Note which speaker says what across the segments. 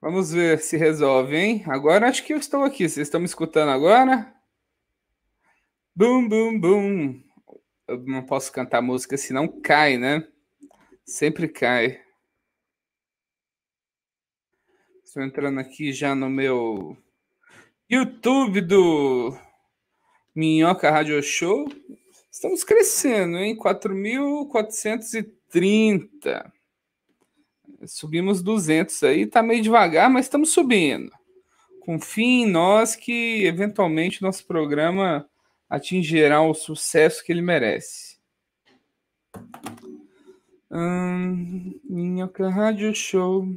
Speaker 1: Vamos ver se resolve, hein? Agora acho que eu estou aqui. Vocês estão me escutando agora? Bum, bum, bum. Eu não posso cantar música, senão cai, né? Sempre cai. Estou entrando aqui já no meu YouTube do Minhoca Radio Show. Estamos crescendo, hein? 4.430. Subimos 200 aí, tá meio devagar, mas estamos subindo. Confie em nós que eventualmente nosso programa atingirá o sucesso que ele merece. Hum, Minhoca Rádio Show.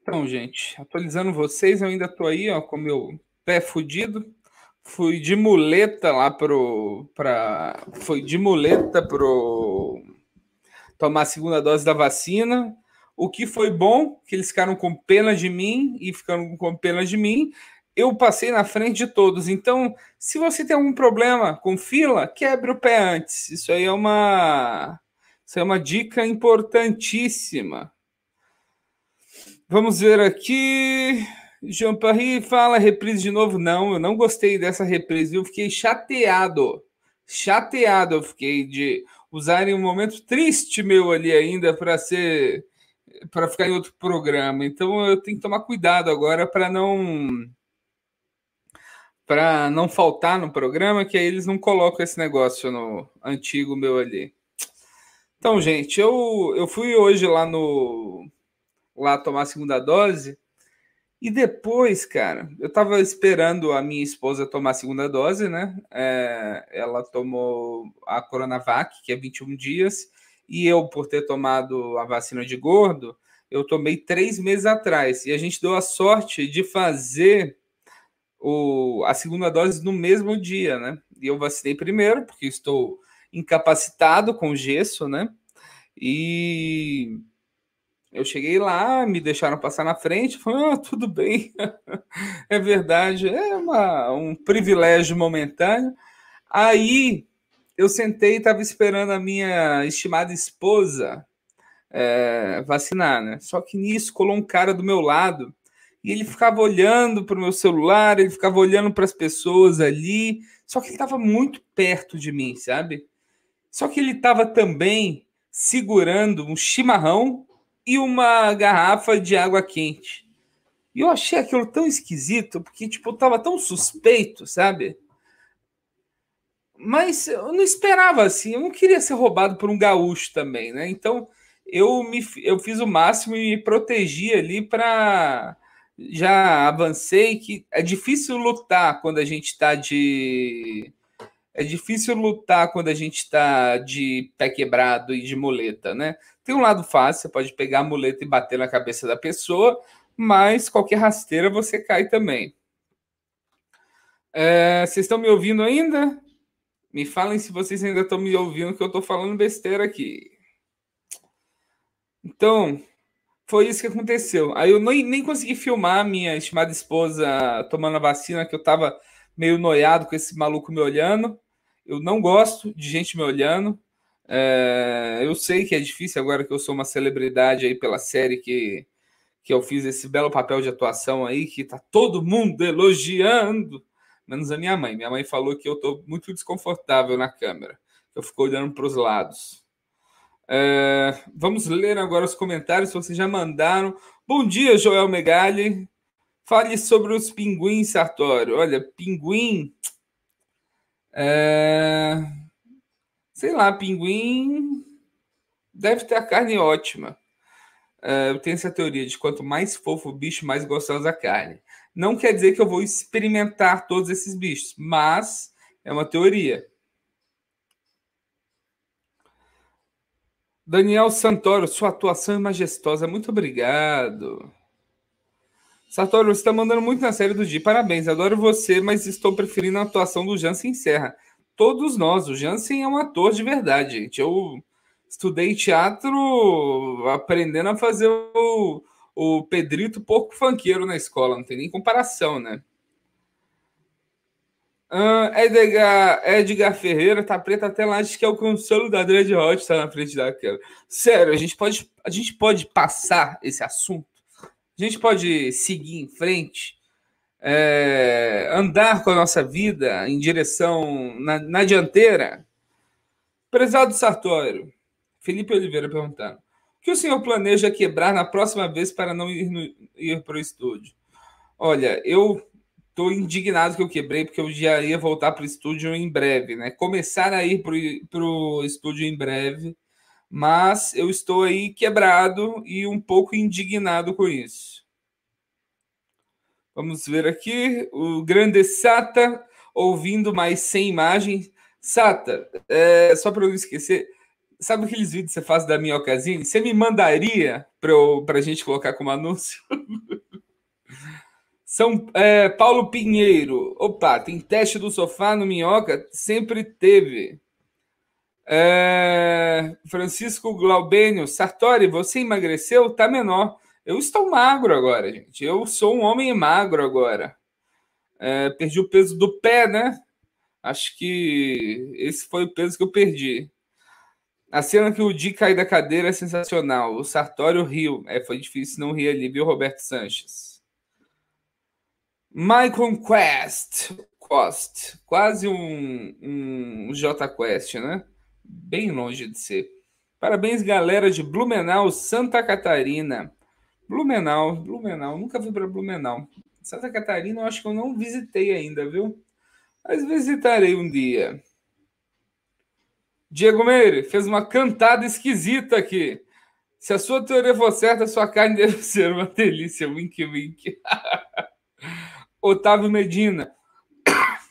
Speaker 1: Então, gente, atualizando vocês, eu ainda tô aí, ó, com meu pé fudido. Fui de muleta lá pro para fui de muleta pro tomar a segunda dose da vacina. O que foi bom, que eles ficaram com pena de mim e ficaram com pena de mim, eu passei na frente de todos. Então, se você tem algum problema com fila, quebre o pé antes. Isso aí é uma isso é uma dica importantíssima. Vamos ver aqui. Jean Parry fala reprise de novo. Não, eu não gostei dessa reprise. Eu fiquei chateado. Chateado eu fiquei de usarem um momento triste meu ali ainda para ser para ficar em outro programa. Então eu tenho que tomar cuidado agora para não para não faltar no programa, que aí eles não colocam esse negócio no antigo meu ali. Então, gente, eu eu fui hoje lá no lá tomar a segunda dose. E depois, cara, eu tava esperando a minha esposa tomar a segunda dose, né? É, ela tomou a Coronavac, que é 21 dias, e eu, por ter tomado a vacina de gordo, eu tomei três meses atrás. E a gente deu a sorte de fazer o, a segunda dose no mesmo dia, né? E eu vacinei primeiro, porque estou incapacitado com gesso, né? E eu cheguei lá, me deixaram passar na frente, falei, ah, tudo bem, é verdade, é uma, um privilégio momentâneo. Aí eu sentei e estava esperando a minha estimada esposa é, vacinar, né? Só que nisso colou um cara do meu lado e ele ficava olhando para o meu celular, ele ficava olhando para as pessoas ali, só que ele estava muito perto de mim, sabe? Só que ele estava também segurando um chimarrão e uma garrafa de água quente. E eu achei aquilo tão esquisito, porque, tipo, tava tão suspeito, sabe? Mas eu não esperava assim, eu não queria ser roubado por um gaúcho também, né? Então eu, me, eu fiz o máximo e me protegi ali para Já avancei que é difícil lutar quando a gente tá de. É difícil lutar quando a gente tá de pé quebrado e de muleta, né? Tem um lado fácil, você pode pegar a muleta e bater na cabeça da pessoa, mas qualquer rasteira você cai também. É, vocês estão me ouvindo ainda? Me falem se vocês ainda estão me ouvindo, que eu estou falando besteira aqui. Então, foi isso que aconteceu. Aí eu nem, nem consegui filmar minha estimada esposa tomando a vacina, que eu estava meio noiado com esse maluco me olhando. Eu não gosto de gente me olhando. É, eu sei que é difícil agora que eu sou uma celebridade aí pela série que, que eu fiz esse belo papel de atuação aí, que tá todo mundo elogiando, menos a minha mãe. Minha mãe falou que eu tô muito desconfortável na câmera, eu fico olhando para os lados. É, vamos ler agora os comentários, se vocês já mandaram. Bom dia, Joel Megali. Fale sobre os pinguins, Sartório. Olha, pinguim. É sei lá, pinguim deve ter a carne ótima. Uh, eu tenho essa teoria de quanto mais fofo o bicho, mais gostosa a carne. Não quer dizer que eu vou experimentar todos esses bichos, mas é uma teoria. Daniel Santoro, sua atuação é majestosa. Muito obrigado. Santoro, você está mandando muito na série do dia. Parabéns, adoro você, mas estou preferindo a atuação do Jansen Serra todos nós. O Jansen é um ator de verdade, gente. Eu estudei teatro aprendendo a fazer o, o Pedrito pouco fanqueiro na escola, não tem nem comparação, né? Uh, Edgar, Edgar Ferreira tá preta até lá, acho que é o consolo da Dread Hot, tá na frente daquela. Sério, a gente pode, a gente pode passar esse assunto? A A gente pode seguir em frente, é, andar com a nossa vida em direção na, na dianteira? Prezado Sartório, Felipe Oliveira perguntando: o que o senhor planeja quebrar na próxima vez para não ir, no, ir para o estúdio? Olha, eu estou indignado que eu quebrei, porque eu já ia voltar para o estúdio em breve, né? Começar a ir para o estúdio em breve, mas eu estou aí quebrado e um pouco indignado com isso. Vamos ver aqui. O grande Sata, ouvindo mais sem imagem. Sata, é, só para eu não esquecer, sabe aqueles vídeos que você faz da Minhocazine? Você me mandaria para a gente colocar como anúncio? São é, Paulo Pinheiro. Opa, tem teste do sofá no Minhoca? Sempre teve. É, Francisco Glaubênio. Sartori, você emagreceu? Tá menor. Eu estou magro agora, gente. Eu sou um homem magro agora. É, perdi o peso do pé, né? Acho que esse foi o peso que eu perdi. A cena que o Di cai da cadeira é sensacional. O Sartório riu. É, foi difícil não rir ali, viu, Roberto Sanches? Michael Quest, Cost, quase um, um J Quest, né? Bem longe de ser. Parabéns, galera de Blumenau, Santa Catarina. Blumenau, Blumenau, nunca fui para Blumenau. Santa Catarina, eu acho que eu não visitei ainda, viu? Mas visitarei um dia. Diego Meire fez uma cantada esquisita aqui. Se a sua teoria for certa, sua carne deve ser uma delícia. Wink, wink. Otávio Medina.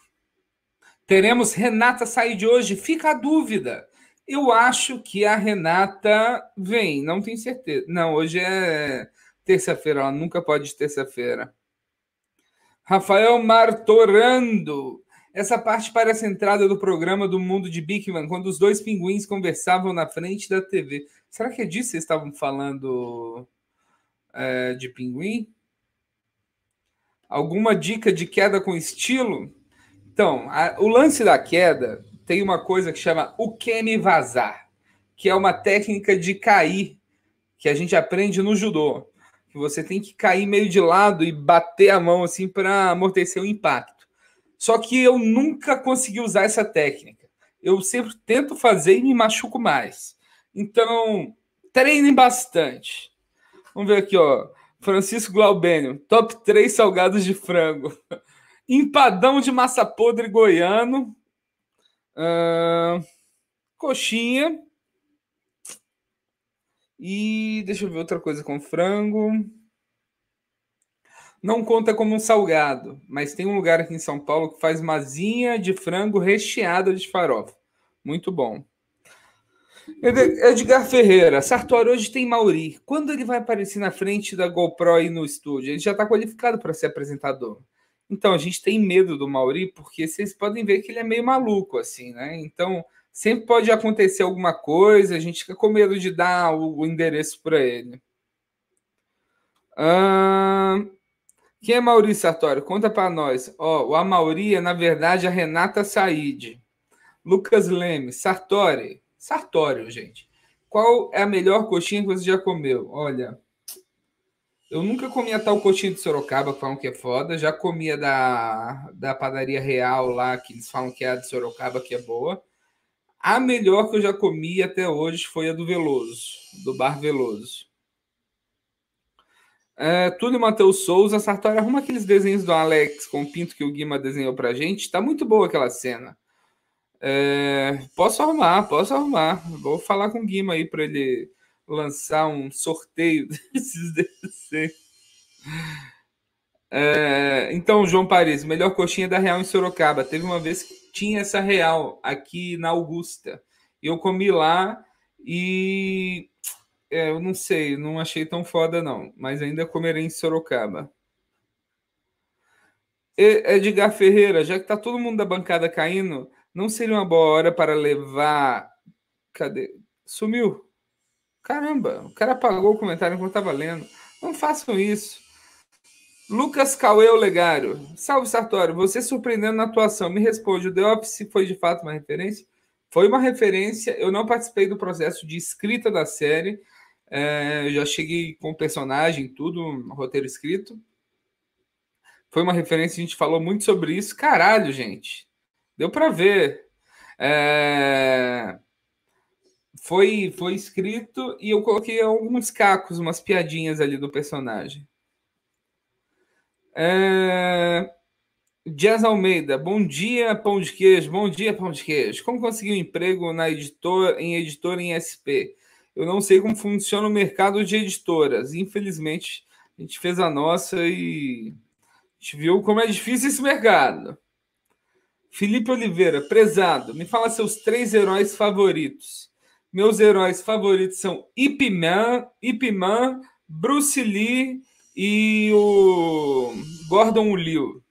Speaker 1: Teremos Renata sair de hoje? Fica a dúvida. Eu acho que a Renata vem, não tenho certeza. Não, hoje é terça-feira, ela nunca pode terça-feira. Rafael Martorando. Essa parte parece a entrada do programa do Mundo de Big Man, quando os dois pinguins conversavam na frente da TV. Será que é disso que vocês estavam falando é, de pinguim? Alguma dica de queda com estilo? Então, a, o lance da queda tem uma coisa que chama o que me vazar, que é uma técnica de cair que a gente aprende no judô. Que você tem que cair meio de lado e bater a mão assim para amortecer o impacto. Só que eu nunca consegui usar essa técnica. Eu sempre tento fazer e me machuco mais. Então, treinem bastante. Vamos ver aqui, ó. Francisco Glaubênio, top 3 salgados de frango. Empadão de massa podre goiano. Uh, coxinha. E deixa eu ver outra coisa com frango. Não conta como um salgado, mas tem um lugar aqui em São Paulo que faz mazinha de frango recheada de farofa. Muito bom. Edgar Ferreira, Sartori hoje tem Mauri. Quando ele vai aparecer na frente da GoPro aí no estúdio? Ele já está qualificado para ser apresentador. Então, a gente tem medo do Mauri, porque vocês podem ver que ele é meio maluco, assim, né? Então, sempre pode acontecer alguma coisa, a gente fica com medo de dar o, endereço para ele. Ah, quem é Mauri Sartori? Conta para nós. Ó, oh, o Amauri é, na verdade, a Renata Said. Lucas Leme, Sartori. Sartório, gente. Qual é a melhor coxinha que você já comeu? Olha, eu nunca comi a tal coxinha de Sorocaba, que falam que é foda. Já comia da, da padaria real lá, que eles falam que é a de Sorocaba, que é boa. A melhor que eu já comi até hoje foi a do Veloso, do Bar Veloso. É, Túlio Matheus Souza, Sartori, arruma aqueles desenhos do Alex com o pinto que o Guima desenhou pra gente. Tá muito boa aquela cena. É, posso arrumar, posso arrumar. Vou falar com o Guima aí para ele lançar um sorteio desses DLC. É, então, João Paris, melhor coxinha da Real em Sorocaba. Teve uma vez que tinha essa Real aqui na Augusta. Eu comi lá e é, eu não sei, não achei tão foda não, mas ainda comerei em Sorocaba. Edgar Ferreira, já que tá todo mundo da bancada caindo, não seria uma boa hora para levar. Cadê? Sumiu. Caramba, o cara apagou o comentário enquanto estava lendo. Não façam isso. Lucas Cauê Olegário. Salve, Sartório. Você surpreendendo na atuação. Me responde: o The Office foi de fato uma referência? Foi uma referência. Eu não participei do processo de escrita da série. É, eu já cheguei com personagem, tudo, um roteiro escrito. Foi uma referência, a gente falou muito sobre isso. Caralho, gente. Deu para ver. É, foi, foi escrito e eu coloquei alguns cacos, umas piadinhas ali do personagem. É... Jazz Almeida, bom dia, pão de queijo. Bom dia, pão de queijo. Como conseguir um emprego na editor, em editora em SP? Eu não sei como funciona o mercado de editoras. Infelizmente, a gente fez a nossa e a gente viu como é difícil esse mercado. Felipe Oliveira, prezado, me fala seus três heróis favoritos. Meus heróis favoritos são Ip Man, Ip Man Bruce Lee e o Gordon Liu.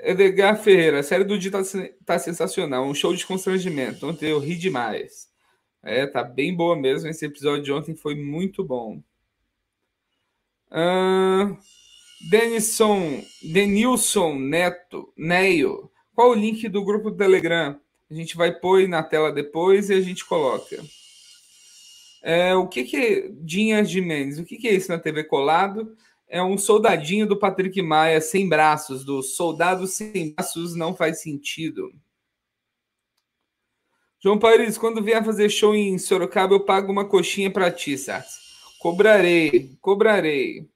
Speaker 1: Edgar Ferreira, a série do dia tá, tá, sensacional, um show de constrangimento. Ontem eu ri demais. É, tá bem boa mesmo. Esse episódio de ontem foi muito bom. Uh, Denison, Denilson Neto, Neio, qual o link do grupo do Telegram? A gente vai pôr na tela depois e a gente coloca. É, o que que é Dinhas de Mendes? O que que é isso na TV colado? é um soldadinho do Patrick Maia sem braços, do soldado sem braços não faz sentido. João Paris, quando vier fazer show em Sorocaba, eu pago uma coxinha para ti, Sars. Cobrarei, cobrarei.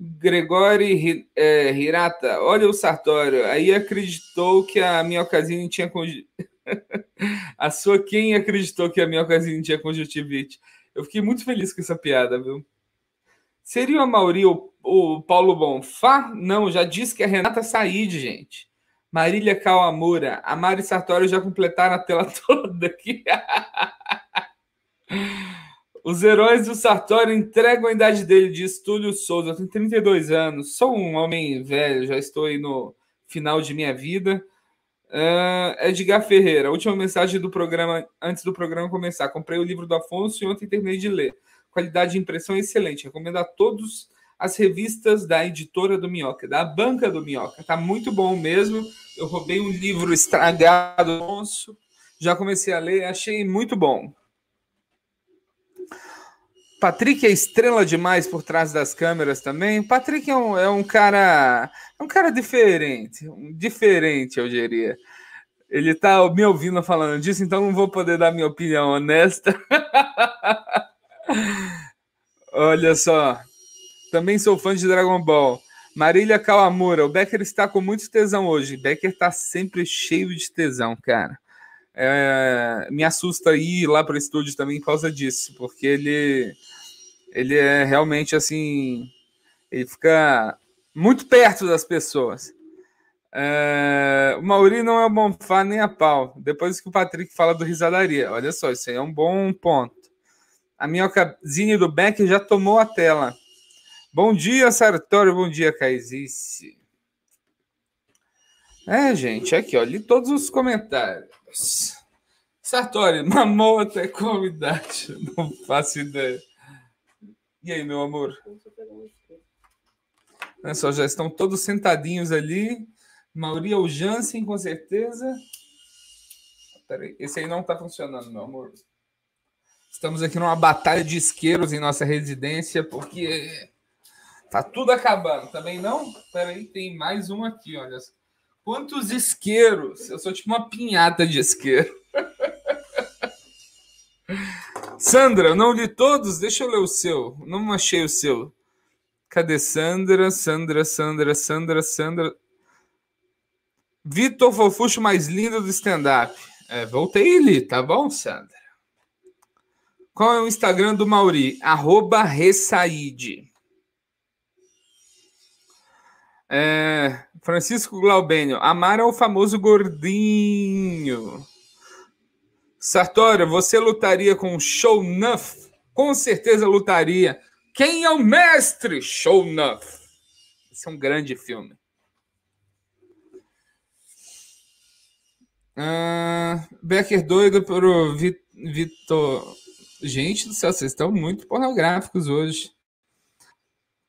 Speaker 1: Gregori é, Hirata, olha o Sartório, aí acreditou que a minha ocasião tinha conjuntivite. a sua quem acreditou que a minha ocasião tinha conjuntivite? Eu fiquei muito feliz com essa piada, viu? Seria o Mauri ou o Paulo Bonfá? Não, já disse que é Renata Said, gente. Marília Kawamura, a Mari Sartório já completaram a tela toda aqui. Os heróis do Sartório entregam a idade dele, diz Túlio Souza. Eu tenho 32 anos, sou um homem velho, já estou aí no final de minha vida. Uh, Edgar Ferreira, última mensagem do programa, antes do programa começar. Comprei o livro do Afonso e ontem terminei de ler qualidade de impressão é excelente. Recomendo a todos as revistas da editora do Minhoca, da banca do Minhoca. Tá muito bom mesmo. Eu roubei um livro estragado, Alonso. Já comecei a ler, achei muito bom. Patrick é estrela demais por trás das câmeras também. Patrick é um, é um cara, é um cara diferente, um, diferente, eu diria. Ele tá me ouvindo falando disso, então não vou poder dar minha opinião honesta. Olha só. Também sou fã de Dragon Ball. Marília Kawamura, o Becker está com muito tesão hoje. Becker está sempre cheio de tesão, cara. É, me assusta ir lá para o estúdio também por causa disso, porque ele ele é realmente assim, ele fica muito perto das pessoas. É, o Mauri não é bonfá nem a pau. Depois que o Patrick fala do risadaria, olha só, isso aí é um bom ponto. A minhocazine do Beck já tomou a tela. Bom dia, Sartório. Bom dia, Caizice. É, gente, aqui, ó. Li todos os comentários. Sartório, mamou até qual idade? Não faço ideia. E aí, meu amor? Olha só, já estão todos sentadinhos ali. Mauri ou Jansen, com certeza. Peraí, esse aí não está funcionando, meu amor. Estamos aqui numa batalha de isqueiros em nossa residência, porque tá tudo acabando. Também não? Peraí, tem mais um aqui, olha. Quantos isqueiros? Eu sou tipo uma pinhata de isqueiro. Sandra, eu não li todos? Deixa eu ler o seu. Não achei o seu. Cadê Sandra? Sandra, Sandra, Sandra, Sandra. Vitor Fofuxo mais lindo do stand-up. É, voltei ali, tá bom, Sandra? Qual é o Instagram do Mauri? Arroba Ressaide. É, Francisco Glaubenio. Amar é o famoso gordinho. Sartório, você lutaria com Show Nuff? Com certeza lutaria. Quem é o mestre? Show Nuff. Esse é um grande filme. Ah, Becker doido pro Vitor... Gente do céu, vocês estão muito pornográficos hoje.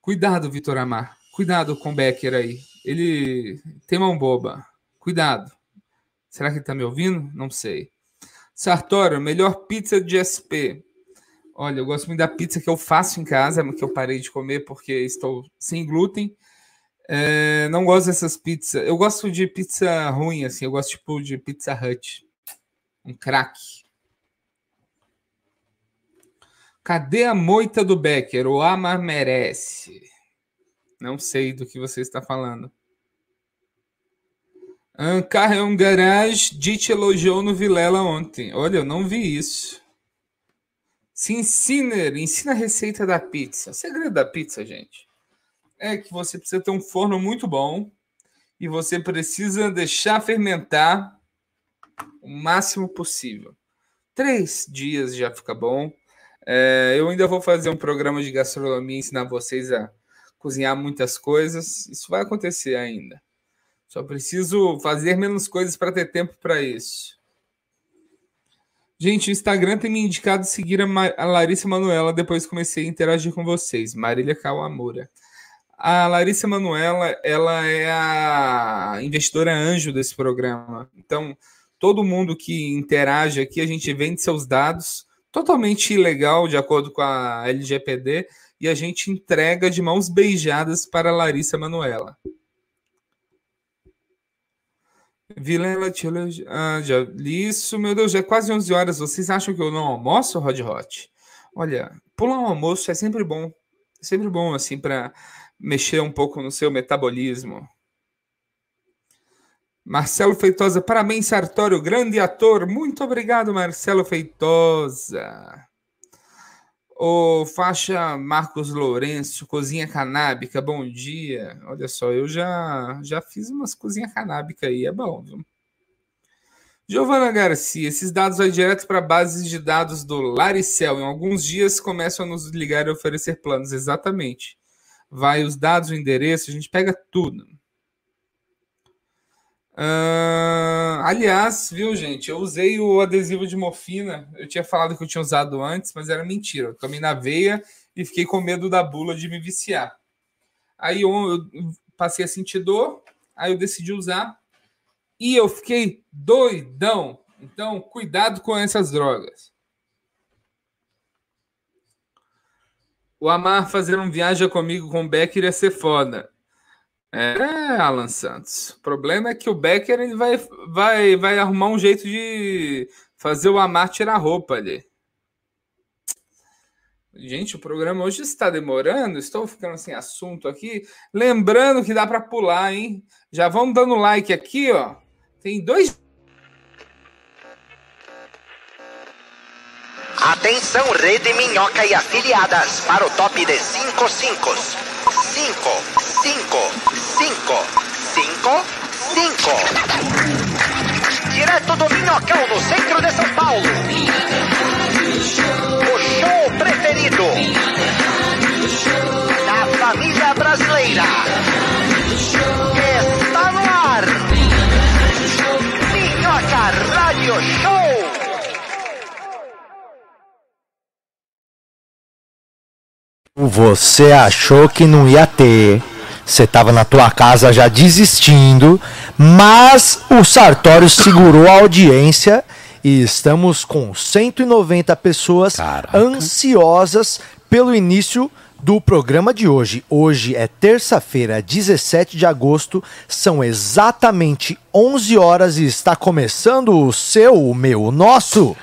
Speaker 1: Cuidado, Vitor Amar. Cuidado com o Becker aí. Ele tem mão boba. Cuidado. Será que ele tá me ouvindo? Não sei. Sartório, melhor pizza de SP. Olha, eu gosto muito da pizza que eu faço em casa, que eu parei de comer porque estou sem glúten. É, não gosto dessas pizzas. Eu gosto de pizza ruim, assim. Eu gosto, tipo, de Pizza Hut. Um craque. Cadê a moita do Becker? O Amar merece. Não sei do que você está falando. Um carro é um garage. Dite elogiou no Vilela ontem. Olha, eu não vi isso. Sinciner, ensina a receita da pizza. O segredo da pizza, gente, é que você precisa ter um forno muito bom e você precisa deixar fermentar o máximo possível. Três dias já fica bom. É, eu ainda vou fazer um programa de gastronomia, ensinar vocês a cozinhar muitas coisas. Isso vai acontecer ainda. Só preciso fazer menos coisas para ter tempo para isso. Gente, o Instagram tem me indicado seguir a, Ma a Larissa Manuela depois comecei a interagir com vocês. Marília Kawamura. A Larissa Manuela, ela é a investidora anjo desse programa. Então, todo mundo que interage aqui, a gente vende seus dados totalmente ilegal, de acordo com a LGPD, e a gente entrega de mãos beijadas para a Larissa Manuela. Vilela, ah, já li isso. Meu Deus, já é quase 11 horas. Vocês acham que eu não almoço, Rod Hot? Olha, pular um almoço é sempre bom. É sempre bom, assim, para mexer um pouco no seu metabolismo. Marcelo Feitosa, parabéns, Sartório, grande ator. Muito obrigado, Marcelo Feitosa. O faixa Marcos Lourenço, cozinha canábica, bom dia. Olha só, eu já já fiz umas cozinha canábica aí, é bom, viu? Giovana Garcia, esses dados vão direto para bases de dados do Laricel. Em alguns dias começam a nos ligar e oferecer planos, exatamente. Vai os dados, o endereço, a gente pega tudo. Uh, aliás, viu, gente? Eu usei o adesivo de morfina. Eu tinha falado que eu tinha usado antes, mas era mentira. Eu tomei na veia e fiquei com medo da bula de me viciar. Aí eu, eu passei a sentir dor, aí eu decidi usar e eu fiquei doidão. Então, cuidado com essas drogas. O Amar fazer um viagem comigo com o Becker ia ser foda. É, Alan Santos. O problema é que o Becker ele vai, vai, vai arrumar um jeito de fazer o Amar tirar a roupa ali. Gente, o programa hoje está demorando, estou ficando sem assunto aqui. Lembrando que dá para pular, hein? Já vão dando like aqui, ó. Tem dois.
Speaker 2: Atenção, Rede Minhoca e afiliadas, para o top de 5 5 5 5 5 5 5 Direto do Minhocão, no centro de São Paulo. O show preferido da família brasileira. Está no ar. Minhoca Radio Show.
Speaker 3: Você achou que não ia ter. Você tava na tua casa já desistindo, mas o Sartório segurou a audiência e estamos com 190 pessoas
Speaker 4: Caraca.
Speaker 3: ansiosas pelo início do programa de hoje. Hoje é terça-feira, 17 de agosto, são exatamente 11 horas e está começando o seu, o meu, o nosso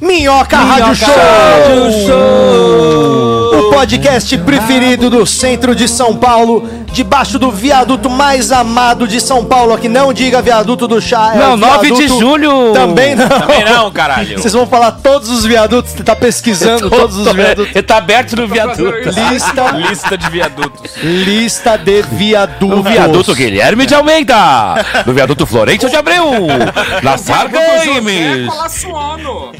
Speaker 3: Minhoca, Rádio Show! O podcast preferido do centro de São Paulo, debaixo do viaduto mais amado de São Paulo, que não diga viaduto do chá. é
Speaker 4: Não,
Speaker 3: o
Speaker 4: 9 de
Speaker 3: viaduto-
Speaker 4: julho.
Speaker 3: Também não.
Speaker 4: Também não, caralho.
Speaker 3: Vocês vão falar todos os viadutos, tá pesquisando todos os viadutos.
Speaker 4: Ele tá aberto no viaduto.
Speaker 1: fazendo
Speaker 3: Lista.
Speaker 4: Lista de viadutos.
Speaker 3: Lista de viadutos.
Speaker 5: No Um viaduto Guilherme de Almeida. No viaduto Florencio de Abreu. Na Sarga
Speaker 1: José
Speaker 5: Games.
Speaker 1: Colassuano.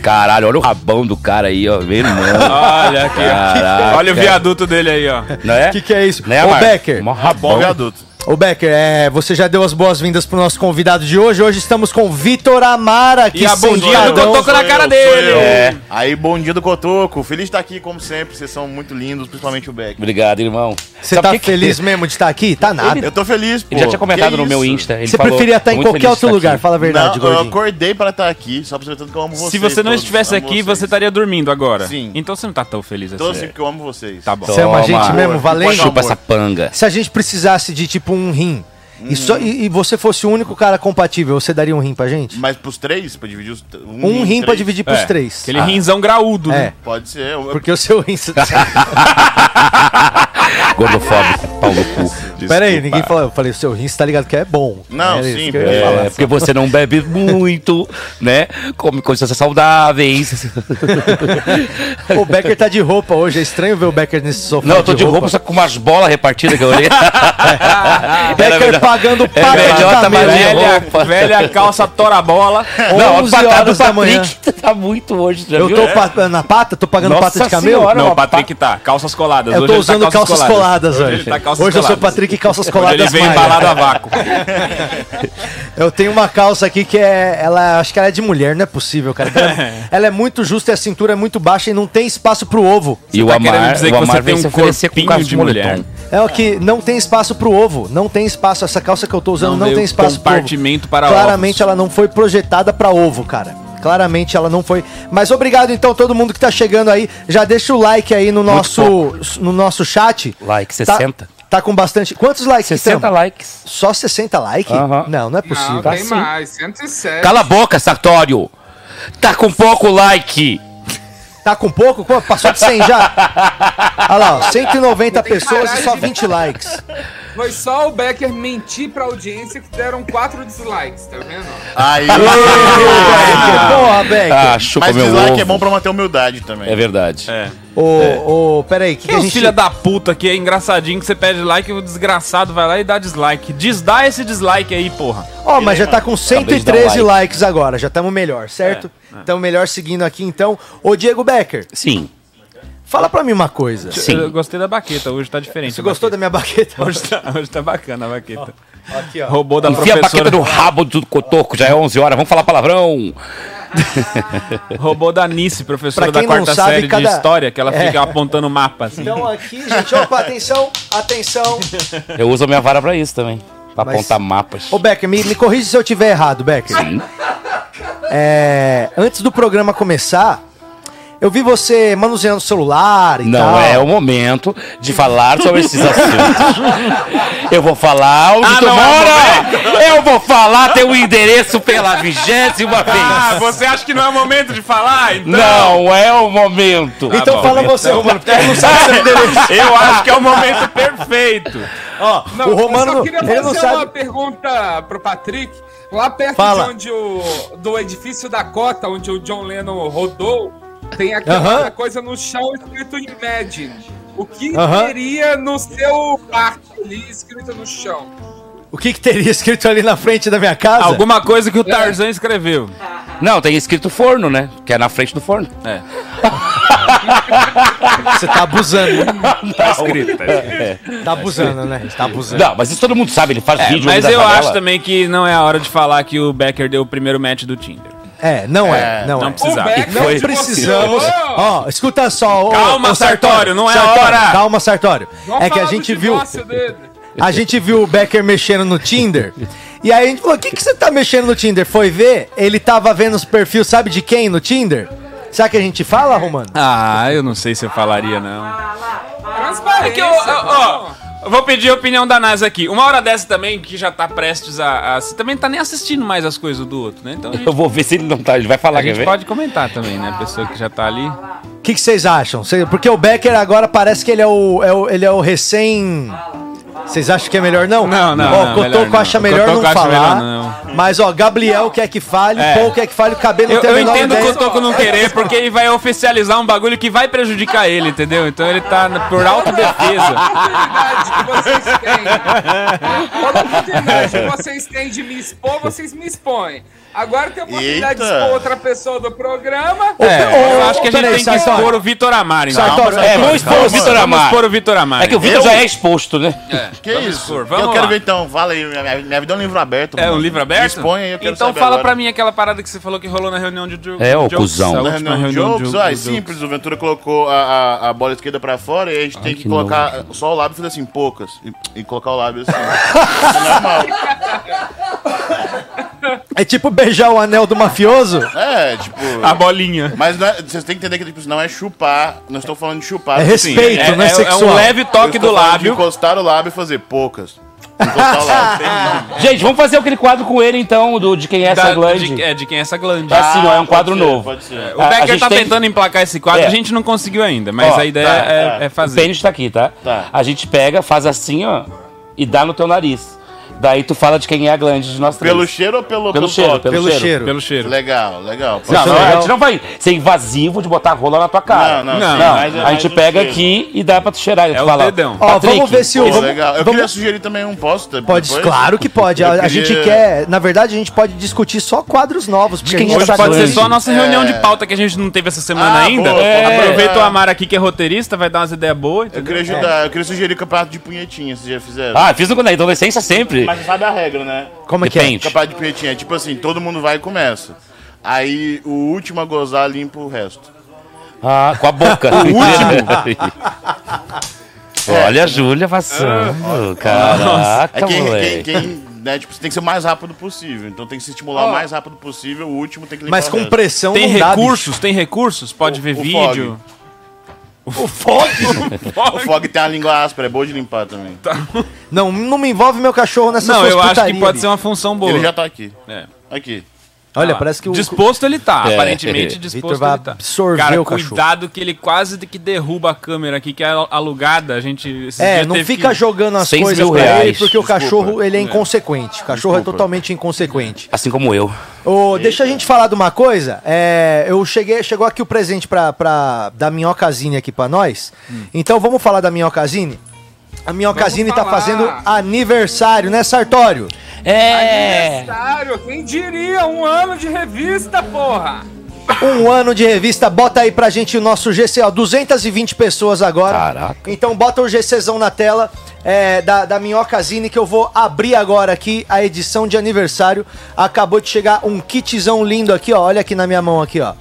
Speaker 5: Caralho, olha o rabão do cara aí, ó. Meu irmão.
Speaker 4: Olha aqui. ó.
Speaker 5: Caraca.
Speaker 4: Olha o viaduto dele aí, ó.
Speaker 5: Não é?
Speaker 3: O que, que é isso?
Speaker 5: Né,
Speaker 3: Ô,
Speaker 5: Marcos?
Speaker 3: Becker,
Speaker 5: Mó rabão.
Speaker 6: viaduto.
Speaker 3: Ô Becker, é, você já deu as boas-vindas pro nosso convidado de hoje. Hoje estamos com Vitor Amara, que
Speaker 5: E a bundinha do
Speaker 3: sentadão-
Speaker 5: Cotoco na cara dele. É.
Speaker 6: Aí, bom dia do Cotoco. Feliz de estar aqui, como sempre. Vocês são muito lindos, principalmente o Beck.
Speaker 5: Obrigado, irmão.
Speaker 3: Você
Speaker 5: Sabe
Speaker 3: tá
Speaker 5: que é? que-
Speaker 3: feliz mesmo de estar aqui? Tá nada.
Speaker 6: Eu tô feliz, pô.
Speaker 5: Ele já tinha comentado
Speaker 6: Que
Speaker 5: no meu
Speaker 6: isso?
Speaker 5: Insta. Ele
Speaker 3: Você
Speaker 5: falou,
Speaker 3: preferia estar em
Speaker 5: "Muito
Speaker 3: qualquer
Speaker 5: feliz de
Speaker 3: outro
Speaker 5: estar
Speaker 3: lugar,
Speaker 5: aqui."
Speaker 3: fala a verdade,
Speaker 6: não, eu
Speaker 3: gordinho.
Speaker 6: acordei pra estar aqui, só pra você ver tanto que eu amo vocês.
Speaker 4: Se você não
Speaker 6: todos.
Speaker 4: estivesse
Speaker 6: Amo
Speaker 4: aqui,
Speaker 6: vocês.
Speaker 4: você
Speaker 5: tá
Speaker 4: estaria dormindo agora.
Speaker 6: Sim.
Speaker 4: Então você não tá tão feliz
Speaker 6: Tô
Speaker 4: assim.
Speaker 6: assim, porque eu amo vocês.
Speaker 4: Tá bom.
Speaker 3: Você ama a
Speaker 5: Toma.
Speaker 3: gente mesmo, valente?
Speaker 5: É. Chupa essa panga.
Speaker 3: Se a gente precisasse de, tipo, um rim, e, só- e- e você fosse o único cara compatível, você daria um rim pra gente?
Speaker 6: Mas pros três, pra dividir os... t- Um,
Speaker 3: Um rim pra
Speaker 6: três.
Speaker 3: dividir pros
Speaker 4: É,
Speaker 3: três.
Speaker 4: Aquele rinzão graúdo,
Speaker 3: É,
Speaker 4: né?
Speaker 6: Pode ser. eu-
Speaker 3: porque o seu rim... É.
Speaker 5: Gordofóbico, pau no cu.
Speaker 3: Pera aí, ninguém falou. Eu falei, o seu rim, você tá ligado que é bom.
Speaker 6: Não,
Speaker 3: Era
Speaker 6: sim,
Speaker 3: isso que eu ia
Speaker 6: é.
Speaker 3: falar.
Speaker 5: É, porque você não bebe muito, né? Come coisas saudáveis.
Speaker 3: O Becker tá de roupa hoje, é estranho ver o Becker nesse sofá.
Speaker 5: Não, eu tô de roupa, só com umas bolas repartidas que eu olhei. Era
Speaker 3: Becker
Speaker 5: melhor-
Speaker 3: É pagando o pato de
Speaker 5: melhor tá
Speaker 3: camelo.
Speaker 5: mais de
Speaker 4: Velha,
Speaker 5: roupa.
Speaker 4: velha calça tora-bola.
Speaker 5: Não, a
Speaker 3: 11
Speaker 5: patada do
Speaker 3: horas da manhã.
Speaker 5: Patrick tá muito hoje, já
Speaker 3: Eu
Speaker 5: viu?
Speaker 3: tô pa- na pata? Tô pagando
Speaker 5: Nossa
Speaker 3: pata de camelo?
Speaker 5: Senhora,
Speaker 4: É. Não,
Speaker 5: uma
Speaker 4: o Patrick tá. Calças coladas.
Speaker 3: Eu
Speaker 4: Hoje
Speaker 3: tô
Speaker 4: ele tá
Speaker 3: usando calças coladas
Speaker 4: Hoje
Speaker 3: hoje.
Speaker 4: ele tá calças
Speaker 3: Hoje eu sou
Speaker 4: coladas.
Speaker 3: Patrick e calças
Speaker 4: Hoje
Speaker 3: coladas
Speaker 4: ele vem
Speaker 3: Maia.
Speaker 4: embalado a vácuo.
Speaker 3: Eu tenho uma calça aqui que é. Ela, acho que ela é de mulher, não é possível, cara. Ela, ela é muito justa e a cintura é muito baixa e não tem espaço pro ovo.
Speaker 5: E o
Speaker 4: tá querendo
Speaker 5: Amar,
Speaker 4: dizer
Speaker 5: o
Speaker 4: que você
Speaker 5: Amar
Speaker 4: tem
Speaker 5: vem
Speaker 4: um
Speaker 5: se oferecer com
Speaker 4: corpinho
Speaker 5: calça
Speaker 4: de
Speaker 5: de
Speaker 4: mulher.
Speaker 5: moletom.
Speaker 3: É o que não tem espaço pro ovo. Não tem espaço. Essa calça que eu tô usando
Speaker 4: Não
Speaker 3: não,
Speaker 4: deu
Speaker 3: tem espaço pro ovo.
Speaker 4: compartimento para
Speaker 3: Claramente
Speaker 4: ovos.
Speaker 3: ela não foi projetada pra ovo, cara. Claramente ela não foi. Mas obrigado então todo mundo que tá chegando aí. Já deixa o like aí no nosso no nosso chat.
Speaker 5: Like,
Speaker 3: Tá-
Speaker 5: 60.
Speaker 3: Tá, com bastante. Quantos likes?
Speaker 5: 60
Speaker 3: tamo?
Speaker 5: likes.
Speaker 3: Só 60 likes?
Speaker 5: Aham.
Speaker 3: Não, não é possível.
Speaker 1: Não, tem
Speaker 5: tá sim.
Speaker 1: mais. 107.
Speaker 5: Cala a boca, Sartório. Tá com pouco like.
Speaker 3: Tá com pouco? Pô, passou de 100 já. Olha lá, ó, 190
Speaker 1: Tem
Speaker 3: pessoas e
Speaker 1: coragem
Speaker 3: só
Speaker 1: de-
Speaker 3: 20 likes.
Speaker 1: Foi só o Becker mentir pra audiência que deram quatro dislikes, tá vendo?
Speaker 6: Aí...
Speaker 1: Ah.
Speaker 3: Becker, porra, Beck.
Speaker 5: Ah, chupa
Speaker 6: é Mas
Speaker 5: meu
Speaker 6: dislike
Speaker 5: ovo.
Speaker 6: é bom pra manter a humildade também.
Speaker 5: É verdade. É.
Speaker 3: Ô, ô, peraí, que, que
Speaker 4: Que
Speaker 3: a
Speaker 4: os
Speaker 3: gente...
Speaker 4: filha da puta que é engraçadinho que você pede like e o desgraçado vai lá e dá dislike. Desdá esse dislike aí, porra.
Speaker 3: Ó, mas já tá com
Speaker 5: Acabei de dar um
Speaker 3: 113
Speaker 5: like. É,
Speaker 3: likes agora, já estamos melhor, certo? Estamos melhor seguindo aqui, então. Ô, Diego Becker,
Speaker 5: Sim.
Speaker 3: fala pra mim uma coisa.
Speaker 5: Sim.
Speaker 4: Eu gostei da baqueta, hoje tá diferente.
Speaker 3: Você
Speaker 4: a
Speaker 3: gostou da
Speaker 4: baqueta.
Speaker 3: minha baqueta?
Speaker 4: Hoje tá, hoje tá bacana a baqueta.
Speaker 3: Aqui, ó.
Speaker 4: Roubou da
Speaker 5: Enfia a
Speaker 4: professora.
Speaker 5: baqueta no rabo do cotoco, já é 11 horas. Vamos falar palavrão.
Speaker 4: Roubou da Nice, professora
Speaker 3: Pra
Speaker 4: da
Speaker 3: quem não
Speaker 4: quarta
Speaker 3: sabe,
Speaker 4: série
Speaker 3: cada-
Speaker 4: de história, que ela
Speaker 3: É.
Speaker 4: fica apontando mapa assim.
Speaker 3: Então aqui, gente, opa, atenção, atenção.
Speaker 5: Eu uso a minha vara pra isso também. Pra
Speaker 3: Mas-
Speaker 5: apontar mapas.
Speaker 3: Ô, Becker, me, me corrija se eu tiver errado, Becker.
Speaker 5: Sim.
Speaker 3: É, antes do programa começar, eu vi você manuseando o celular e
Speaker 5: Não
Speaker 4: Tá.
Speaker 3: tal.
Speaker 5: é o momento de falar sobre esses assuntos. Eu vou falar onde
Speaker 4: Ah,
Speaker 5: tu
Speaker 4: não, é.
Speaker 5: mora! Eu vou falar teu endereço pela vigésima vez!
Speaker 4: você acha que não é o momento de falar?
Speaker 5: Não é o momento!
Speaker 3: Então
Speaker 4: bom,
Speaker 3: fala
Speaker 4: então.
Speaker 3: você, Romano, porque ele não sabe seu endereço.
Speaker 4: Eu acho que é o momento perfeito.
Speaker 3: o Romano,
Speaker 1: eu só queria
Speaker 3: ele
Speaker 1: fazer
Speaker 3: não
Speaker 1: uma
Speaker 3: sabe.
Speaker 1: pergunta pro Patrick. Lá perto
Speaker 3: Fala.
Speaker 1: de onde o, do edifício da cota, onde o John Lennon rodou, tem aquela
Speaker 3: Aham.
Speaker 1: coisa no chão escrito Imagine. O que
Speaker 3: Aham.
Speaker 1: teria no seu quarto ali escrito no chão?
Speaker 3: O que, que teria escrito ali na frente da minha casa?
Speaker 4: Alguma coisa que o Tarzan escreveu.
Speaker 5: Não, tem escrito forno, né? Que é na frente do forno.
Speaker 4: É.
Speaker 3: Você tá abusando, né?
Speaker 5: Tá escrito, tá escrito.
Speaker 3: Tá abusando, né? Tá abusando.
Speaker 5: Não, mas isso todo mundo sabe, ele faz
Speaker 4: É,
Speaker 5: vídeo.
Speaker 4: mas
Speaker 5: da
Speaker 4: eu
Speaker 5: janela.
Speaker 4: acho também que não é a hora de falar que o Becker deu o primeiro match do Tinder.
Speaker 3: É, não é, não,
Speaker 4: não
Speaker 3: é.
Speaker 4: precisa. Exato.
Speaker 1: Becker
Speaker 3: Não
Speaker 5: Foi.
Speaker 3: precisamos.
Speaker 1: divorciou.
Speaker 3: Ó, escuta só. ô,
Speaker 4: Calma,
Speaker 3: ô,
Speaker 4: Sartório, não é hora.
Speaker 3: Calma, Sartório.
Speaker 1: Vamos
Speaker 3: é que a
Speaker 1: falar do
Speaker 3: gente viu.
Speaker 1: divórcio dele.
Speaker 3: A gente viu o Becker mexendo no Tinder. E aí a gente falou: o que, que você tá mexendo no Tinder? Foi ver? Ele tava vendo os perfis, sabe de quem no Tinder? Será que a gente fala, Romano?
Speaker 4: Ah, eu não sei se eu falaria, não. É
Speaker 1: Transparência.
Speaker 4: que eu, eu- ó, eu vou pedir a opinião da NASA aqui. Uma hora dessa também, que já tá prestes a. a- você também não tá nem assistindo mais as coisas do outro, né? Então a gente,
Speaker 5: Eu vou ver se ele não tá, ele vai
Speaker 4: a
Speaker 5: falar, quer
Speaker 4: gente
Speaker 5: ver?
Speaker 4: pode comentar também, né? A pessoa que já tá ali.
Speaker 3: O que, que vocês acham? Cê- Porque o Becker agora parece que ele é o, é o- ele é o recém. Vocês acham que é melhor não?
Speaker 4: Não, não,
Speaker 3: Ó,
Speaker 4: não,
Speaker 3: o Cotoco
Speaker 4: melhor não.
Speaker 3: acha
Speaker 4: O
Speaker 3: melhor
Speaker 4: Cotoco
Speaker 3: não
Speaker 4: acha
Speaker 3: falar.
Speaker 4: melhor É.
Speaker 3: Mas, ó, Gabriel quer que fale, Paul quer que fale, o cabelo
Speaker 4: Eu,
Speaker 3: tem a
Speaker 4: eu
Speaker 3: menor
Speaker 4: entendo o
Speaker 3: ideia.
Speaker 4: Cotoco não querer, porque ele vai oficializar um bagulho que vai prejudicar ele, entendeu? Então ele tá na- por autodefesa.
Speaker 1: oportunidade que vocês têm. Toda oportunidade que vocês têm de me expor, vocês me expõem. Agora tem a oportunidade de
Speaker 6: Eita.
Speaker 1: expor outra pessoa do programa.
Speaker 3: É,
Speaker 4: Eu acho que a gente
Speaker 3: peraí,
Speaker 4: tem que
Speaker 3: Sartório.
Speaker 4: expor o Vitor Amar, então.
Speaker 3: Sartório,
Speaker 5: É, vamos expor o
Speaker 6: Calma.
Speaker 5: Vitor
Speaker 4: Vamos
Speaker 5: Amar.
Speaker 4: expor o Vitor Amar.
Speaker 5: É que o Vitor
Speaker 6: Eu-
Speaker 5: já é exposto, né?
Speaker 4: verdade.
Speaker 6: Que
Speaker 4: Vamos
Speaker 6: isso?
Speaker 4: expor,
Speaker 6: eu
Speaker 4: Vamos
Speaker 6: quero
Speaker 4: lá.
Speaker 6: ver então, fala aí, minha, minha vida é um livro aberto.
Speaker 4: É
Speaker 6: mano.
Speaker 4: um livro aberto?
Speaker 6: Expõe aí, eu quero
Speaker 4: Então
Speaker 6: saber
Speaker 4: fala
Speaker 6: agora.
Speaker 4: pra mim aquela parada que você falou que rolou na reunião de Drew.
Speaker 5: É, ô,
Speaker 4: Jokes,
Speaker 5: cuzão.
Speaker 4: a
Speaker 6: Na
Speaker 4: última
Speaker 6: reunião de
Speaker 4: reunião de
Speaker 6: jokes,
Speaker 4: Drew-
Speaker 6: ah, é
Speaker 4: do Jokes.
Speaker 6: simples, o Ventura colocou a, a, a bola esquerda pra fora e a gente tem que,
Speaker 5: que
Speaker 6: colocar só o lábio e fazer assim, poucas. E, e colocar o lábio assim. Isso é normal.
Speaker 3: É tipo beijar o anel do mafioso?
Speaker 6: É, tipo.
Speaker 4: A bolinha.
Speaker 6: Mas não é- vocês têm que entender que tipo, isso não é chupar. Não estou falando de chupar.
Speaker 3: É
Speaker 6: porque,
Speaker 3: respeito,
Speaker 4: é,
Speaker 3: não é
Speaker 4: é- é
Speaker 3: sexual.
Speaker 4: um leve
Speaker 6: eu
Speaker 4: toque
Speaker 6: estou
Speaker 4: do
Speaker 6: falando de
Speaker 4: lábio.
Speaker 6: Encostar o lábio e fazer poucas. Encostar o lábio. tem-
Speaker 5: Gente, vamos fazer aquele quadro com ele então, do, de quem é essa
Speaker 4: da-
Speaker 5: glande.
Speaker 4: de, é, de quem é essa glande.
Speaker 5: Ah, Assim, ó, é um
Speaker 6: pode
Speaker 5: quadro
Speaker 6: ser,
Speaker 5: novo.
Speaker 6: Pode ser.
Speaker 4: O
Speaker 5: a- a
Speaker 4: Becker
Speaker 5: gente
Speaker 4: tá
Speaker 5: tem-
Speaker 4: tentando emplacar esse quadro,
Speaker 5: É.
Speaker 4: a gente não conseguiu ainda, mas
Speaker 5: Ó,
Speaker 4: a ideia
Speaker 6: tá,
Speaker 4: é,
Speaker 6: tá.
Speaker 4: é
Speaker 5: O
Speaker 4: fazer.
Speaker 5: pênis tá aqui, tá?
Speaker 6: Tá.
Speaker 5: A gente pega, faz assim, ó, e dá no teu nariz. Daí tu fala de quem é a glande de nós três.
Speaker 6: Pelo cheiro ou pelo,
Speaker 5: Pelo cheiro,
Speaker 6: toque?
Speaker 3: Pelo
Speaker 5: cheiro.
Speaker 3: cheiro.
Speaker 4: Pelo cheiro.
Speaker 6: Legal, legal. Pode
Speaker 5: Não, é
Speaker 6: ser.
Speaker 5: não, a
Speaker 3: legal.
Speaker 5: gente não vai ser invasivo de botar rola na tua cara.
Speaker 6: Não, não,
Speaker 4: Não,
Speaker 6: sim,
Speaker 5: Não,
Speaker 6: mas é
Speaker 5: a
Speaker 6: mais
Speaker 5: gente
Speaker 6: um
Speaker 5: pega
Speaker 6: cheiro.
Speaker 5: aqui e dá pra tu cheirar. e
Speaker 4: É
Speaker 5: tu
Speaker 4: o
Speaker 5: fala,
Speaker 4: dedão.
Speaker 3: Ó,
Speaker 5: Patrick,
Speaker 3: vamos ver se o-
Speaker 6: Pô,
Speaker 3: vamos-
Speaker 6: é legal. Eu
Speaker 3: vamos-
Speaker 6: queria sugerir também um posto.
Speaker 3: Pode,
Speaker 6: depois?
Speaker 3: claro que pode.
Speaker 6: Eu
Speaker 3: A, a
Speaker 6: queria-
Speaker 3: gente quer, na verdade, a gente pode discutir só quadros novos. Porque a gente
Speaker 4: Hoje
Speaker 3: tá
Speaker 4: pode ser
Speaker 3: grande.
Speaker 4: só a nossa reunião de pauta que a gente não teve essa semana
Speaker 6: É. Ah,
Speaker 4: ainda.
Speaker 6: boa,
Speaker 5: boa.
Speaker 4: Aproveita
Speaker 6: É.
Speaker 4: o Amar aqui que é roteirista, vai dar umas ideias boas.
Speaker 6: Eu queria ajudar, eu queria sugerir campeonato de punhetinha, vocês já fizeram.
Speaker 5: Ah, fiz no, na adolescência sempre.
Speaker 6: Mas você sabe a regra, né?
Speaker 3: Como é que é?
Speaker 5: Depende.
Speaker 6: Campeonato de punhetinha é tipo assim, todo mundo vai e começa. Aí o último a gozar limpa o resto.
Speaker 5: Ah, com a boca. o último. Olha a Júlia passando. Caraca,
Speaker 6: É quem, quem,
Speaker 5: moleque.
Speaker 6: quem né, tipo, você tem que ser o mais rápido possível. Então tem que se estimular o mais rápido possível, o último tem que limpar
Speaker 3: Mas
Speaker 6: o
Speaker 3: com
Speaker 6: resto.
Speaker 3: pressão
Speaker 4: Tem
Speaker 3: não dá, bicho.
Speaker 4: recursos, tem recursos?
Speaker 6: um
Speaker 4: Pode
Speaker 6: O-
Speaker 4: ver
Speaker 6: o
Speaker 4: vídeo. O
Speaker 6: O
Speaker 4: fog?
Speaker 6: Fog tem a língua áspera, é boa de limpar também.
Speaker 3: Não, não me envolve meu cachorro nessa
Speaker 4: Não,
Speaker 3: suas
Speaker 4: eu acho que
Speaker 3: putaria,
Speaker 4: pode
Speaker 3: bicho.
Speaker 4: ser uma função boa.
Speaker 6: Ele já tá aqui.
Speaker 4: É.
Speaker 6: Aqui.
Speaker 3: Olha,
Speaker 4: Ah,
Speaker 3: parece que o...
Speaker 4: Disposto ele tá,
Speaker 5: É.
Speaker 4: aparentemente
Speaker 3: Vitor
Speaker 4: disposto
Speaker 3: vai
Speaker 4: ele tá.
Speaker 3: absorver
Speaker 4: Cara,
Speaker 3: o cachorro.
Speaker 4: cuidado que ele quase de que derruba a câmera aqui, que é al- alugada, a gente... esses
Speaker 3: É,
Speaker 4: dias
Speaker 3: não
Speaker 4: teve
Speaker 3: fica
Speaker 4: que-
Speaker 3: jogando as
Speaker 5: 6
Speaker 3: coisas
Speaker 5: mil
Speaker 3: pra ele,
Speaker 5: reais,
Speaker 3: porque o
Speaker 6: desculpa.
Speaker 3: cachorro, ele é inconsequente. O cachorro é totalmente inconsequente.
Speaker 5: Assim como eu.
Speaker 3: Ô, deixa a gente falar de uma coisa. É, eu cheguei, chegou aqui o presente pra, pra, da Minhocazine aqui pra nós.
Speaker 4: Hum.
Speaker 3: Então vamos falar da Minhocazine? A Minhocazine tá
Speaker 1: falar.
Speaker 3: fazendo aniversário, né, Sartório?
Speaker 5: É!
Speaker 1: Aniversário, quem diria? Um ano de revista, porra!
Speaker 3: Um ano de revista, bota aí pra gente o nosso GC, ó, 220 pessoas agora.
Speaker 5: Caraca.
Speaker 3: Então bota o GCzão na tela é, da, da Minhocazine que eu vou abrir agora aqui a edição de aniversário. Acabou de chegar um kitzão lindo aqui, ó, olha aqui na minha mão aqui, ó.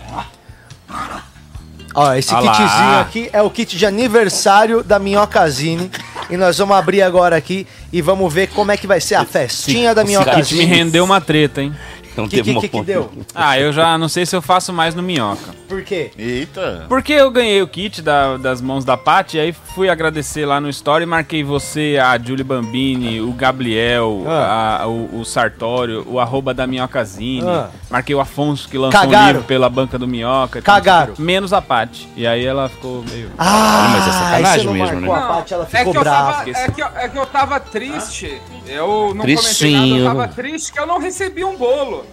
Speaker 3: Ó, esse
Speaker 4: Ah lá.
Speaker 3: kitzinho aqui é o kit de aniversário da Minhocazine. E nós vamos abrir agora aqui e vamos ver como é que vai ser a festinha da
Speaker 5: esse
Speaker 4: A gente me
Speaker 3: Minhocazine.
Speaker 4: rendeu uma treta, hein?
Speaker 5: Não
Speaker 3: O que, que, que, que deu?
Speaker 4: Ah, eu já não sei se eu faço mais no Minhoca.
Speaker 3: Por quê?
Speaker 6: Eita.
Speaker 4: Porque eu ganhei o kit da- das mãos da Paty, aí fui agradecer lá no Story, marquei você, a Julie Bambini, o Gabriel, a- o, o Sartório, o arroba da Minhocazine,
Speaker 3: Ah.
Speaker 4: marquei o Afonso que lançou
Speaker 3: Cagaram.
Speaker 4: um livro pela banca do Minhoca. e tal,
Speaker 3: Cagaram.
Speaker 4: menos a Paty. E aí ela ficou meio...
Speaker 3: Ah,
Speaker 5: Mas é sacanagem
Speaker 3: aí você não
Speaker 5: mesmo,
Speaker 3: marcou
Speaker 5: né?
Speaker 3: A Paty, ela
Speaker 1: É
Speaker 3: ficou
Speaker 1: que, eu
Speaker 3: brava.
Speaker 1: tava, é, que eu, é que eu tava triste. Eu não comentei
Speaker 5: Tristinho.
Speaker 1: nada, eu tava triste que eu não recebi um bolo.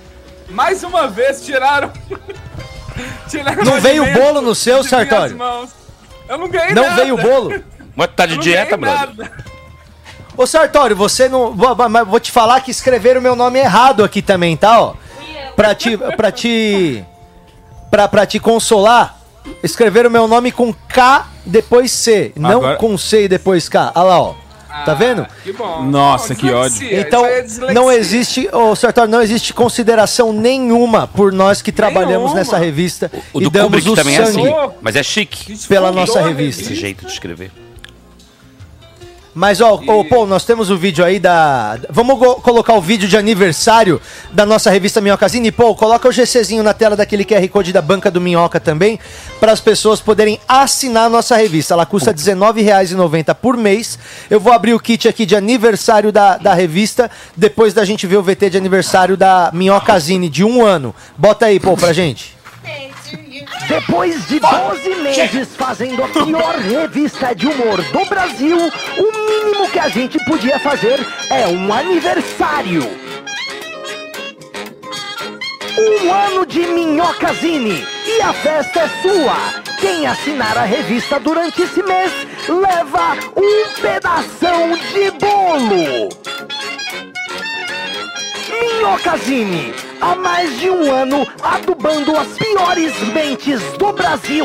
Speaker 1: Mais uma vez tiraram. tiraram
Speaker 3: Não
Speaker 1: o
Speaker 3: veio
Speaker 1: alimento
Speaker 3: bolo no seu,
Speaker 1: de minhas
Speaker 3: Sartório?
Speaker 1: mãos. Eu não ganhei
Speaker 3: Não
Speaker 1: nada.
Speaker 3: veio o bolo?
Speaker 5: Mas tá de
Speaker 1: Eu não
Speaker 5: dieta,
Speaker 1: ganhei
Speaker 5: brother.
Speaker 1: nada.
Speaker 3: Ô Sartório, você não. vou- vou- Mas vou te falar que escreveram meu nome errado aqui também, tá? Ó. Pra te. Pra te. Pra, pra te consolar, escreveram meu nome com K depois C. Não
Speaker 4: Agora-
Speaker 3: com C e depois K. Olha lá, ó. Tá vendo?
Speaker 1: Que bom.
Speaker 4: Nossa, que ódio.
Speaker 1: dislexia,
Speaker 3: Então,
Speaker 1: isso Ah, aí é dislexia.
Speaker 3: não existe, ô Sartório, não existe consideração nenhuma por nós que trabalhamos
Speaker 1: Nenhuma.
Speaker 3: nessa revista
Speaker 5: O
Speaker 3: e
Speaker 5: do
Speaker 3: damos
Speaker 5: Kubrick
Speaker 3: o
Speaker 5: também
Speaker 3: sangue.
Speaker 5: é assim. Mas é chique
Speaker 1: Desfundou
Speaker 3: pela nossa
Speaker 1: a
Speaker 3: revista.
Speaker 5: esse jeito de escrever.
Speaker 3: Mas, ó, ô, pô, nós temos o vídeo aí da. Vamos go- colocar o vídeo de aniversário da nossa revista Minhocazine. Pô, coloca o GCzinho na tela daquele QR Code da banca do Minhoca também, para as pessoas poderem assinar a nossa revista. Ela custa R$19,90 por mês. Eu vou abrir o kit aqui de aniversário da, da revista, depois da gente ver o VT de aniversário da Minhocazine de um ano. Bota aí, pô, pra gente.
Speaker 7: Depois de 12 meses fazendo a pior revista de humor do Brasil, o mínimo que a gente podia fazer é um aniversário. Um ano de Minhocazine e a festa é sua. Quem assinar a revista durante esse mês leva um pedação de bolo. Minhocazine, há mais de um ano adubando as piores mentes do Brasil.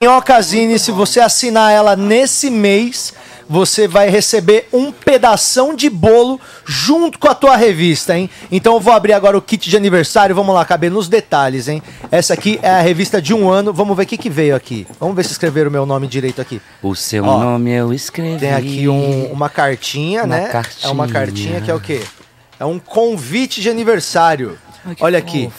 Speaker 3: Minhocazine, se você assinar ela nesse mês, você vai receber um pedação de bolo junto com a tua revista, hein? Então eu vou abrir agora o kit de aniversário, vamos lá, caber nos detalhes, hein? Essa aqui é a revista de um ano, vamos ver o que, que veio aqui. Vamos ver se escreveram o meu nome direito aqui.
Speaker 5: O seu
Speaker 3: Ó,
Speaker 5: nome eu escrevi.
Speaker 3: Tem aqui um- uma cartinha,
Speaker 5: Uma
Speaker 3: né? É uma
Speaker 5: cartinha.
Speaker 3: cartinha que é o quê? É um convite de aniversário. Olha aqui.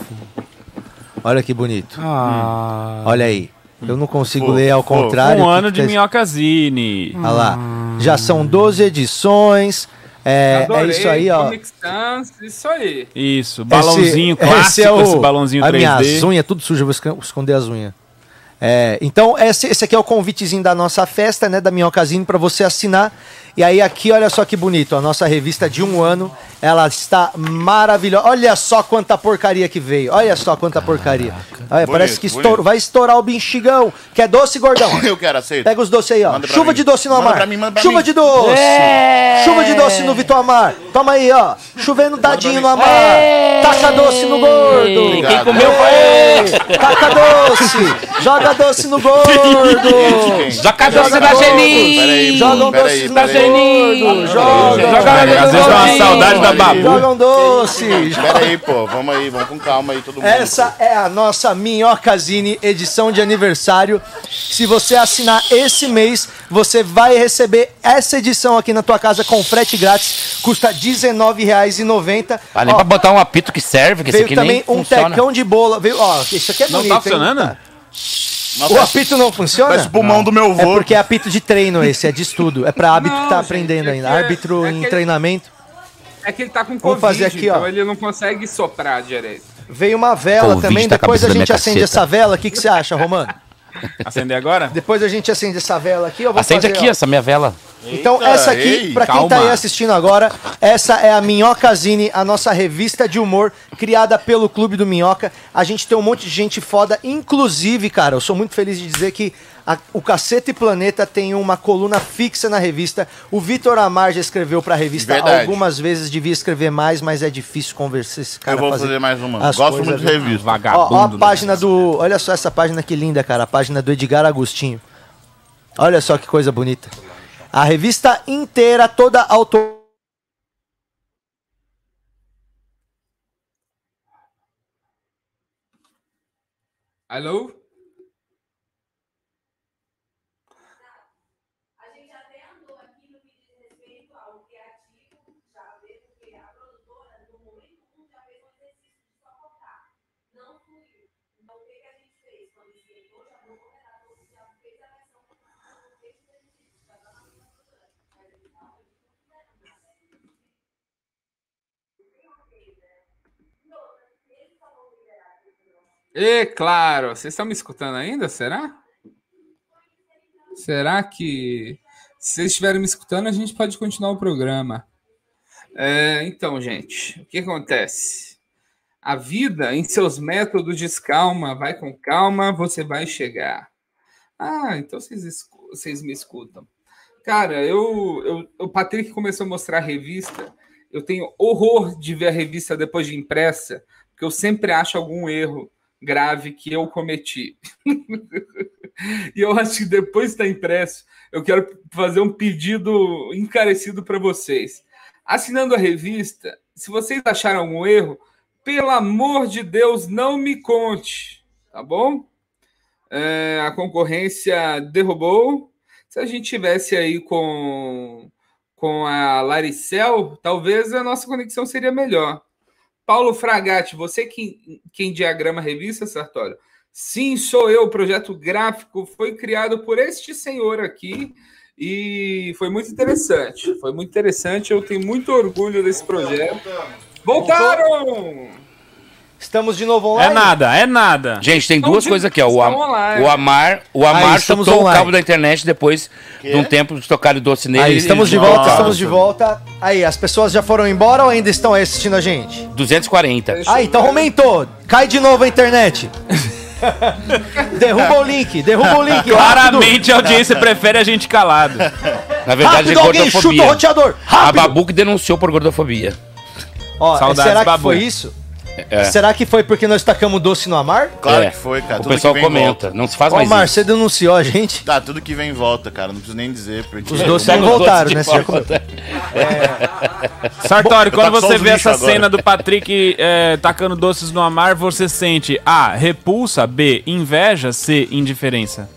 Speaker 3: Olha que bonito. Hum. Olha aí. Eu não consigo ler ao contrário.
Speaker 4: Ah. Um
Speaker 3: o que
Speaker 4: ano
Speaker 3: que Ah.
Speaker 4: de
Speaker 3: tá
Speaker 4: minhocazine.
Speaker 3: Olha lá. Já são 12 edições. É, é isso aí, ó.
Speaker 1: Comic Sans, isso aí.
Speaker 4: Isso, balãozinho
Speaker 3: Esse-
Speaker 4: clássico,
Speaker 3: esse
Speaker 4: esse,
Speaker 3: é o-
Speaker 4: balãozinho
Speaker 3: a
Speaker 4: 3D.
Speaker 3: minha unha, tudo suja, eu vou esca- esconder as unhas. É, então, esse, esse aqui é o convitezinho da nossa festa, né? Da Minhocazine, para você assinar. E aí, aqui, olha só que bonito, a nossa revista de um ano. Ela está maravilhosa. Olha só quanta porcaria que veio. Olha só quanta porcaria. Olha, parece que estourou-
Speaker 6: bonito.
Speaker 3: vai estourar o bichigão. Quer doce, gordão?
Speaker 6: Eu quero, aceito.
Speaker 3: Pega os doces aí, ó.
Speaker 6: Manda pra
Speaker 3: Chuva
Speaker 6: mim.
Speaker 3: de doce no
Speaker 6: Manda
Speaker 3: Amar.
Speaker 6: pra mim, manda pra
Speaker 3: Chuva
Speaker 6: mim.
Speaker 3: de doce. Chuva de doce no Vitor Amar. Toma aí, ó. Chovendo dadinho no Amar. Taca doce no gordo.
Speaker 6: Obrigado.
Speaker 5: comeu
Speaker 3: Ei, Taca doce. Joga doce no gordo.
Speaker 5: Joga doce na Geni!
Speaker 6: Peraí,
Speaker 3: Joga um doce
Speaker 6: peraí,
Speaker 3: na
Speaker 6: peraí.
Speaker 3: gordo. Joga.
Speaker 6: Joga na
Speaker 4: Às vezes dá uma
Speaker 6: Geni.
Speaker 4: saudade da babu.
Speaker 3: Joga um doce.
Speaker 6: Peraí, pô, vamos aí, vamos com calma aí, todo mundo.
Speaker 3: Essa é a nossa Minhocazine edição de aniversário. Se você assinar esse mês, você vai receber essa edição aqui na tua casa com frete grátis. Custa R$19,90.
Speaker 5: Ah, nem
Speaker 3: Ó,
Speaker 5: pra botar um apito que serve, que esse
Speaker 3: veio
Speaker 5: aqui
Speaker 3: também
Speaker 5: nem
Speaker 3: um
Speaker 5: funciona.
Speaker 3: tecão de bola. Veio, ó, isso aqui é
Speaker 4: Não
Speaker 3: bonito,
Speaker 4: tá
Speaker 3: hein?
Speaker 4: funcionando?
Speaker 3: O
Speaker 6: Nossa,
Speaker 3: apito não funciona?
Speaker 6: parece o pulmão do meu
Speaker 3: É
Speaker 6: vô.
Speaker 3: porque é apito de treino esse, é de estudo. É pra árbitro que tá
Speaker 1: Não, gente,
Speaker 3: aprendendo
Speaker 1: é
Speaker 3: ainda.
Speaker 1: que é-
Speaker 3: Árbitro
Speaker 1: é
Speaker 3: em
Speaker 1: que-
Speaker 3: treinamento.
Speaker 1: É que ele tá com Covid,
Speaker 3: Vamos fazer aqui, ó.
Speaker 1: então ele não consegue soprar direito.
Speaker 3: Veio uma vela
Speaker 5: Convite
Speaker 3: também,
Speaker 5: da
Speaker 3: depois
Speaker 5: tá cabeça
Speaker 3: a
Speaker 5: da
Speaker 3: gente
Speaker 5: minha
Speaker 3: acende
Speaker 5: caceta.
Speaker 3: essa vela. O que que você acha, Romano?
Speaker 4: Acender agora?
Speaker 3: Depois a gente acende essa vela aqui. Eu vou
Speaker 5: Acende
Speaker 3: fazer,
Speaker 5: aqui
Speaker 3: ó.
Speaker 5: essa minha vela.
Speaker 3: Então,
Speaker 6: Eita,
Speaker 3: essa aqui,
Speaker 6: ei,
Speaker 3: pra quem tá aí
Speaker 4: calma.
Speaker 3: assistindo agora, essa é a Minhocazine, a nossa revista de humor criada pelo Clube do Minhoca. A gente tem um monte de gente foda, inclusive, cara, eu sou muito feliz de dizer que a- o Caceta e Planeta tem uma coluna fixa na revista. O Vitor Amar já escreveu pra revista
Speaker 6: Verdade.
Speaker 3: algumas vezes, devia escrever mais, mas é difícil conversar esse cara.
Speaker 6: Eu vou fazer mais uma.
Speaker 3: as
Speaker 6: Gosto
Speaker 3: coisas,
Speaker 6: muito de
Speaker 3: né?
Speaker 6: revista.
Speaker 3: Ó, ó a
Speaker 4: Vagabundo.
Speaker 3: página do. Olha só essa página que linda, cara. A página do Edgar Agostinho. Olha só que coisa bonita. A revista inteira, toda auto.
Speaker 1: Alô?
Speaker 8: um, Então, tá
Speaker 1: E É, claro, vocês estão me escutando ainda? Será? Será que se vocês estiverem me escutando, a gente pode continuar o programa? É, então, gente, o que acontece? A vida em seus métodos diz calma, vai com calma, você vai chegar. Ah, então vocês, escu- vocês me escutam. Cara, eu, eu, o Patrick começou a mostrar a revista. Eu tenho horror de ver a revista depois de impressa, porque eu sempre acho algum erro grave que eu cometi. e eu acho que depois está impresso, eu quero fazer um pedido encarecido para vocês. Assinando a revista, se vocês acharam algum erro, pelo amor de Deus, não me conte, tá bom? É, a concorrência derrubou. Se a gente tivesse aí com com a Laricel, talvez a nossa conexão seria melhor. Paulo Fragatti, você quem, quem diagrama a revista, Sartório? Sim, sou eu. O projeto gráfico foi criado por este senhor aqui e foi muito interessante. Foi muito interessante. Eu tenho muito orgulho desse projeto. Voltaram!
Speaker 3: Estamos de novo online?
Speaker 4: É nada, é nada.
Speaker 5: Gente, tem
Speaker 1: Não
Speaker 5: duas
Speaker 1: digo
Speaker 5: coisas aqui,
Speaker 1: que
Speaker 5: ó. O,
Speaker 1: estão
Speaker 5: Am-
Speaker 1: online.
Speaker 5: o Amar, o
Speaker 3: Aí,
Speaker 5: Amar
Speaker 3: estamos
Speaker 5: chutou
Speaker 3: online.
Speaker 5: o cabo da internet depois de um tempo de tocar o doce nele.
Speaker 3: Aí, estamos de
Speaker 5: e-
Speaker 3: volta,
Speaker 5: Nossa.
Speaker 3: estamos de volta. Aí, as pessoas já foram embora ou ainda estão aí assistindo a gente?
Speaker 5: 240.
Speaker 3: Ah, então aumentou. Cai de novo a internet. derruba o link, derruba o link. rápido.
Speaker 4: Claramente a audiência prefere a gente calado.
Speaker 5: Na verdade,
Speaker 3: Rápido,
Speaker 5: é
Speaker 3: alguém chuta o
Speaker 4: Ah,
Speaker 5: gordofobia.
Speaker 3: roteador.
Speaker 5: A
Speaker 3: Rápido.
Speaker 5: Babu que denunciou por gordofobia.
Speaker 3: Ó,
Speaker 4: Saudades,
Speaker 3: será que
Speaker 4: Babu.
Speaker 3: foi isso?
Speaker 5: É.
Speaker 3: Será que foi porque nós tacamos doce no amar?
Speaker 6: Claro
Speaker 5: É.
Speaker 6: que foi, cara.
Speaker 5: O
Speaker 6: Tudo que
Speaker 5: pessoal
Speaker 6: vem
Speaker 5: comenta.
Speaker 6: volta.
Speaker 5: Não se faz
Speaker 3: Ó,
Speaker 5: mais
Speaker 3: Omar,
Speaker 5: isso.
Speaker 3: você denunciou a gente?
Speaker 6: Tá, tudo que vem volta, cara. Não preciso nem dizer. Porque...
Speaker 3: Os doces
Speaker 5: Pega
Speaker 3: não
Speaker 5: o doce
Speaker 3: voltaram,
Speaker 5: de
Speaker 3: né? Você já comeu.
Speaker 5: volta.
Speaker 4: Sartori,
Speaker 6: Eu
Speaker 4: quando
Speaker 6: taco tá só
Speaker 4: você
Speaker 6: os
Speaker 4: vê
Speaker 6: lixo
Speaker 4: essa
Speaker 6: agora.
Speaker 4: cena do Patrick é, tacando doces no amar, você sente A. Repulsa, B. Inveja, C. Indiferença.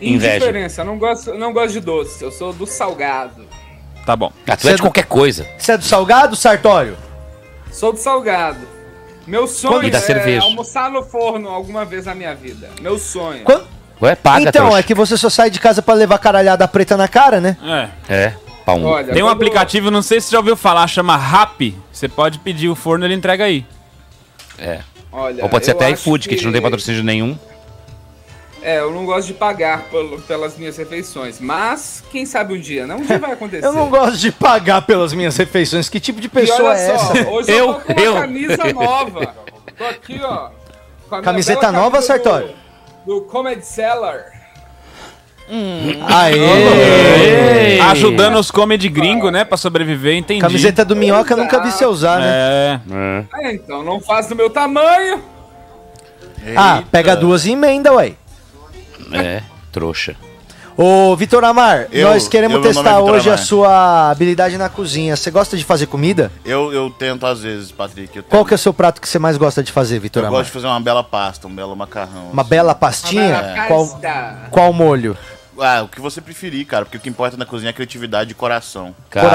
Speaker 5: Inveja.
Speaker 1: Indiferença, eu não gosto, eu não gosto de doce, eu sou do salgado.
Speaker 4: Tá bom.
Speaker 5: Ah, tu é
Speaker 3: Você-
Speaker 5: de qualquer coisa.
Speaker 3: Você é do salgado, Sartório?
Speaker 1: Sou do salgado. Meu
Speaker 5: E
Speaker 1: sonho
Speaker 5: da
Speaker 1: é
Speaker 5: cerveja.
Speaker 1: almoçar no forno alguma vez na minha vida. Meu sonho.
Speaker 3: Quan-
Speaker 5: Ué, É. paga,
Speaker 3: então,
Speaker 5: trouxa.
Speaker 3: é que você só sai de casa pra levar caralhada preta na cara, né?
Speaker 4: É.
Speaker 5: É, pau um.
Speaker 1: Olha,
Speaker 4: Tem um
Speaker 1: quando-
Speaker 4: aplicativo, não sei se você já ouviu falar, chama Rap. Você pode pedir o forno, ele entrega aí.
Speaker 1: Olha,
Speaker 5: Ou pode ser
Speaker 1: eu
Speaker 5: até
Speaker 1: acho
Speaker 5: iFood, que a gente não tem patrocínio nenhum.
Speaker 1: É, eu não gosto de pagar pelo- pelas minhas refeições, mas quem sabe um dia, não? Um dia vai acontecer.
Speaker 3: Eu não gosto de pagar pelas minhas refeições. Que tipo de pessoa é essa?
Speaker 1: hoje
Speaker 5: Eu-
Speaker 1: eu, tô com uma
Speaker 5: eu.
Speaker 1: camisa nova. Tô aqui, ó. com a minha
Speaker 3: Camiseta
Speaker 1: bela
Speaker 3: nova,
Speaker 1: camisa
Speaker 3: Sartori?
Speaker 1: Do, do Comedy Cellar.
Speaker 3: Aê!
Speaker 4: Ajudando os comedy gringo, né, pra sobreviver, entendi.
Speaker 3: Camiseta do Minhoca eu nunca vi você usar, né?
Speaker 4: É.
Speaker 5: É.
Speaker 1: É, então, não faz do meu tamanho.
Speaker 3: Ah, pega duas e emenda, ué.
Speaker 5: É, trouxa.
Speaker 3: Ô, Vitor Amar,
Speaker 6: Eu-
Speaker 3: nós queremos
Speaker 6: eu- meu nome
Speaker 3: testar
Speaker 6: é Vitor
Speaker 3: hoje a
Speaker 6: Amar.
Speaker 3: sua habilidade na cozinha. Você gosta de fazer comida?
Speaker 6: Eu, eu tento às vezes, Patrick. Eu tento.
Speaker 3: Qual que é o seu prato que você mais gosta de fazer, Vitor
Speaker 6: Eu
Speaker 3: Amar?
Speaker 6: gosto de fazer uma bela pasta, um belo macarrão.
Speaker 3: Uma bela pastinha?
Speaker 1: Agora,
Speaker 3: Qual,
Speaker 1: casta.
Speaker 3: qual molho?
Speaker 6: Ah, o que você preferir, cara. Porque o que importa na cozinha é criatividade e coração.
Speaker 5: Caraca,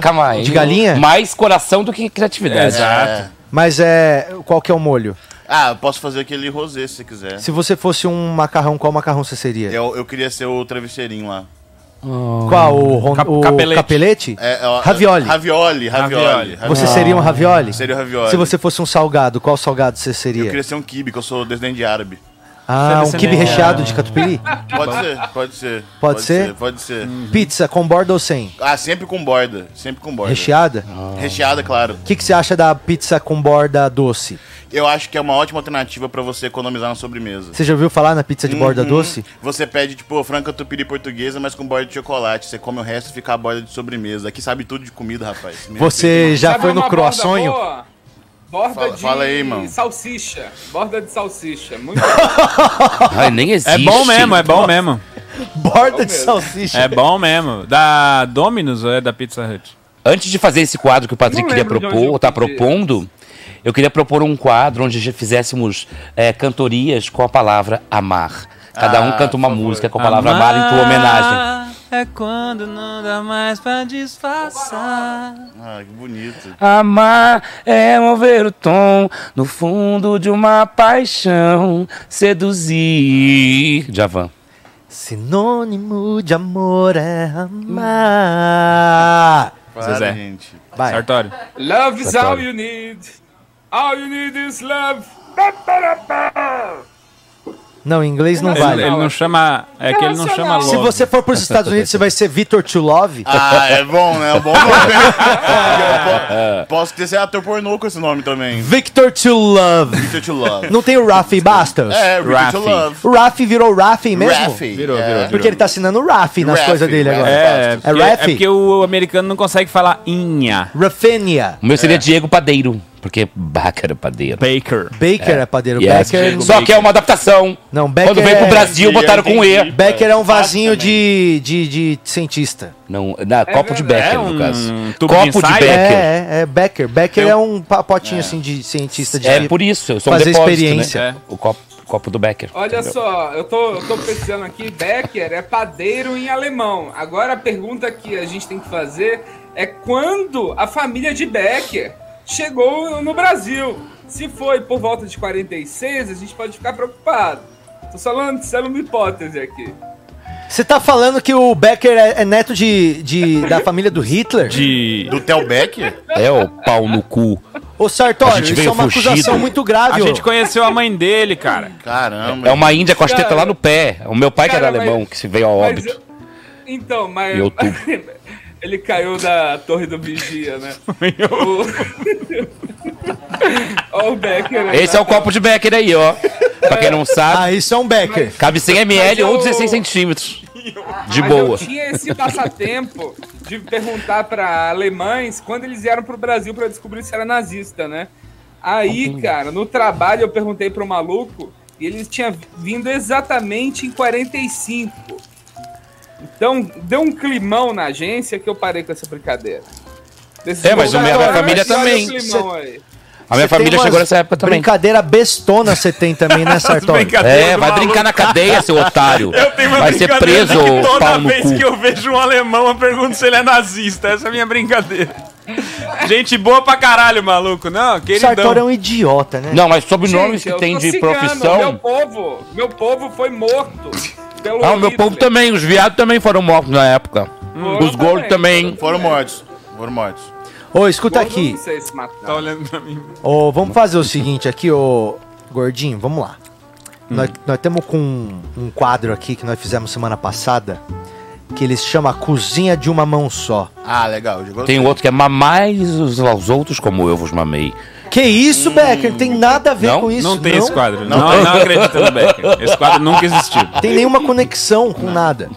Speaker 3: Coração
Speaker 5: mas.
Speaker 3: de galinha?
Speaker 5: Mais coração do que criatividade.
Speaker 6: Exato.
Speaker 3: Mas é. Qual que é o molho?
Speaker 6: Ah, eu posso fazer aquele rosé se você quiser.
Speaker 3: Se você fosse um macarrão, qual macarrão você seria?
Speaker 6: Eu, eu queria ser o travesseirinho lá.
Speaker 3: Qual? O, ron-
Speaker 4: Cap-
Speaker 3: o
Speaker 4: capelete.
Speaker 3: capelete?
Speaker 6: É, é, ó,
Speaker 3: Ravioli.
Speaker 6: Ravioli, ravioli. ravioli.
Speaker 3: Você seria um ravioli?
Speaker 6: Seria o ravioli.
Speaker 3: Se você fosse um salgado, qual salgado você
Speaker 6: Eu
Speaker 3: seria?
Speaker 6: queria ser um kibe, que eu sou descendente de árabe.
Speaker 3: Ah, um
Speaker 4: Você
Speaker 3: quibe
Speaker 4: seria-
Speaker 3: recheado de catupiry?
Speaker 6: Pode ser, pode ser.
Speaker 3: Pode ser?
Speaker 6: Pode ser.
Speaker 3: Pizza com borda ou sem?
Speaker 6: Ah, sempre com borda. Sempre com borda.
Speaker 3: Recheada?
Speaker 6: Recheada, claro.
Speaker 3: O que, que você acha da pizza com borda doce?
Speaker 6: Eu acho que é uma ótima alternativa pra você economizar na sobremesa.
Speaker 3: Você já ouviu falar na pizza de borda
Speaker 6: Uhum.
Speaker 3: doce?
Speaker 6: Você pede, tipo, franca tupiri portuguesa, mas com borda de chocolate. Você come o resto e fica a borda de sobremesa. Aqui sabe tudo de comida, rapaz. Me
Speaker 3: Você já
Speaker 1: Sabe
Speaker 3: foi
Speaker 1: uma
Speaker 3: no
Speaker 1: borda
Speaker 3: croissonho?
Speaker 1: boa? Borda
Speaker 6: Fala-
Speaker 1: de
Speaker 6: fala aí, mano.
Speaker 1: salsicha. Borda de salsicha. Muito
Speaker 5: Ai, nem existe.
Speaker 4: É bom mesmo, é bom mesmo.
Speaker 3: Borda de
Speaker 1: mesmo.
Speaker 3: salsicha.
Speaker 4: É bom mesmo. Da Domino's ou é da Pizza Hut?
Speaker 5: Antes de fazer esse quadro que o Patrick
Speaker 1: Não
Speaker 5: queria
Speaker 1: lembro de
Speaker 5: propor,
Speaker 1: onde eu
Speaker 5: ou tá
Speaker 1: pedi.
Speaker 5: propondo, eu queria propor um quadro onde já fizéssemos é, cantorias com a palavra amar. Cada
Speaker 6: Ah,
Speaker 5: um canta uma música com a palavra amar, em tua homenagem.
Speaker 4: É quando não dá mais pra disfarçar.
Speaker 6: Ah, que bonito.
Speaker 5: Amar é mover o tom no fundo de uma paixão, seduzir. Javan.
Speaker 3: Sinônimo de amor é amar.
Speaker 6: Para,
Speaker 4: Zezé.
Speaker 6: gente.
Speaker 3: Vai.
Speaker 4: Sartório.
Speaker 1: Love is all you need. All you need is love.
Speaker 3: Não, em inglês não
Speaker 1: Ele-
Speaker 3: vai.
Speaker 4: Ele não chama. É que ele não chama
Speaker 3: Se
Speaker 4: logo.
Speaker 3: você for pros Estados Unidos, você vai ser Vitor to Love.
Speaker 6: Ah, é bom, né? É bom nome. Eu po- posso ter ser ator pornô com esse nome também.
Speaker 3: Victor to Love.
Speaker 6: Richard to Love.
Speaker 3: Não tem o Rafi Bastos?
Speaker 6: É, Richard to
Speaker 4: Rafi.
Speaker 6: Love.
Speaker 3: O Rafi virou Rafi mesmo?
Speaker 6: Rafi.
Speaker 4: Virou,
Speaker 6: é.
Speaker 4: virou, virou.
Speaker 3: Porque ele tá assinando Rafi nas
Speaker 6: Rafi,
Speaker 3: coisas dele
Speaker 6: Rafi.
Speaker 3: agora.
Speaker 4: É,
Speaker 6: É
Speaker 4: é, porque,
Speaker 3: ref?
Speaker 4: é porque o americano não consegue falar inha.
Speaker 3: Rafinha.
Speaker 5: O meu seria Diego Padeiro, porque Baca era padeiro.
Speaker 4: Baker.
Speaker 3: Baker é, padeiro.
Speaker 5: Yes.
Speaker 3: Becker.
Speaker 5: Só que é uma adaptação.
Speaker 3: Não, Becker.
Speaker 5: Quando veio
Speaker 3: é-
Speaker 5: pro Brasil,
Speaker 6: Eu
Speaker 5: botaram com E.
Speaker 6: entendi.
Speaker 3: Becker é um
Speaker 6: Fácil
Speaker 3: vasinho
Speaker 6: também.
Speaker 3: de, de, de cientista.
Speaker 5: Não, na, copo de
Speaker 1: verdade.
Speaker 5: Becker,
Speaker 4: É
Speaker 5: no
Speaker 4: um
Speaker 5: caso.
Speaker 4: tubo de
Speaker 5: Copo de
Speaker 4: ensaio?
Speaker 5: Becker.
Speaker 3: É, é, é Becker. Becker
Speaker 6: Eu-
Speaker 3: é um papotinho assim de cientista de
Speaker 5: É, por isso, eu sou
Speaker 3: Fazer
Speaker 5: um depósito,
Speaker 3: experiência.
Speaker 5: né? O copo, copo do Becker.
Speaker 1: Olha
Speaker 5: entendeu?
Speaker 1: só, eu tô, eu tô pensando aqui, Becker é padeiro em alemão. Agora a pergunta que a gente tem que fazer é quando a família de Becker chegou no Brasil. Se foi por volta de 46, a gente pode ficar preocupado. Tô falando, sendo uma hipótese aqui.
Speaker 3: Você tá falando que o Becker é, é neto de, de- da família do Hitler?
Speaker 4: De.
Speaker 6: Do Theo Becker?
Speaker 5: É o pau no cu.
Speaker 3: Ô
Speaker 5: A
Speaker 3: Sartório,
Speaker 5: gente
Speaker 3: isso
Speaker 5: veio
Speaker 3: é uma
Speaker 5: fugido.
Speaker 3: acusação muito grave,
Speaker 4: A
Speaker 3: ô.
Speaker 4: gente conheceu a mãe dele, cara.
Speaker 6: Caramba.
Speaker 5: É uma índia com as tetas lá no pé. O meu pai que
Speaker 1: Cara,
Speaker 5: era
Speaker 1: mas-
Speaker 5: alemão, que se veio a
Speaker 1: Mas
Speaker 5: óbito.
Speaker 1: eu- então, mas.
Speaker 5: Em outubro.
Speaker 1: Ele caiu da torre do vigia, né? o... Ó o Becker. né?
Speaker 5: Esse é o copo de Becker aí, ó. Pra quem não sabe,
Speaker 3: Ah, isso é um Becker.
Speaker 5: cabe 100 ml
Speaker 1: eu-
Speaker 5: ou 16 centímetros. De
Speaker 1: Mas
Speaker 5: boa.
Speaker 1: eu tinha esse passatempo de perguntar pra alemães quando eles vieram pro Brasil pra descobrir se era nazista, né? Aí, cara, no trabalho eu perguntei pro maluco e ele tinha vindo exatamente em 45. Então, deu um climão na agência que eu parei com essa brincadeira. Desse
Speaker 5: É, mas
Speaker 1: jogo,
Speaker 5: o meu- a minha
Speaker 1: olha,
Speaker 5: família
Speaker 1: olha o
Speaker 5: também.
Speaker 1: climão aí.
Speaker 5: A
Speaker 3: Você
Speaker 5: minha
Speaker 3: tem
Speaker 5: família
Speaker 3: umas
Speaker 5: chegou nessa época também.
Speaker 3: Brincadeira bestona você tem também, né, Sartori?
Speaker 5: É, vai brincar na cadeia, seu otário. vai ser preso,
Speaker 4: que
Speaker 5: ô
Speaker 4: toda
Speaker 5: pau no
Speaker 4: vez
Speaker 5: cu.
Speaker 4: que eu vejo um alemão, eu pergunto se ele é nazista. Essa é a minha brincadeira. Gente boa pra caralho, maluco. Não,
Speaker 3: Sartori é
Speaker 4: queridão.
Speaker 3: um idiota, né?
Speaker 5: Não, mas sobre nomes
Speaker 1: Gente, eu
Speaker 5: que tem
Speaker 1: sou
Speaker 5: de
Speaker 1: cigano, Meu
Speaker 5: profissão.
Speaker 1: povo, meu povo foi morto. Pelo
Speaker 5: Ah, o meu
Speaker 1: Hitler.
Speaker 5: povo também, os viados também foram mortos na época.
Speaker 4: Hum.
Speaker 1: Foram
Speaker 5: Os gordos também.
Speaker 6: Foram mortos. Foram mortos.
Speaker 3: Ô,
Speaker 5: tá
Speaker 3: escuta
Speaker 1: Gordo
Speaker 3: aqui.
Speaker 1: Não sei se matar.
Speaker 4: Tá olhando pra mim.
Speaker 3: Ô, vamos fazer o seguinte aqui, ô Gordinho, vamos lá.
Speaker 5: Hum.
Speaker 3: Nós, nós temos com um, um quadro aqui que nós fizemos semana passada, que ele se chama Cozinha de uma Mão Só.
Speaker 6: Ah, legal. eu gostei.
Speaker 5: Tem outro que é mamais os- aos outros como eu vos mamei.
Speaker 3: Que isso, Becker? Não tem nada a ver
Speaker 5: Hum. Não,
Speaker 3: com isso,
Speaker 4: Não tem esse quadro.
Speaker 6: Não.
Speaker 4: Não, não, acredito no Becker. Esse quadro nunca existiu.
Speaker 3: Tem nenhuma conexão com nada.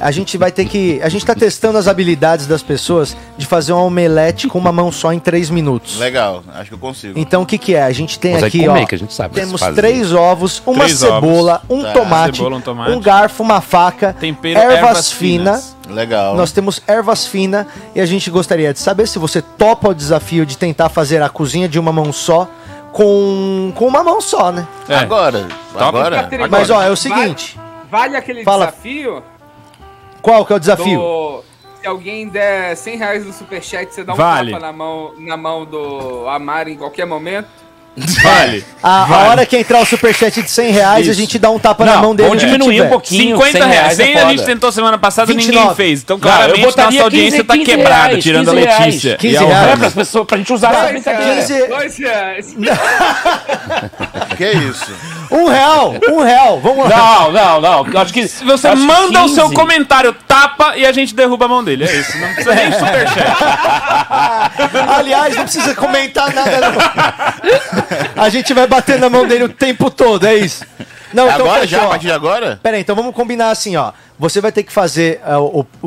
Speaker 3: A gente vai ter que. A gente tá testando as habilidades das pessoas de fazer um omelete com uma mão só em três minutos.
Speaker 6: Legal, acho que eu consigo.
Speaker 3: Então o que, que é? A gente tem
Speaker 5: Consegue
Speaker 3: aqui,
Speaker 5: comer,
Speaker 3: ó.
Speaker 5: que a gente sabe
Speaker 3: temos
Speaker 5: fazer.
Speaker 3: três ovos, uma
Speaker 4: Três
Speaker 3: cebola,
Speaker 4: ovos.
Speaker 3: um,
Speaker 6: Tá,
Speaker 3: tomate,
Speaker 4: cebola, um tomate.
Speaker 3: um garfo, uma faca,
Speaker 4: Tempero,
Speaker 3: ervas,
Speaker 4: ervas
Speaker 3: finas.
Speaker 4: finas.
Speaker 6: Legal.
Speaker 3: Então, Nós temos ervas finas e a gente gostaria de saber se você topa o desafio de tentar fazer a cozinha de uma mão só com, com uma mão só, né?
Speaker 4: É.
Speaker 6: Agora. Agora.
Speaker 1: Caterina,
Speaker 3: Mas ó, é
Speaker 1: vale-
Speaker 3: o seguinte,
Speaker 1: Vale, aquele
Speaker 3: Fala.
Speaker 1: desafio?
Speaker 3: qual que é o desafio?
Speaker 1: Do- se alguém der 100 reais no superchat, você dá um
Speaker 4: Vale.
Speaker 1: tapa na mão, na mão do Amaro em qualquer momento.
Speaker 4: Vale.
Speaker 3: A, a hora que entrar o superchat de 100 reais, a gente dá um tapa na
Speaker 5: Não,
Speaker 3: mão dele.
Speaker 5: vamos
Speaker 3: se
Speaker 5: diminuir
Speaker 3: tiver.
Speaker 5: um pouquinho.
Speaker 4: 50
Speaker 5: 100
Speaker 4: reais.
Speaker 5: é
Speaker 4: 100 a
Speaker 5: foda.
Speaker 4: gente tentou semana passada e
Speaker 3: 29.
Speaker 4: ninguém fez. Então,
Speaker 5: Cara, eu
Speaker 4: claramente,
Speaker 5: botaria
Speaker 4: nossa audiência
Speaker 5: 15,
Speaker 4: tá
Speaker 5: 15
Speaker 4: quebrada,
Speaker 5: reais,
Speaker 4: tirando a
Speaker 5: 15 reais.
Speaker 4: Letícia. e
Speaker 3: 15
Speaker 4: a Alana.
Speaker 3: reais.
Speaker 5: É, pras pessoas, pra gente usar essa
Speaker 1: Dois
Speaker 3: É.
Speaker 4: é
Speaker 1: reais,
Speaker 5: brincadeira.
Speaker 3: 15.
Speaker 1: dois reais.
Speaker 6: Que isso?
Speaker 3: Um real, um real, vamos lá.
Speaker 5: Não, não, não. eu Acho que
Speaker 4: Você
Speaker 5: acho que
Speaker 4: manda o seu
Speaker 5: 15.
Speaker 4: comentário, tapa e a gente derruba a mão dele. É isso. Não precisa nem superchat.
Speaker 3: Aliás, não precisa comentar nada. não. A gente vai bater na mão dele o tempo todo, é isso. Não, então
Speaker 6: agora
Speaker 3: fechou,
Speaker 6: já?
Speaker 3: ó.
Speaker 6: A partir de agora?
Speaker 3: Peraí, então vamos combinar assim, ó. Você vai ter que fazer ah, o, o,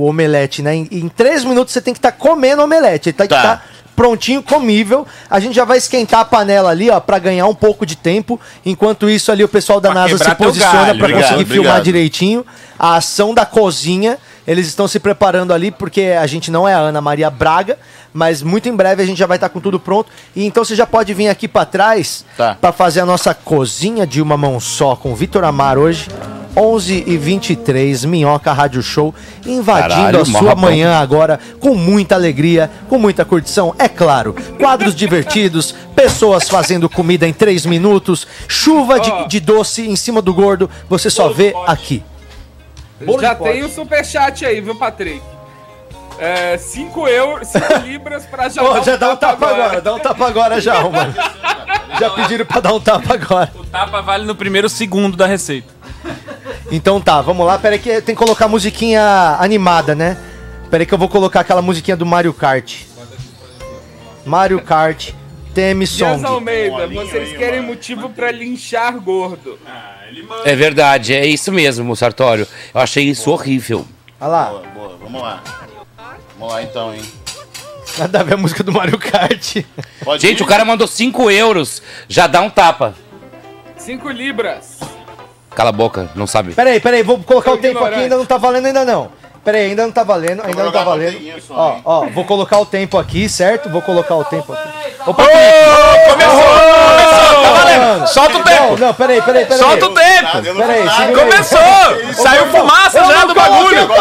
Speaker 3: o omelete, né? Em, em três minutos você tem que estar comendo o omelete. Ele tá, que
Speaker 6: Tá.
Speaker 3: tá prontinho, comível. A gente já vai esquentar a panela ali, ó, pra ganhar um pouco de tempo. Enquanto isso ali o pessoal da
Speaker 4: Pra
Speaker 3: NASA se
Speaker 4: quebrar teu
Speaker 3: posiciona
Speaker 4: galho.
Speaker 3: pra
Speaker 6: Obrigado,
Speaker 3: conseguir filmar
Speaker 6: obrigado.
Speaker 3: direitinho. A ação da cozinha, eles estão se preparando ali porque a gente não é a Ana Maria Braga. Mas muito em breve a gente já vai estar com tudo pronto. E então você já pode vir aqui pra trás
Speaker 6: Tá.
Speaker 3: para fazer a nossa cozinha de uma mão só com o Vitor Amar hoje. 11 e 23 Minhoca Rádio Show, invadindo
Speaker 5: Caralho,
Speaker 3: a sua
Speaker 5: marra
Speaker 3: manhã agora com muita alegria, com muita curtição, é claro. Quadros divertidos, pessoas fazendo comida em 3 minutos, chuva de, de doce em cima do gordo, você só vê aqui.
Speaker 1: Já tem o superchat aí, viu, Patrick? É, 5 euros, 5 libras pra já,
Speaker 3: Pô, já dá um
Speaker 1: tá
Speaker 3: tapa agora, dá um tapa agora já, mano. Já pediram pra dar um tapa agora.
Speaker 4: O tapa vale no primeiro segundo da receita.
Speaker 3: Então tá, vamos lá. Pera aí que tem que colocar musiquinha animada, né? Pera aí que eu vou colocar aquela musiquinha do Mario Kart. Mario Kart, Theme
Speaker 1: Dias
Speaker 3: Song.
Speaker 1: Almeida,
Speaker 6: Bolinha
Speaker 1: vocês
Speaker 6: aí,
Speaker 1: querem
Speaker 6: mano.
Speaker 1: motivo pra linchar gordo.
Speaker 5: É verdade, é isso mesmo, Sartório. Eu achei isso horrível.
Speaker 3: Olha lá,
Speaker 6: Boa, boa. Vamos lá. Vamos lá então, hein?
Speaker 3: nada a ver a música do Mario Kart.
Speaker 6: Pode
Speaker 5: Gente,
Speaker 6: ir?
Speaker 5: o
Speaker 3: é
Speaker 5: cara mandou 5 euros, já dá um tapa.
Speaker 1: 5 libras.
Speaker 5: Cala a boca, não sabe.
Speaker 3: Pera aí, pera aí, vou colocar
Speaker 1: Sou
Speaker 3: o tempo aqui,
Speaker 1: ignorante.
Speaker 3: ainda não tá valendo, ainda não. Pera aí, ainda não tá valendo, ainda não tá
Speaker 6: colocar uma
Speaker 3: valendo.
Speaker 6: manteiguinha só,
Speaker 3: Ó,
Speaker 6: hein?
Speaker 3: ó, vou colocar o tempo aqui, certo? Vou colocar o tempo aqui.
Speaker 4: Tá valendo.
Speaker 3: Mano,
Speaker 4: Solta o
Speaker 3: Não,
Speaker 4: tempo.
Speaker 3: não, pera aí, pera aí, pera aí.
Speaker 4: Solta o
Speaker 6: Nada, eu
Speaker 4: tempo.
Speaker 6: não
Speaker 3: Peraí,
Speaker 6: fiz nada.
Speaker 3: segura aí.
Speaker 4: Começou. Saiu fumaça já do bagulho. Vou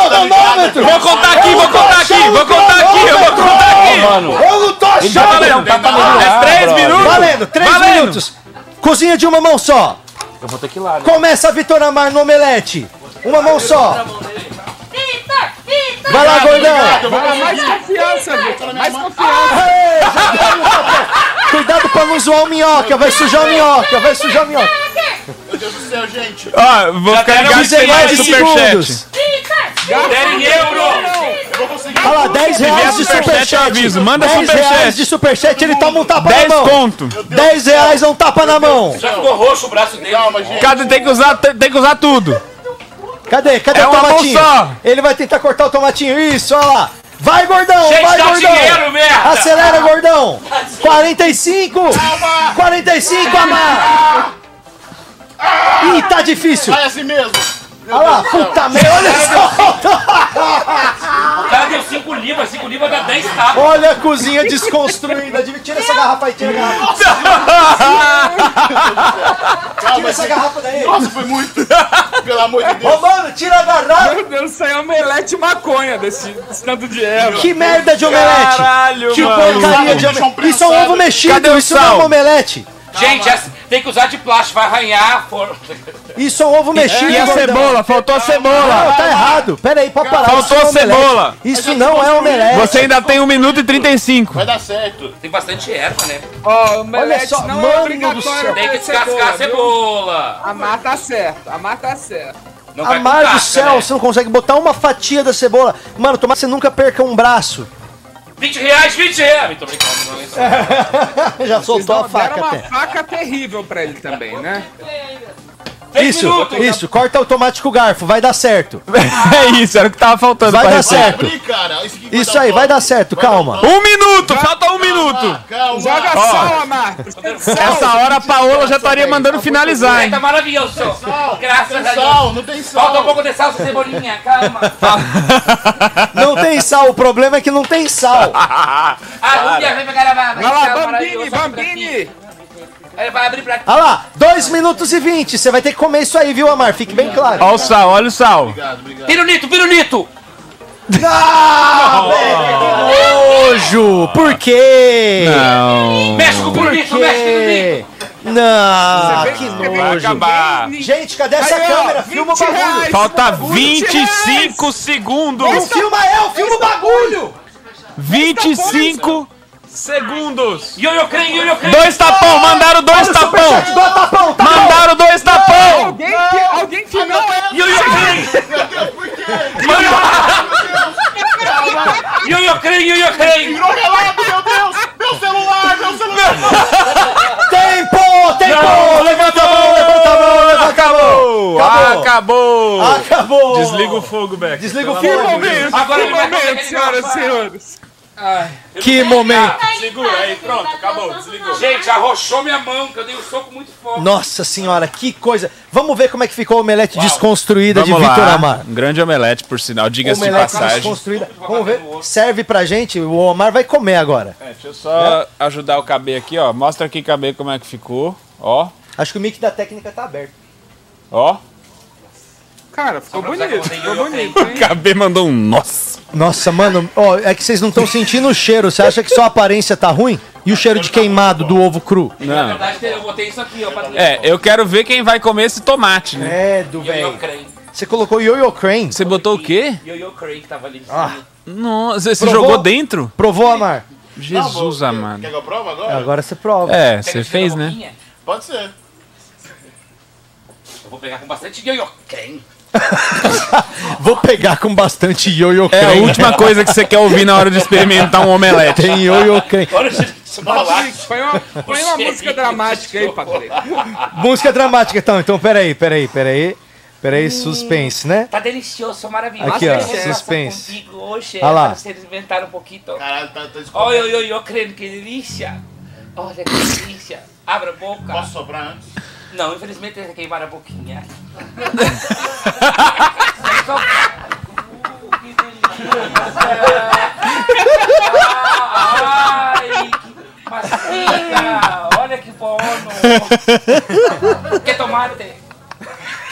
Speaker 4: contar aqui, vou contar aqui, vou contar aqui, eu vou contar aqui.
Speaker 3: Eu não tô
Speaker 5: Tá
Speaker 3: achando! Ah,
Speaker 5: valendo, tá valendo.
Speaker 4: É três minutos.
Speaker 3: Valendo, três
Speaker 4: Valendo.
Speaker 3: minutos. Cozinha de uma mão só.
Speaker 5: Eu vou ter que ir lá, né?
Speaker 3: Começa a Vitor Amar no omelete. Uma mão só. Vai lá, gordão.
Speaker 1: Ah, mais confiança, Vitor. Mais confiança.
Speaker 3: Aê, já deu um papel. Cuidado pra não zoar o minhoca. Vai sujar o minhoca. Vai sujar o minhoca.
Speaker 6: Meu Deus do céu, gente.
Speaker 4: Ó, vou ficar ligado que tem
Speaker 3: 19
Speaker 4: mais superchat.
Speaker 3: segundos.
Speaker 1: Garfo,
Speaker 3: Olha lá, 10 reais de
Speaker 4: tiver superchat,
Speaker 3: superchat.
Speaker 4: eu aviso. Manda
Speaker 3: 10
Speaker 4: superchat.
Speaker 3: reais de superchat. Ele toma um tapa na
Speaker 4: 10
Speaker 3: mão.
Speaker 4: conto.
Speaker 3: 10 reais é um tapa na mão.
Speaker 5: Ficou roxo o braço dele.
Speaker 6: Calma, gente.
Speaker 4: Cada tem que usar, tem tem que usar tudo.
Speaker 3: Cadê? Cadê
Speaker 4: É
Speaker 3: o
Speaker 4: uma mão
Speaker 3: tomatinho?
Speaker 4: só.
Speaker 3: Ele vai tentar cortar o tomatinho. Isso, olha lá. Vai, gordão! vai, gordão!
Speaker 5: dinheiro, merda!
Speaker 3: Acelera, gordão! Não! 45! 45, Amar! Ih, tá difícil!
Speaker 6: Vai assim mesmo.
Speaker 3: Olha lá, Ah, puta merda! Olha só!
Speaker 9: O cara deu 5 libras, 5 libras dá 10 tapas.
Speaker 3: Olha a cozinha desconstruída! Divi- Tira essa garrafa aí, tira a garrafa! Tira essa
Speaker 4: tá-
Speaker 3: garrafa daí!
Speaker 6: Nossa, foi muito. Pelo amor de Deus.
Speaker 3: Ô, mano, tira a garrafa!
Speaker 1: Meu Deus, saiu omelete e maconha desse, desse tanto de erva.
Speaker 3: Que merda de omelete!
Speaker 4: Caralho,
Speaker 3: Que
Speaker 4: mano.
Speaker 3: porcaria de
Speaker 6: Deixa um
Speaker 3: omelete! Isso é um
Speaker 6: prensado.
Speaker 3: ovo mexido,
Speaker 4: Cadê o
Speaker 3: isso não é um
Speaker 4: sal?
Speaker 3: omelete!
Speaker 9: Gente,
Speaker 5: é assim,
Speaker 9: essa- tem que usar de plástico, vai arranhar a forma.
Speaker 3: Isso é um ovo mexido,
Speaker 4: E a
Speaker 3: gordão.
Speaker 4: cebola, faltou a
Speaker 3: Não,
Speaker 4: cebola.
Speaker 3: tá errado. Pera aí, pode parar.
Speaker 4: Faltou
Speaker 3: Isso não é omelete.
Speaker 4: cebola.
Speaker 3: Isso não é omelete.
Speaker 4: Você ainda tem 1 minuto e 35.
Speaker 6: Vai dar certo.
Speaker 9: Tem bastante erva, né?
Speaker 1: Ó, omelete
Speaker 3: só,
Speaker 1: não
Speaker 3: mano
Speaker 1: é
Speaker 3: do céu.
Speaker 1: obrigatório.
Speaker 9: Tem que
Speaker 1: ter
Speaker 9: descascar a
Speaker 1: viu?
Speaker 9: cebola.
Speaker 1: A mar tá certo, a mar tá certo.
Speaker 9: Não vai com
Speaker 3: Amar do
Speaker 9: casca,
Speaker 3: céu,
Speaker 9: né?
Speaker 3: você não consegue botar uma fatia da cebola. Mano, tomara que você nunca perca um braço.
Speaker 9: 20 reais, 20 reais. Tô brincando, não, isso é
Speaker 3: Já soltou a
Speaker 1: Não, deram
Speaker 3: faca
Speaker 1: uma
Speaker 3: até.
Speaker 1: faca terrível pra ele também, né?
Speaker 9: Três
Speaker 3: Isso,
Speaker 9: minutos.
Speaker 3: isso, corta automático o garfo, vai dar certo.
Speaker 4: É isso, era o que tava faltando.
Speaker 3: Vai
Speaker 4: pra
Speaker 3: dar
Speaker 4: receita.
Speaker 3: certo.
Speaker 6: Abri, cara. Isso, aqui um
Speaker 3: Isso aí, vai dar certo, calma.
Speaker 4: Um minuto, falta um
Speaker 1: tá,
Speaker 4: minuto.
Speaker 6: Calma.
Speaker 1: Joga sal, Amar.
Speaker 4: Essa hora a Paola
Speaker 1: tá
Speaker 4: já estaria mandando finalizar,
Speaker 9: Ai,
Speaker 4: hein?
Speaker 9: tá maravilhoso. Graças a
Speaker 6: Tem
Speaker 9: Deus.
Speaker 6: sal, não tem sal.
Speaker 9: Falta um pouco de salsa e cebolinha, calma.
Speaker 3: Não tem sal, o problema é que não tem sal.
Speaker 9: A Rúbia vem pra gravada.
Speaker 1: Vai lá, Tá, Bambini, Bambini.
Speaker 9: Ele vai abrir pra...
Speaker 3: Olha lá, 2 minutos e 20. Você vai ter que comer isso aí, viu, Amar? Fique bem claro.
Speaker 4: Olha o sal, olha o sal.
Speaker 9: Pirulito, pirulito.
Speaker 3: Nojo! Por quê?
Speaker 4: Não.
Speaker 9: Mexe com o
Speaker 3: Por
Speaker 9: pirulito, mexe com o pirulito.
Speaker 3: quê? Não, que
Speaker 4: Vai
Speaker 3: nojo.
Speaker 4: acabar.
Speaker 3: Gente, cadê essa
Speaker 1: Aí, ó,
Speaker 3: câmera? Filma o
Speaker 1: 20
Speaker 3: bagulho.
Speaker 1: reais.
Speaker 4: Falta
Speaker 1: 20
Speaker 4: 25 segundos.
Speaker 3: Não
Speaker 1: tá
Speaker 3: filma eu, filma o bagulho.
Speaker 4: 25 segundos.
Speaker 9: Yoyocren, yoyocren.
Speaker 4: Dois tapão, mandaram dois tapão.
Speaker 3: Superchat do Atapão, tá
Speaker 4: Mandaram dois tapão.
Speaker 1: Alguém que, alguém que não é
Speaker 9: Yoyocren. Yoyocren, yoyocren.
Speaker 3: bom. Tempo, tempo. Levanta a mão, levanta a mão, levanta a mão.
Speaker 4: Acabou.
Speaker 3: Acabou.
Speaker 4: Desliga o fogo, Beck.
Speaker 3: Desliga o filme.
Speaker 1: momento.
Speaker 9: Agora
Speaker 1: que
Speaker 9: ele vai
Speaker 1: momento,
Speaker 9: fazer
Speaker 1: senhoras e
Speaker 9: aquele
Speaker 1: senhores.
Speaker 3: Que momento.
Speaker 4: Segura aí, pronto, acabou, desligou.
Speaker 9: Gente, arrochou minha mão, que eu dei um soco muito forte.
Speaker 3: Nossa senhora, que coisa. Vamos ver como é que ficou a omelete desconstruída
Speaker 4: Vamos
Speaker 3: de Vitor
Speaker 4: lá.
Speaker 3: Amar.
Speaker 4: Um grande omelete, por sinal, diga-se de
Speaker 3: Omelete
Speaker 4: passagem.
Speaker 3: desconstruída. Vamos ver. Serve pra gente. O Omar vai comer agora.
Speaker 4: Deixa eu só ajudar o KB aqui, ó. Mostra aqui, KB, como é que ficou. Ó,
Speaker 3: Acho que o mic da técnica tá aberto.
Speaker 4: ó.
Speaker 1: Cara, ficou bonito, ficou bonito,
Speaker 4: O
Speaker 1: hein?
Speaker 4: KB mandou um nossa.
Speaker 3: Nossa, mano, ó, é que vocês não estão sentindo o cheiro. Você acha que só a aparência tá ruim? E o cheiro de queimado do ovo cru?
Speaker 9: Na
Speaker 4: Não.
Speaker 9: verdade, eu botei isso aqui, ó. pra-
Speaker 4: É, eu quero ver quem vai comer esse tomate, né?
Speaker 3: É, do velho.
Speaker 9: Yoyocren.
Speaker 3: Você colocou Yo-Yo Crane? Você
Speaker 4: Você botou o quê?
Speaker 9: Yoyocren que tava ali.
Speaker 4: Nossa, você
Speaker 3: Provou?
Speaker 4: jogou dentro?
Speaker 3: provou, Amar?
Speaker 4: Jesus amado.
Speaker 6: Quer que eu prova agora?
Speaker 3: Agora você prova.
Speaker 4: É, você fez, né?
Speaker 6: Pode ser.
Speaker 9: Eu vou pegar com bastante yoyocren.
Speaker 3: Vou pegar com bastante Yo-Yo
Speaker 4: É a
Speaker 3: Crane.
Speaker 4: última coisa que você quer ouvir na hora de experimentar um omelete.
Speaker 3: Tem Yo-Yo Crane.
Speaker 9: Olha isso,
Speaker 1: Patrick, Põe uma, põe uma música dramática aí, Patrick.
Speaker 3: Música dramática, então. Então, peraí, peraí, peraí. Peraí, suspense, né?
Speaker 9: Tá delicioso, maravilhoso.
Speaker 3: Aqui,
Speaker 1: ó,
Speaker 9: Eu vou passar
Speaker 3: suspense.
Speaker 9: contigo hoje,
Speaker 3: Ah lá.
Speaker 9: pra você experimentar um pouquinho.
Speaker 6: Caralho, tá, tá escuro.
Speaker 9: Olha, olha, olha, creme, que delícia. Olha que delícia. Abra a boca.
Speaker 6: Posso soprar antes?
Speaker 9: Não, infelizmente é eles queimaram a boquinha. Uh, que delícia. Ai, que macia. Olha que bom. Quer tomate?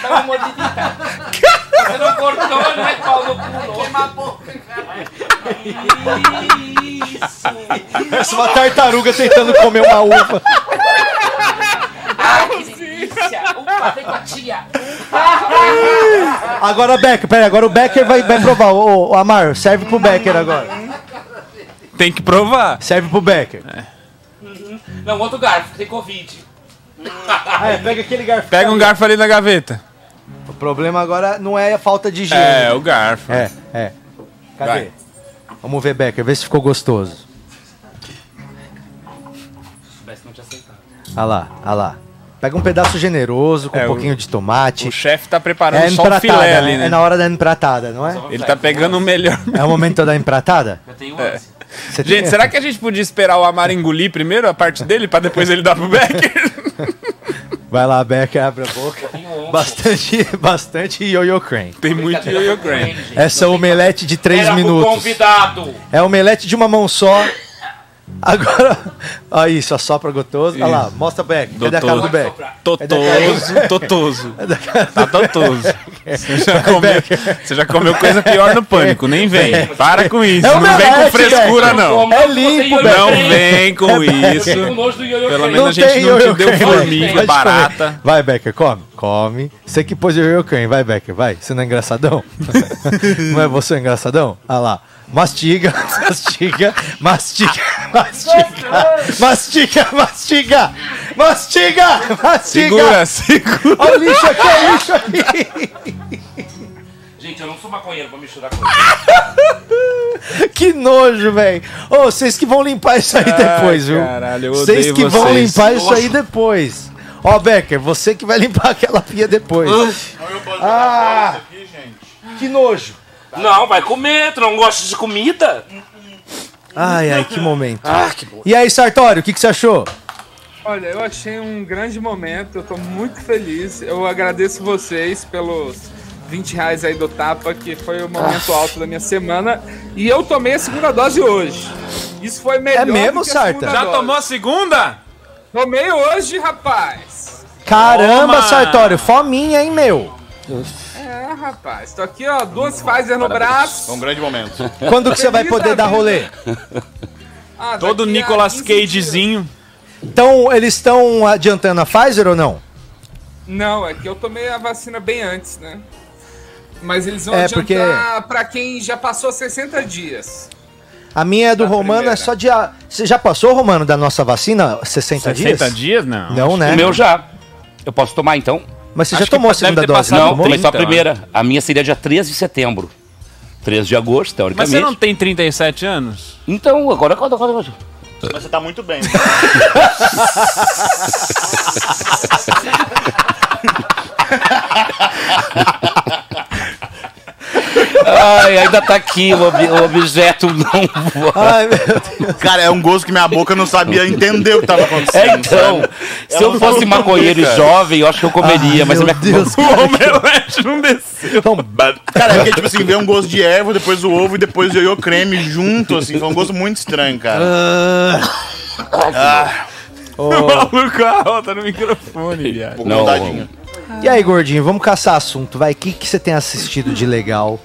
Speaker 9: Dá uma mordidita. Você não cortou, não é pau no cu. Queima a boca, cara. Isso.
Speaker 3: Parece uma tartaruga tentando comer uma uva.
Speaker 9: Ai, que delícia! Upa, vem com a tia!
Speaker 3: Agora, Becker, peraí. Agora o Becker vai, vai provar. Ô, ô, Amar, serve pro Becker agora.
Speaker 4: Tem que provar. É.
Speaker 3: Serve pro Becker.
Speaker 9: Não, outro garfo, tem Covid.
Speaker 3: Ah, é, pega aquele garfo.
Speaker 4: Pega um garfo ali na gaveta.
Speaker 3: O problema agora não é a falta de higiene.
Speaker 4: É, o garfo.
Speaker 3: É, é. Cadê?
Speaker 4: Vai.
Speaker 3: Vamos ver, Becker, vê se ficou gostoso.
Speaker 9: Mas não tinha aceitado.
Speaker 3: Olha lá, olha lá. Pega um pedaço generoso, com
Speaker 4: É,
Speaker 3: um
Speaker 4: o-
Speaker 3: pouquinho de tomate.
Speaker 4: O chefe tá preparando
Speaker 3: É
Speaker 4: só o
Speaker 3: empratada,
Speaker 4: filé
Speaker 3: né?
Speaker 4: ali,
Speaker 3: É
Speaker 4: né?
Speaker 3: na hora da empratada, não é?
Speaker 4: Ele tá pegando o melhor.
Speaker 3: É o momento da empratada?
Speaker 9: um Eu tenho ânsia.
Speaker 3: Você tem
Speaker 4: Gente, será que a gente podia esperar o Amaro engolir primeiro a parte dele pra depois ele dar pro Becker?
Speaker 3: Vai lá, Becker, abre a boca. Bastante, bastante yo-yo crane.
Speaker 4: Tem muito yo Crane.
Speaker 3: Essa é omelete de três
Speaker 9: Era pro
Speaker 3: minutos.
Speaker 9: convidado.
Speaker 3: É omelete de uma mão só. Agora, olha isso, assopra gotoso. Olha lá, mostra o Becker.
Speaker 4: É
Speaker 3: Cadê a cara do
Speaker 4: Doutor.
Speaker 3: Becker?
Speaker 4: Totoso, totoso. Tá totoso. Você já, comeu, você já comeu coisa pior no pânico,
Speaker 5: né?
Speaker 4: nem vem. Para com isso,
Speaker 3: É o
Speaker 4: não vem com
Speaker 3: Melete,
Speaker 4: frescura,
Speaker 3: velho.
Speaker 4: não.
Speaker 9: Como
Speaker 3: É
Speaker 9: eu botei
Speaker 3: limpo,
Speaker 9: olho
Speaker 3: Beto.
Speaker 4: Não
Speaker 9: grande?
Speaker 4: vem com
Speaker 5: É
Speaker 9: Eu tô com
Speaker 4: isso.
Speaker 9: nojo do yo-yo
Speaker 4: Pelo
Speaker 9: crane.
Speaker 4: menos a gente não te
Speaker 3: yo-yo
Speaker 4: deu
Speaker 3: crane.
Speaker 4: formiga,
Speaker 3: Pode comer.
Speaker 4: barata.
Speaker 3: Vai, Becker, come. Come. Você que pôs o yo crane. Vai, Becker, vai. Você não é engraçadão? não é você o engraçadão? Olha lá. Mastiga, mastiga, mastiga, mastiga, mastiga, mastiga, mastiga, mastiga.
Speaker 4: Segura, segura.
Speaker 3: Olha o lixo aqui, olha o lixo aqui.
Speaker 9: Gente, eu não sou maconheiro pra misturar coisa.
Speaker 3: Que nojo, velho. Ô, vocês que vão limpar isso aí depois, viu?
Speaker 4: caralho, eu
Speaker 3: Vocês
Speaker 4: odeio
Speaker 3: que vão
Speaker 4: vocês.
Speaker 3: limpar isso aí depois. Ó, Becker, você que vai limpar aquela pia depois.
Speaker 6: Eu posso
Speaker 3: Ah. fora
Speaker 6: aqui, gente.
Speaker 3: Que nojo.
Speaker 9: Não, vai comer, tu não gosta de comida?
Speaker 3: Ai, ai, que momento.
Speaker 9: Ah,
Speaker 3: E aí, Sartório, o que, que você achou?
Speaker 1: Olha, eu achei um grande momento, eu tô muito feliz. Eu agradeço vocês pelos 20 reais aí do tapa, que foi o momento
Speaker 3: Ah.
Speaker 1: alto da minha semana. E eu tomei a segunda dose hoje. Isso foi melhor.
Speaker 3: É mesmo,
Speaker 1: do que a
Speaker 3: Sarta?
Speaker 1: segunda
Speaker 4: Já
Speaker 1: dose.
Speaker 4: tomou a segunda?
Speaker 1: Tomei hoje, rapaz.
Speaker 3: Caramba,
Speaker 4: Toma!
Speaker 3: Sartório, fominha, hein, meu?
Speaker 1: É, rapaz. Tô aqui, ó,
Speaker 3: Hum,
Speaker 1: duas Pfizer no braço.
Speaker 6: Foi um grande momento.
Speaker 3: Quando que você vai
Speaker 1: Feliz da
Speaker 3: poder dar
Speaker 1: vida.
Speaker 3: rolê?
Speaker 1: Ah,
Speaker 4: Todo
Speaker 1: daqui a
Speaker 4: Nicolas
Speaker 1: 15 dias.
Speaker 4: Cagezinho.
Speaker 3: Então, eles estão adiantando a Pfizer ou não?
Speaker 1: Não, é que eu tomei a vacina bem antes, né? Mas eles vão
Speaker 3: É,
Speaker 1: adiantar pra quem já passou 60 dias.
Speaker 3: A minha é do
Speaker 1: Da
Speaker 3: Romano, é
Speaker 1: primeira.
Speaker 3: só dia. Você já passou, Romano, da nossa vacina? 60, dias?
Speaker 4: 60 dias? Não.
Speaker 3: Não, né?
Speaker 5: O meu já. Eu posso tomar então?
Speaker 3: Mas você
Speaker 4: Acho
Speaker 3: já tomou a
Speaker 4: que deve
Speaker 3: segunda
Speaker 4: ter
Speaker 3: dose,
Speaker 4: passado
Speaker 3: não
Speaker 5: Não,
Speaker 3: tomou?
Speaker 5: tomei só a
Speaker 4: 30,
Speaker 5: primeira. A minha seria dia 13 de setembro. 13 de agosto,
Speaker 4: Mas
Speaker 5: teoricamente.
Speaker 4: você não tem 37 anos?
Speaker 5: Então, agora agora, agora.
Speaker 6: Mas você tá muito bem.
Speaker 5: Ai, ainda tá aqui o, ob- o objeto não voa.
Speaker 3: Ai, meu Deus.
Speaker 6: Cara, é um gosto que minha boca não sabia entender o que tava
Speaker 5: É,
Speaker 6: acontecendo.
Speaker 5: então,
Speaker 6: sabe?
Speaker 5: se eu
Speaker 6: não
Speaker 5: fosse
Speaker 6: complica.
Speaker 5: maconheiro e jovem, eu acho que eu comeria,
Speaker 3: Ai,
Speaker 5: mas a
Speaker 3: meu
Speaker 5: minha
Speaker 3: Deus,
Speaker 4: O omelete
Speaker 5: um
Speaker 4: não desceu.
Speaker 3: Então,
Speaker 6: Cara, é porque, tipo assim, veio um gosto de erva, depois o ovo e depois o ioiô creme junto, assim. Foi um gosto muito estranho,
Speaker 5: Ah.
Speaker 6: cara.
Speaker 4: O maluco arrota no microfone, viado.
Speaker 6: Pô,
Speaker 5: não.
Speaker 6: vontadinho.
Speaker 3: e aí, gordinho, vamos caçar assunto, vai. O que, que você tem assistido de legal?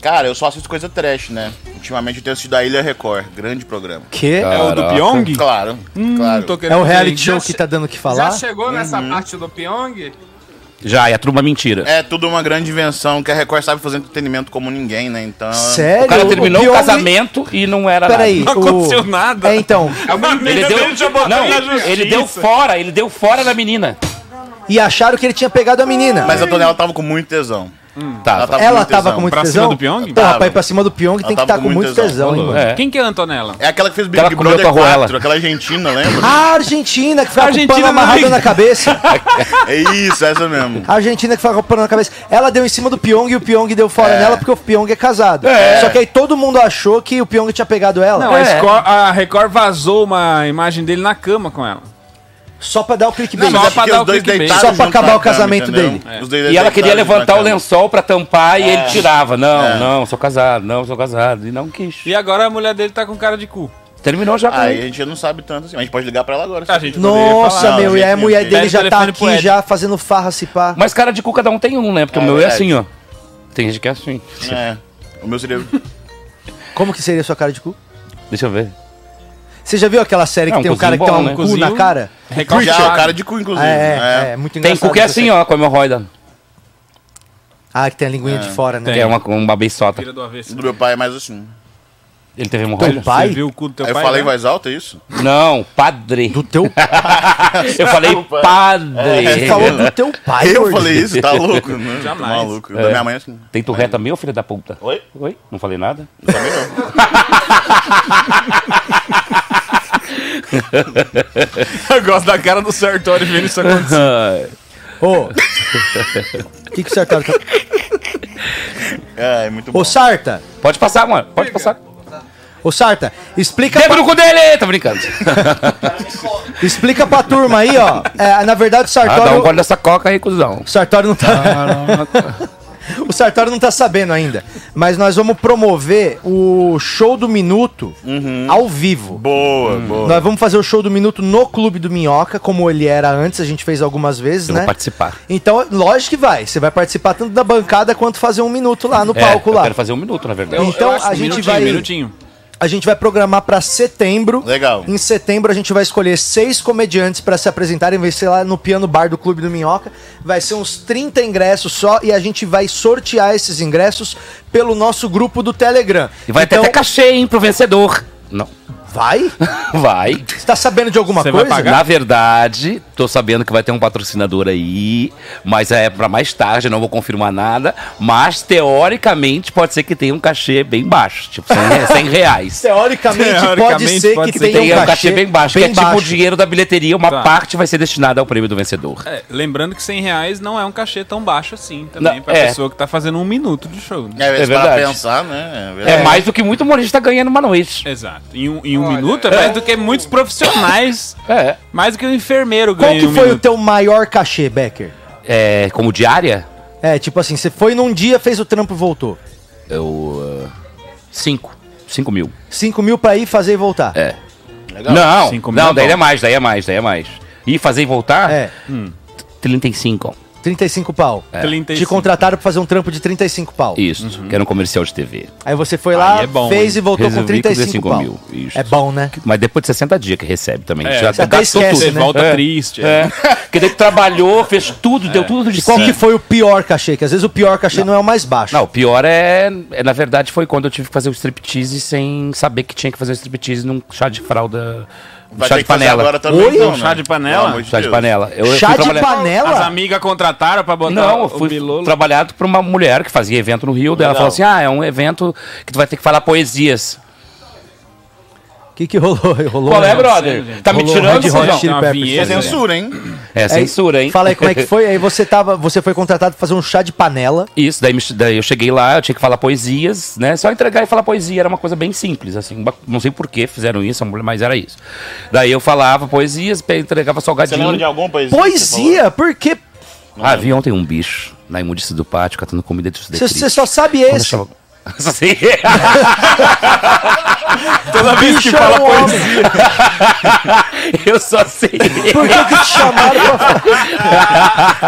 Speaker 6: Cara, eu só assisto coisa trash, né? Ultimamente eu tenho assistido a Ilha Record. Grande programa.
Speaker 3: Que?
Speaker 4: É o do
Speaker 5: Caraca.
Speaker 4: Pyong?
Speaker 6: Claro, claro.
Speaker 3: É
Speaker 4: um
Speaker 3: o reality show que tá dando o que falar?
Speaker 1: Já chegou nessa
Speaker 4: Uhum.
Speaker 1: parte do Pyong?
Speaker 5: Já, é a turma mentira.
Speaker 6: É tudo uma grande invenção que a Record sabe fazer entretenimento como ninguém, né? Então.
Speaker 3: Sério?
Speaker 5: O cara terminou o,
Speaker 3: Pyong-
Speaker 5: casamento e não era
Speaker 3: Peraí.
Speaker 5: nada.
Speaker 4: Não
Speaker 3: o-
Speaker 4: aconteceu nada.
Speaker 3: É, então.
Speaker 5: Ele deu, não, ele deu fora, ele deu fora da menina.
Speaker 3: E acharam que ele tinha pegado a menina.
Speaker 6: Mas a Tonela tava com muito tesão.
Speaker 5: Tava.
Speaker 3: Ela tava com muito
Speaker 4: Pra
Speaker 3: tesão.
Speaker 4: cima do Pyong?
Speaker 3: Então,
Speaker 6: Tava.
Speaker 3: rapaz, pra cima do Pyong tem que
Speaker 6: tava
Speaker 3: estar
Speaker 6: com
Speaker 3: com
Speaker 6: muito
Speaker 3: muito
Speaker 6: tesão,
Speaker 3: tesão, hein,
Speaker 6: falou.
Speaker 3: mano.
Speaker 5: É.
Speaker 4: Quem que é a Antonella?
Speaker 6: É aquela que fez Big
Speaker 5: Ela comeu
Speaker 6: Brother
Speaker 5: tua arruela.
Speaker 6: 4, aquela argentina, lembra?
Speaker 3: A Argentina que ficava com o
Speaker 4: Argentina
Speaker 3: pano
Speaker 4: não
Speaker 3: amarrado
Speaker 4: liga.
Speaker 3: na cabeça.
Speaker 6: é isso, essa mesmo.
Speaker 3: A Argentina que ficava com o pano na cabeça. Ela deu em cima do Pyong e o Pyong deu fora nela porque o Pyong é casado. Só que aí todo mundo achou que o Pyong tinha pegado ela.
Speaker 4: Não, é. a, Sco- a Record vazou uma imagem dele na cama com ela.
Speaker 3: Só pra dar o clickbait.
Speaker 4: Não, mas
Speaker 6: é porque
Speaker 4: pra dar o clickbait.
Speaker 3: Só pra
Speaker 6: junto
Speaker 3: acabar
Speaker 6: na
Speaker 3: o casamento dele.
Speaker 6: entendeu? É. Os dois
Speaker 5: E ela
Speaker 6: deitaram
Speaker 5: queria
Speaker 6: junto na
Speaker 5: levantar o
Speaker 6: cama.
Speaker 5: lençol pra tampar e ele tirava. Não,
Speaker 6: É.
Speaker 5: não, sou casado, não, sou casado. E não quis.
Speaker 4: E agora a mulher dele tá com cara de cu.
Speaker 5: Terminou já com
Speaker 6: Aí a
Speaker 5: ele.
Speaker 6: gente não sabe tanto assim, mas a gente pode ligar pra ela agora.
Speaker 4: A gente poderia
Speaker 3: Nossa,
Speaker 4: falar,
Speaker 3: meu,
Speaker 6: gente,
Speaker 3: e aí a
Speaker 6: meu,
Speaker 3: mulher
Speaker 6: gente.
Speaker 3: dele
Speaker 4: Pede
Speaker 3: já tá
Speaker 4: telefone
Speaker 3: aqui
Speaker 4: pro Ed.
Speaker 3: já fazendo farra se pá.
Speaker 5: Mas cara de cu cada um tem um, né? Porque o
Speaker 6: É
Speaker 5: meu é
Speaker 6: verdade.
Speaker 5: assim, ó. Tem gente que é assim.
Speaker 6: É. O meu seria.
Speaker 3: Como que seria a sua cara de cu?
Speaker 5: Deixa eu ver.
Speaker 3: Você já viu aquela série que
Speaker 5: É, um
Speaker 3: tem um cara que tem
Speaker 5: cozinho
Speaker 3: um
Speaker 5: bom, né?
Speaker 3: cu na
Speaker 4: Cozinho.
Speaker 3: cara?
Speaker 4: Record
Speaker 6: Já, o cara de cu, inclusive.
Speaker 3: É, é,
Speaker 6: É.
Speaker 3: é, muito
Speaker 5: Tem
Speaker 3: engraçado.
Speaker 5: cu que é assim, ó, com a hemorroida.
Speaker 3: Ah, que tem a linguinha de fora, né?
Speaker 5: Que é uma, uma beiçota.
Speaker 4: Vira do avesso.
Speaker 6: Do meu pai é mais assim.
Speaker 5: Ele teve hemorroida?
Speaker 3: Teu pai?
Speaker 4: Você viu o cu do teu
Speaker 6: Aí eu
Speaker 4: pai?
Speaker 6: falei em
Speaker 4: né?
Speaker 6: voz alta, é isso?
Speaker 5: Não, padre.
Speaker 3: Do teu
Speaker 5: Eu falei
Speaker 3: Ele
Speaker 5: padre.
Speaker 3: falou do teu pai,
Speaker 6: eu
Speaker 3: gordinho.
Speaker 6: falei isso, tá louco? Né? Tá
Speaker 4: Jamais.
Speaker 6: maluco. Da minha mãe assim.
Speaker 5: Tem turreta também, ô filho da puta?
Speaker 6: Oi?
Speaker 5: Oi? Não falei nada?
Speaker 4: Eu gosto da cara do Sartori vendo isso acontecer.
Speaker 3: Ô. O que que o Sarta tá...
Speaker 6: É, é muito bom.
Speaker 3: Ô, Sarta,
Speaker 5: Pode passar, mano. Pode passar.
Speaker 3: Ô, Sarta, explica
Speaker 5: Dedo no cu dele! Tá brincando.
Speaker 3: Explica pra turma aí, ó. É, na verdade, o
Speaker 5: Ah, dá um
Speaker 3: Sartório.
Speaker 5: gole dessa coca aí, cuzão.
Speaker 3: o Sartório não
Speaker 4: Ah,
Speaker 3: tá. o Sartório não tá sabendo ainda. Mas nós vamos promover o show do minuto
Speaker 5: Uhum.
Speaker 3: ao vivo.
Speaker 6: Boa, boa.
Speaker 3: Nós vamos fazer o show do minuto no Clube do Minhoca, como ele era antes, a gente fez algumas vezes,
Speaker 5: Eu
Speaker 3: né?
Speaker 5: vou participar.
Speaker 3: Então, lógico que vai. Você vai participar tanto da bancada quanto fazer um minuto lá no
Speaker 5: É,
Speaker 3: palco
Speaker 5: eu
Speaker 3: lá.
Speaker 5: quero fazer um minuto, na verdade.
Speaker 3: Então,
Speaker 4: Eu acho
Speaker 3: a
Speaker 4: que um
Speaker 3: gente
Speaker 4: minutinho,
Speaker 3: vai-
Speaker 4: Minutinho.
Speaker 3: A gente vai programar pra setembro.
Speaker 6: Legal.
Speaker 3: Em setembro a gente vai escolher seis comediantes pra se apresentarem, vai ser lá no Piano Bar do Clube do Minhoca. Vai ser uns 30 ingressos só e a gente vai sortear esses ingressos pelo nosso grupo do Telegram. Então,
Speaker 5: E vai ter até cachê, hein, pro vencedor. Não.
Speaker 3: Vai?
Speaker 5: Vai.
Speaker 3: Você tá sabendo de alguma
Speaker 4: Você vai
Speaker 3: coisa?
Speaker 4: pagar?
Speaker 5: Na verdade, tô sabendo que vai ter um patrocinador aí, mas é pra mais tarde, não vou confirmar nada. Mas, teoricamente, pode ser que tenha um cachê bem baixo, tipo 100, re- 100 reais.
Speaker 3: Teoricamente, pode
Speaker 4: Teoricamente,
Speaker 3: ser
Speaker 4: pode
Speaker 3: que
Speaker 4: ser que
Speaker 5: Tem
Speaker 3: tenha
Speaker 5: um cachê bem baixo, que é tipo o
Speaker 3: baixo.
Speaker 5: dinheiro da bilheteria, uma
Speaker 4: Tá.
Speaker 5: parte vai ser destinada ao prêmio do vencedor.
Speaker 4: É, lembrando que 100 reais não é um cachê tão baixo assim também
Speaker 5: Não,
Speaker 4: pra
Speaker 5: é.
Speaker 4: pessoa que tá fazendo um minuto de show. né?
Speaker 6: É,
Speaker 5: É
Speaker 6: é pra
Speaker 5: verdade.
Speaker 6: pensar, né? É
Speaker 5: É,
Speaker 6: verdade.
Speaker 5: mais do que muito humorista ganha numa noite.
Speaker 4: Exato. Em um, em um minuto é mais do que muitos profissionais.
Speaker 5: É.
Speaker 4: Mais do que um enfermeiro
Speaker 3: Qual
Speaker 4: ganha
Speaker 3: que
Speaker 4: em um
Speaker 3: foi o
Speaker 4: minuto.
Speaker 3: teu maior cachê, Becker?
Speaker 5: É, como diária,
Speaker 3: É, tipo assim, você foi num dia, fez o trampo e voltou.
Speaker 6: ah,
Speaker 5: eu. 5. 5 mil.
Speaker 3: 5 mil pra ir, fazer e voltar.
Speaker 5: É.
Speaker 6: Legal.
Speaker 5: Não,
Speaker 4: Cinco mil é
Speaker 5: não, daí
Speaker 4: bom.
Speaker 5: é mais, daí é mais, daí é mais. E fazer e voltar?
Speaker 3: É,
Speaker 5: 35.
Speaker 3: 35 pau.
Speaker 5: É.
Speaker 3: Te
Speaker 4: 35.
Speaker 3: contrataram pra fazer um trampo de 35 pau.
Speaker 5: Isso, que era um comercial de TV.
Speaker 3: Aí você foi
Speaker 4: Aí
Speaker 3: lá,
Speaker 4: é bom,
Speaker 3: fez
Speaker 4: hein?
Speaker 3: e voltou com
Speaker 5: Resolvi com
Speaker 3: 35 pau.
Speaker 5: 35 mil, isso.
Speaker 3: É bom, né?
Speaker 5: Mas depois de 60 dias que recebe também.
Speaker 4: É,
Speaker 5: já
Speaker 4: você
Speaker 3: até
Speaker 5: gastou
Speaker 3: esquece,
Speaker 4: Você
Speaker 5: tudo.
Speaker 3: né?
Speaker 4: volta
Speaker 5: É.
Speaker 4: triste.
Speaker 5: É. Porque daí trabalhou, fez tudo, deu tudo de
Speaker 3: Qual
Speaker 5: si.
Speaker 3: que foi o pior cachê? Que às vezes o pior cachê não, é o mais baixo.
Speaker 5: Não, o pior é, é, na verdade, foi quando eu tive que fazer o striptease sem saber que tinha que fazer o striptease num chá de fralda. Um
Speaker 6: Vai
Speaker 5: chá
Speaker 6: ter
Speaker 5: de
Speaker 6: que fazer
Speaker 5: panela.
Speaker 6: agora também,
Speaker 4: Oi?
Speaker 6: então,
Speaker 4: Um chá
Speaker 6: né?
Speaker 4: de panela?
Speaker 6: Pelo amor de
Speaker 5: é Chá de
Speaker 6: Deus.
Speaker 5: panela. Eu, eu
Speaker 3: Chá
Speaker 5: fui
Speaker 3: de
Speaker 5: trabalhar-
Speaker 4: As
Speaker 3: panela?
Speaker 4: amigas contrataram pra botar
Speaker 5: Não, eu
Speaker 4: o
Speaker 5: fui
Speaker 4: bilolo.
Speaker 5: trabalhado por uma mulher que fazia evento no Rio. Daí ela falou
Speaker 6: Legal.
Speaker 5: assim: ah, é um evento que tu vai ter que falar poesias.
Speaker 3: O que, que rolou? rolou
Speaker 5: Qual é,
Speaker 3: né?
Speaker 5: brother? Tá me
Speaker 3: Rolou
Speaker 5: tirando,
Speaker 3: Red Hot
Speaker 5: Sujão?
Speaker 3: Chili
Speaker 4: Não,
Speaker 3: Peppers.
Speaker 4: vinheta.
Speaker 3: Fazer um-
Speaker 6: Censura, hein?
Speaker 5: É
Speaker 3: Aí,
Speaker 5: censura, hein?
Speaker 3: Fala aí como é que foi. Aí você, tava, você foi contratado pra fazer um chá de panela.
Speaker 5: Isso, daí, me- daí eu cheguei lá, eu tinha que falar poesias, né? Só entregar e falar poesia, era uma coisa bem simples, assim. ba- Não sei por que fizeram isso, mas era isso. Daí eu falava poesias, pe- entregava
Speaker 6: Você lembra de
Speaker 5: salgadinho.
Speaker 6: algum país?
Speaker 3: Poesia? Por que?
Speaker 5: Ah, vi ontem um bicho na imundícia do pátio catando comida de
Speaker 3: Você-
Speaker 5: sudecrito.
Speaker 3: Você só sabe
Speaker 5: Quando eu
Speaker 3: esse.
Speaker 5: chamo- Sim.
Speaker 6: Toda vez
Speaker 3: é
Speaker 6: que
Speaker 3: um
Speaker 6: fala poesia.
Speaker 5: eu só sei.
Speaker 3: Por que, que te chamaram pra...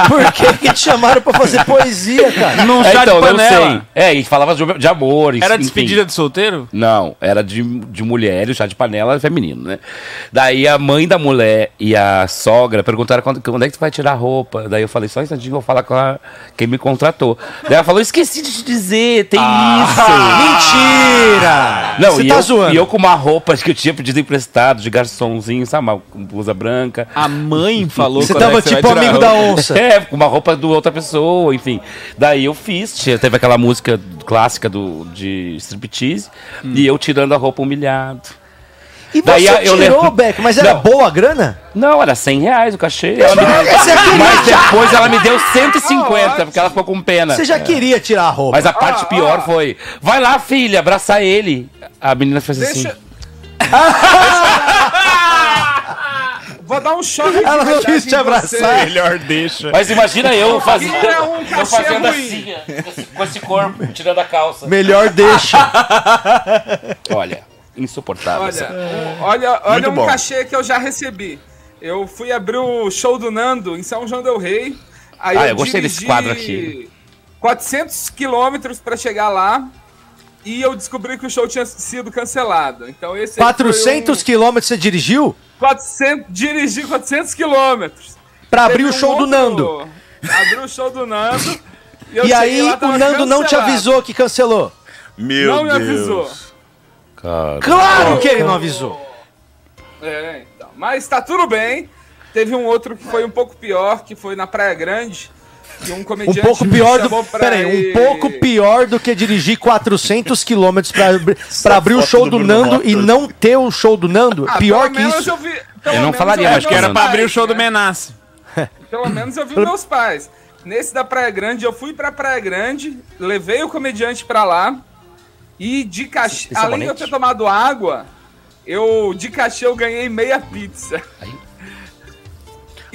Speaker 3: Por que, que te chamaram pra fazer poesia, cara?
Speaker 4: Num um chá de panela.
Speaker 5: É, e falava de, de amor.
Speaker 4: Era
Speaker 5: enfim.
Speaker 4: despedida de solteiro?
Speaker 5: Não, era de, de mulher, e o chá de panela é feminino, né? Daí a mãe da mulher e a sogra perguntaram quando, quando é que tu vai tirar a roupa. Daí eu falei, só um instantinho, eu vou falar com a, quem me contratou. Daí ela falou, esqueci de te dizer, tem
Speaker 3: Mentira!
Speaker 4: Ah!
Speaker 5: isso. Não,
Speaker 3: Você
Speaker 5: e,
Speaker 3: tá
Speaker 5: eu,
Speaker 3: zoando.
Speaker 5: e eu com uma roupa que eu tinha pedido emprestado, de garçomzinho, sabe? Uma blusa branca.
Speaker 4: A mãe falou
Speaker 3: Você
Speaker 4: quando é
Speaker 3: tava
Speaker 4: que vai
Speaker 3: tipo
Speaker 4: tirar
Speaker 3: amigo
Speaker 4: a
Speaker 3: da
Speaker 4: roupa.
Speaker 3: onça.
Speaker 5: É, com uma roupa de outra pessoa, enfim. Daí eu fiz, tinha- teve aquela música clássica do, de striptease, e eu tirando a roupa humilhado.
Speaker 3: E você
Speaker 5: Daí eu
Speaker 3: tirou,
Speaker 5: lembro-
Speaker 3: Beck, mas era
Speaker 5: Não.
Speaker 3: boa a grana?
Speaker 5: Não, era 100 reais o cachê. Ela
Speaker 1: é
Speaker 5: me deu-
Speaker 3: Você, queria,
Speaker 5: Mas depois ela me deu
Speaker 1: Ah,
Speaker 5: 150, porque ela ficou com pena.
Speaker 3: você já queria tirar a roupa.
Speaker 5: Mas a parte pior foi: vai lá, filha, abraçar ele. A menina fez assim.
Speaker 1: Deixa- Vou dar um choque de
Speaker 3: Ela não
Speaker 1: verdade
Speaker 3: quis te
Speaker 1: em
Speaker 3: abraçar.
Speaker 1: você.
Speaker 6: Melhor deixa.
Speaker 5: é. Mas imagina eu fazendo,
Speaker 1: Filha, um
Speaker 5: eu
Speaker 1: cachê ruim.
Speaker 5: fazendo assim, ó, com esse- com esse corpo, tirando a calça.
Speaker 3: Melhor deixa.
Speaker 5: Olha, insuportável.
Speaker 1: Olha,
Speaker 5: essa-
Speaker 1: um- olha, olha
Speaker 6: Muito
Speaker 1: um
Speaker 6: bom.
Speaker 1: cachê que eu já recebi. Eu fui abrir o show do Nando em São João del Rei. Aí
Speaker 5: Ah, eu gostei desse
Speaker 1: dirigi
Speaker 5: quadro aqui.
Speaker 1: 400 quilômetros pra chegar lá. E eu descobri que o show tinha sido cancelado. Então esse aí foi
Speaker 3: 400
Speaker 1: um-
Speaker 3: quilômetros você dirigiu
Speaker 1: 400 dirigi 400 quilômetros.
Speaker 3: pra abrir
Speaker 1: Teve
Speaker 3: o
Speaker 1: um
Speaker 3: show do
Speaker 1: outro-
Speaker 3: Nando.
Speaker 1: Abriu o show do Nando. eu
Speaker 3: E
Speaker 1: cheguei
Speaker 3: aí
Speaker 1: lá,
Speaker 3: o
Speaker 1: tava
Speaker 3: Nando não te
Speaker 1: cancelado.
Speaker 3: avisou que cancelou.
Speaker 6: Meu
Speaker 1: Não me
Speaker 6: Deus.
Speaker 1: avisou.
Speaker 5: Cara.
Speaker 3: Claro que ele não avisou.
Speaker 1: É, então. Mas tá tudo bem. Teve um outro que foi um pouco pior, que foi na Praia Grande. Que um
Speaker 3: Um
Speaker 1: comediante
Speaker 3: pouco
Speaker 1: me
Speaker 3: pior do.
Speaker 1: chamou pra
Speaker 3: Peraí,
Speaker 1: ir-
Speaker 3: um pouco pior do que dirigir 400 quilômetros pra, abri- pra abrir o
Speaker 6: foto
Speaker 3: show
Speaker 6: do
Speaker 3: do
Speaker 6: Bruno
Speaker 3: Nando e
Speaker 6: Mota.
Speaker 3: não ter o show do Nando?
Speaker 1: Ah,
Speaker 3: Pior
Speaker 1: pelo
Speaker 3: que
Speaker 1: menos
Speaker 3: isso.
Speaker 1: Eu, vi, pelo
Speaker 5: não
Speaker 1: menos
Speaker 5: falaria,
Speaker 1: vi
Speaker 5: acho que
Speaker 1: meus
Speaker 5: era
Speaker 4: Pra abrir o
Speaker 1: pais,
Speaker 4: show do
Speaker 1: né?
Speaker 4: Menace.
Speaker 1: Pelo menos eu vi meus pais. Nesse da Praia Grande, eu fui pra Praia Grande, levei o comediante pra lá. E de cachê,
Speaker 5: Esse- esse
Speaker 1: além de eu
Speaker 5: abonete?
Speaker 1: ter tomado água, eu de cachê eu ganhei meia pizza.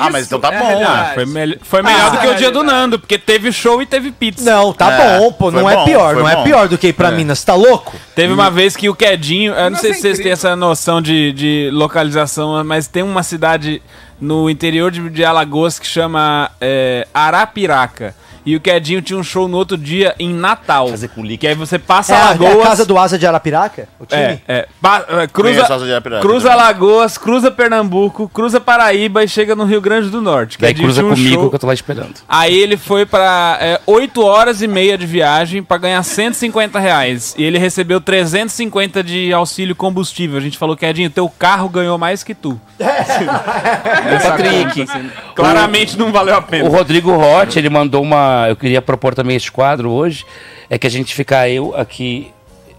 Speaker 6: Ah, mas
Speaker 1: Isso
Speaker 6: então tá
Speaker 1: é
Speaker 6: bom.
Speaker 1: verdade.
Speaker 4: Foi, mel- foi melhor
Speaker 1: Ah,
Speaker 4: do que o dia
Speaker 1: verdade.
Speaker 4: do Nando, porque teve show e teve pizza.
Speaker 3: Não, tá
Speaker 6: É,
Speaker 3: bom, pô.
Speaker 6: foi
Speaker 3: Não é
Speaker 6: bom,
Speaker 3: pior,
Speaker 6: foi
Speaker 3: não
Speaker 6: bom.
Speaker 3: é pior do que ir pra Minas, tá louco?
Speaker 4: Teve uma vez que o Quedinho, eu não
Speaker 1: Nossa,
Speaker 4: sei
Speaker 1: é
Speaker 4: se vocês têm
Speaker 1: incrível.
Speaker 4: essa noção de, de localização, mas tem uma cidade no interior de, de Alagoas que chama é, Arapiraca. E o Quedinho tinha um show no outro dia em Natal.
Speaker 5: Fazer com líquido.
Speaker 4: Que aí você passa
Speaker 3: É a, é a
Speaker 4: Alagoas.
Speaker 3: casa do Asa de Arapiraca? O time?
Speaker 4: É, é, pa- é, cruza,
Speaker 6: Conheço a Asa de Arapiraca
Speaker 4: cruza
Speaker 6: também.
Speaker 4: Alagoas, cruza Pernambuco, cruza Paraíba e chega no Rio Grande do Norte.
Speaker 5: Daí
Speaker 4: Quedinho
Speaker 5: cruza
Speaker 4: tinha um
Speaker 5: comigo
Speaker 4: show-
Speaker 5: que eu tô lá esperando.
Speaker 4: Aí ele foi pra é, 8 horas e meia de viagem pra ganhar 150 reais. E ele recebeu 350 de auxílio combustível. A gente falou, Quedinho, teu carro ganhou mais que tu.
Speaker 5: Patrick.
Speaker 1: assim,
Speaker 4: Claramente não valeu a
Speaker 5: O
Speaker 4: pena.
Speaker 5: Rodrigo Roth, ele mandou uma. Eu queria propor também esse quadro hoje. É que a gente ficar eu aqui,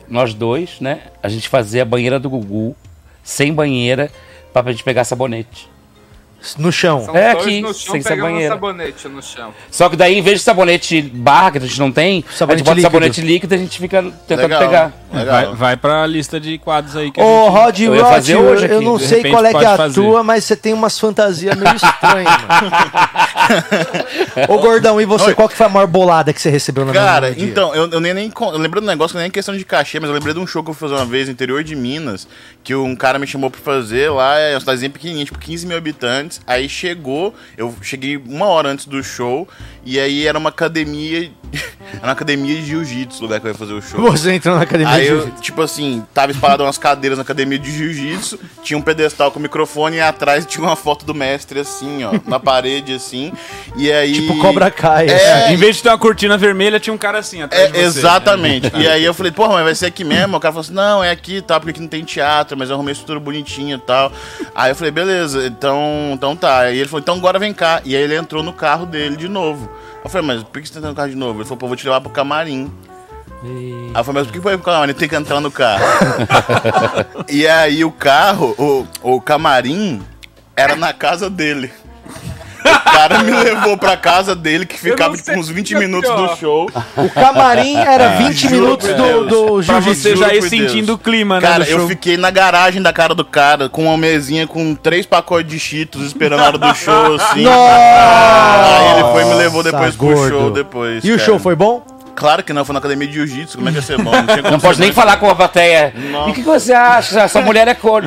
Speaker 5: nós dois, né? A gente fazer a banheira do Gugu sem banheira pra gente pegar sabonete.
Speaker 3: No chão.
Speaker 1: São
Speaker 5: É
Speaker 1: dois
Speaker 5: aqui,
Speaker 1: no chão
Speaker 5: sem ser
Speaker 1: pegando um
Speaker 5: banheiro.
Speaker 1: sabonete no chão.
Speaker 5: Só que daí, em vez de sabonete barra, que a gente não tem, a
Speaker 3: Sabonete
Speaker 5: gente bota
Speaker 3: líquido.
Speaker 5: sabonete líquido e a gente fica tentando
Speaker 6: Legal.
Speaker 5: pegar.
Speaker 4: Vai,
Speaker 6: Legal.
Speaker 4: vai pra lista de quadros aí que a
Speaker 3: Ô,
Speaker 4: gente-
Speaker 3: Rod
Speaker 5: eu ia
Speaker 3: Roth,
Speaker 5: fazer
Speaker 3: eu,
Speaker 5: hoje
Speaker 3: eu
Speaker 5: aqui,
Speaker 3: não
Speaker 5: de
Speaker 3: sei
Speaker 4: repente
Speaker 3: qual é que é a
Speaker 4: pode fazer.
Speaker 3: tua, mas você tem umas fantasias meio estranhas, mano. Ô, gordão, e você?
Speaker 6: Oi.
Speaker 3: Qual que foi a maior bolada que você recebeu na
Speaker 6: Cara,
Speaker 3: mesma dia?
Speaker 6: então, eu, eu nem, nem con- eu lembrei do negócio, que nem é questão de cachê, mas eu lembrei de um show que eu fui fazer uma vez no interior de Minas, que um cara me chamou pra fazer lá, é uma cidadezinha pequenininha, tipo 15 mil habitantes, aí chegou, eu cheguei uma hora antes do show, e aí era uma academia, era uma academia de jiu-jitsu o lugar que eu ia fazer o show.
Speaker 3: Você entrou na academia
Speaker 6: Aí
Speaker 3: de
Speaker 6: eu,
Speaker 3: jiu-jitsu.
Speaker 6: tipo assim, tava espalhado umas cadeiras na academia de jiu-jitsu, tinha um pedestal com microfone e atrás tinha uma foto do mestre, assim, ó, na parede, assim. E É. aí.
Speaker 3: Tipo Cobra Kai. assim.
Speaker 4: Em vez de ter uma cortina vermelha, tinha um cara assim atrás de
Speaker 6: É,
Speaker 4: você.
Speaker 6: exatamente. E aí eu falei, porra, mas vai ser aqui mesmo? O cara falou assim, não, é aqui e tal, porque aqui não tem teatro, mas eu arrumei isso tudo bonitinho e tal. Aí eu falei, beleza, então, então tá. E ele falou, então agora vem cá. E aí ele entrou no carro dele de novo. Eu falei, mas por que você tá entrando no carro de novo? Ele falou, pô, eu vou te levar pro camarim. Aí eu falei, mas por que foi pro camarim? Tem que entrar no carro. e aí o carro, o, o camarim, era na casa dele. O cara me levou pra casa dele, que
Speaker 1: não
Speaker 6: ficava
Speaker 1: sei
Speaker 6: tipo, uns 20
Speaker 1: o que é
Speaker 6: minutos
Speaker 1: pior.
Speaker 6: do show.
Speaker 3: O camarim era 20
Speaker 6: Ah, Juro
Speaker 3: minutos
Speaker 6: por
Speaker 3: do,
Speaker 6: Deus.
Speaker 3: do
Speaker 4: Pra
Speaker 3: jiu-jitsu.
Speaker 4: você
Speaker 6: juro
Speaker 4: já ir
Speaker 6: por
Speaker 4: sentindo
Speaker 6: Deus.
Speaker 4: o clima, né?
Speaker 6: Cara,
Speaker 4: do
Speaker 6: eu
Speaker 4: show.
Speaker 6: fiquei na garagem da cara do cara, com uma mesinha com três pacotes de cheetos, esperando a hora do show, assim. Aí ele foi e me levou
Speaker 3: Nossa,
Speaker 6: depois pro
Speaker 3: gordo.
Speaker 6: show depois.
Speaker 3: E o
Speaker 6: cara.
Speaker 3: show foi bom?
Speaker 6: Claro que não, foi na academia de jiu-jitsu, como é que ia ser bom? Não, tinha como
Speaker 5: Não
Speaker 6: ser
Speaker 5: pode nem
Speaker 6: bom.
Speaker 5: falar com a plateia.
Speaker 6: Não.
Speaker 5: E o que, que você acha? Sua mulher é cor.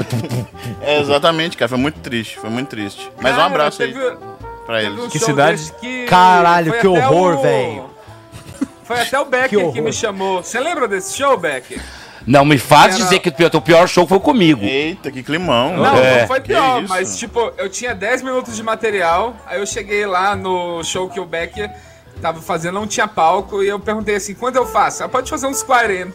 Speaker 6: É, exatamente, cara, foi muito triste, foi muito triste. Mas um
Speaker 1: Cara,
Speaker 6: abraço aí
Speaker 1: teve-
Speaker 6: pra
Speaker 1: teve um
Speaker 6: eles.
Speaker 4: Que
Speaker 1: show
Speaker 4: cidade?
Speaker 1: desse que
Speaker 3: Caralho,
Speaker 1: foi
Speaker 3: que
Speaker 1: até
Speaker 3: horror,
Speaker 1: o-
Speaker 3: velho.
Speaker 1: Foi até o
Speaker 3: Que
Speaker 1: Becker que,
Speaker 3: horror.
Speaker 1: me chamou. Você lembra desse show, Becker?
Speaker 5: Não me faz
Speaker 1: Era-
Speaker 5: dizer que o pior, o pior show foi comigo.
Speaker 6: Eita, que climão.
Speaker 1: Não,
Speaker 5: É.
Speaker 1: não foi
Speaker 6: Que
Speaker 1: pior,
Speaker 6: isso?
Speaker 1: mas tipo, eu tinha 10 minutos de material, aí eu cheguei lá no show que o Becker tava fazendo, não tinha palco, e eu perguntei assim, quanto eu faço? Ela pode fazer uns 40.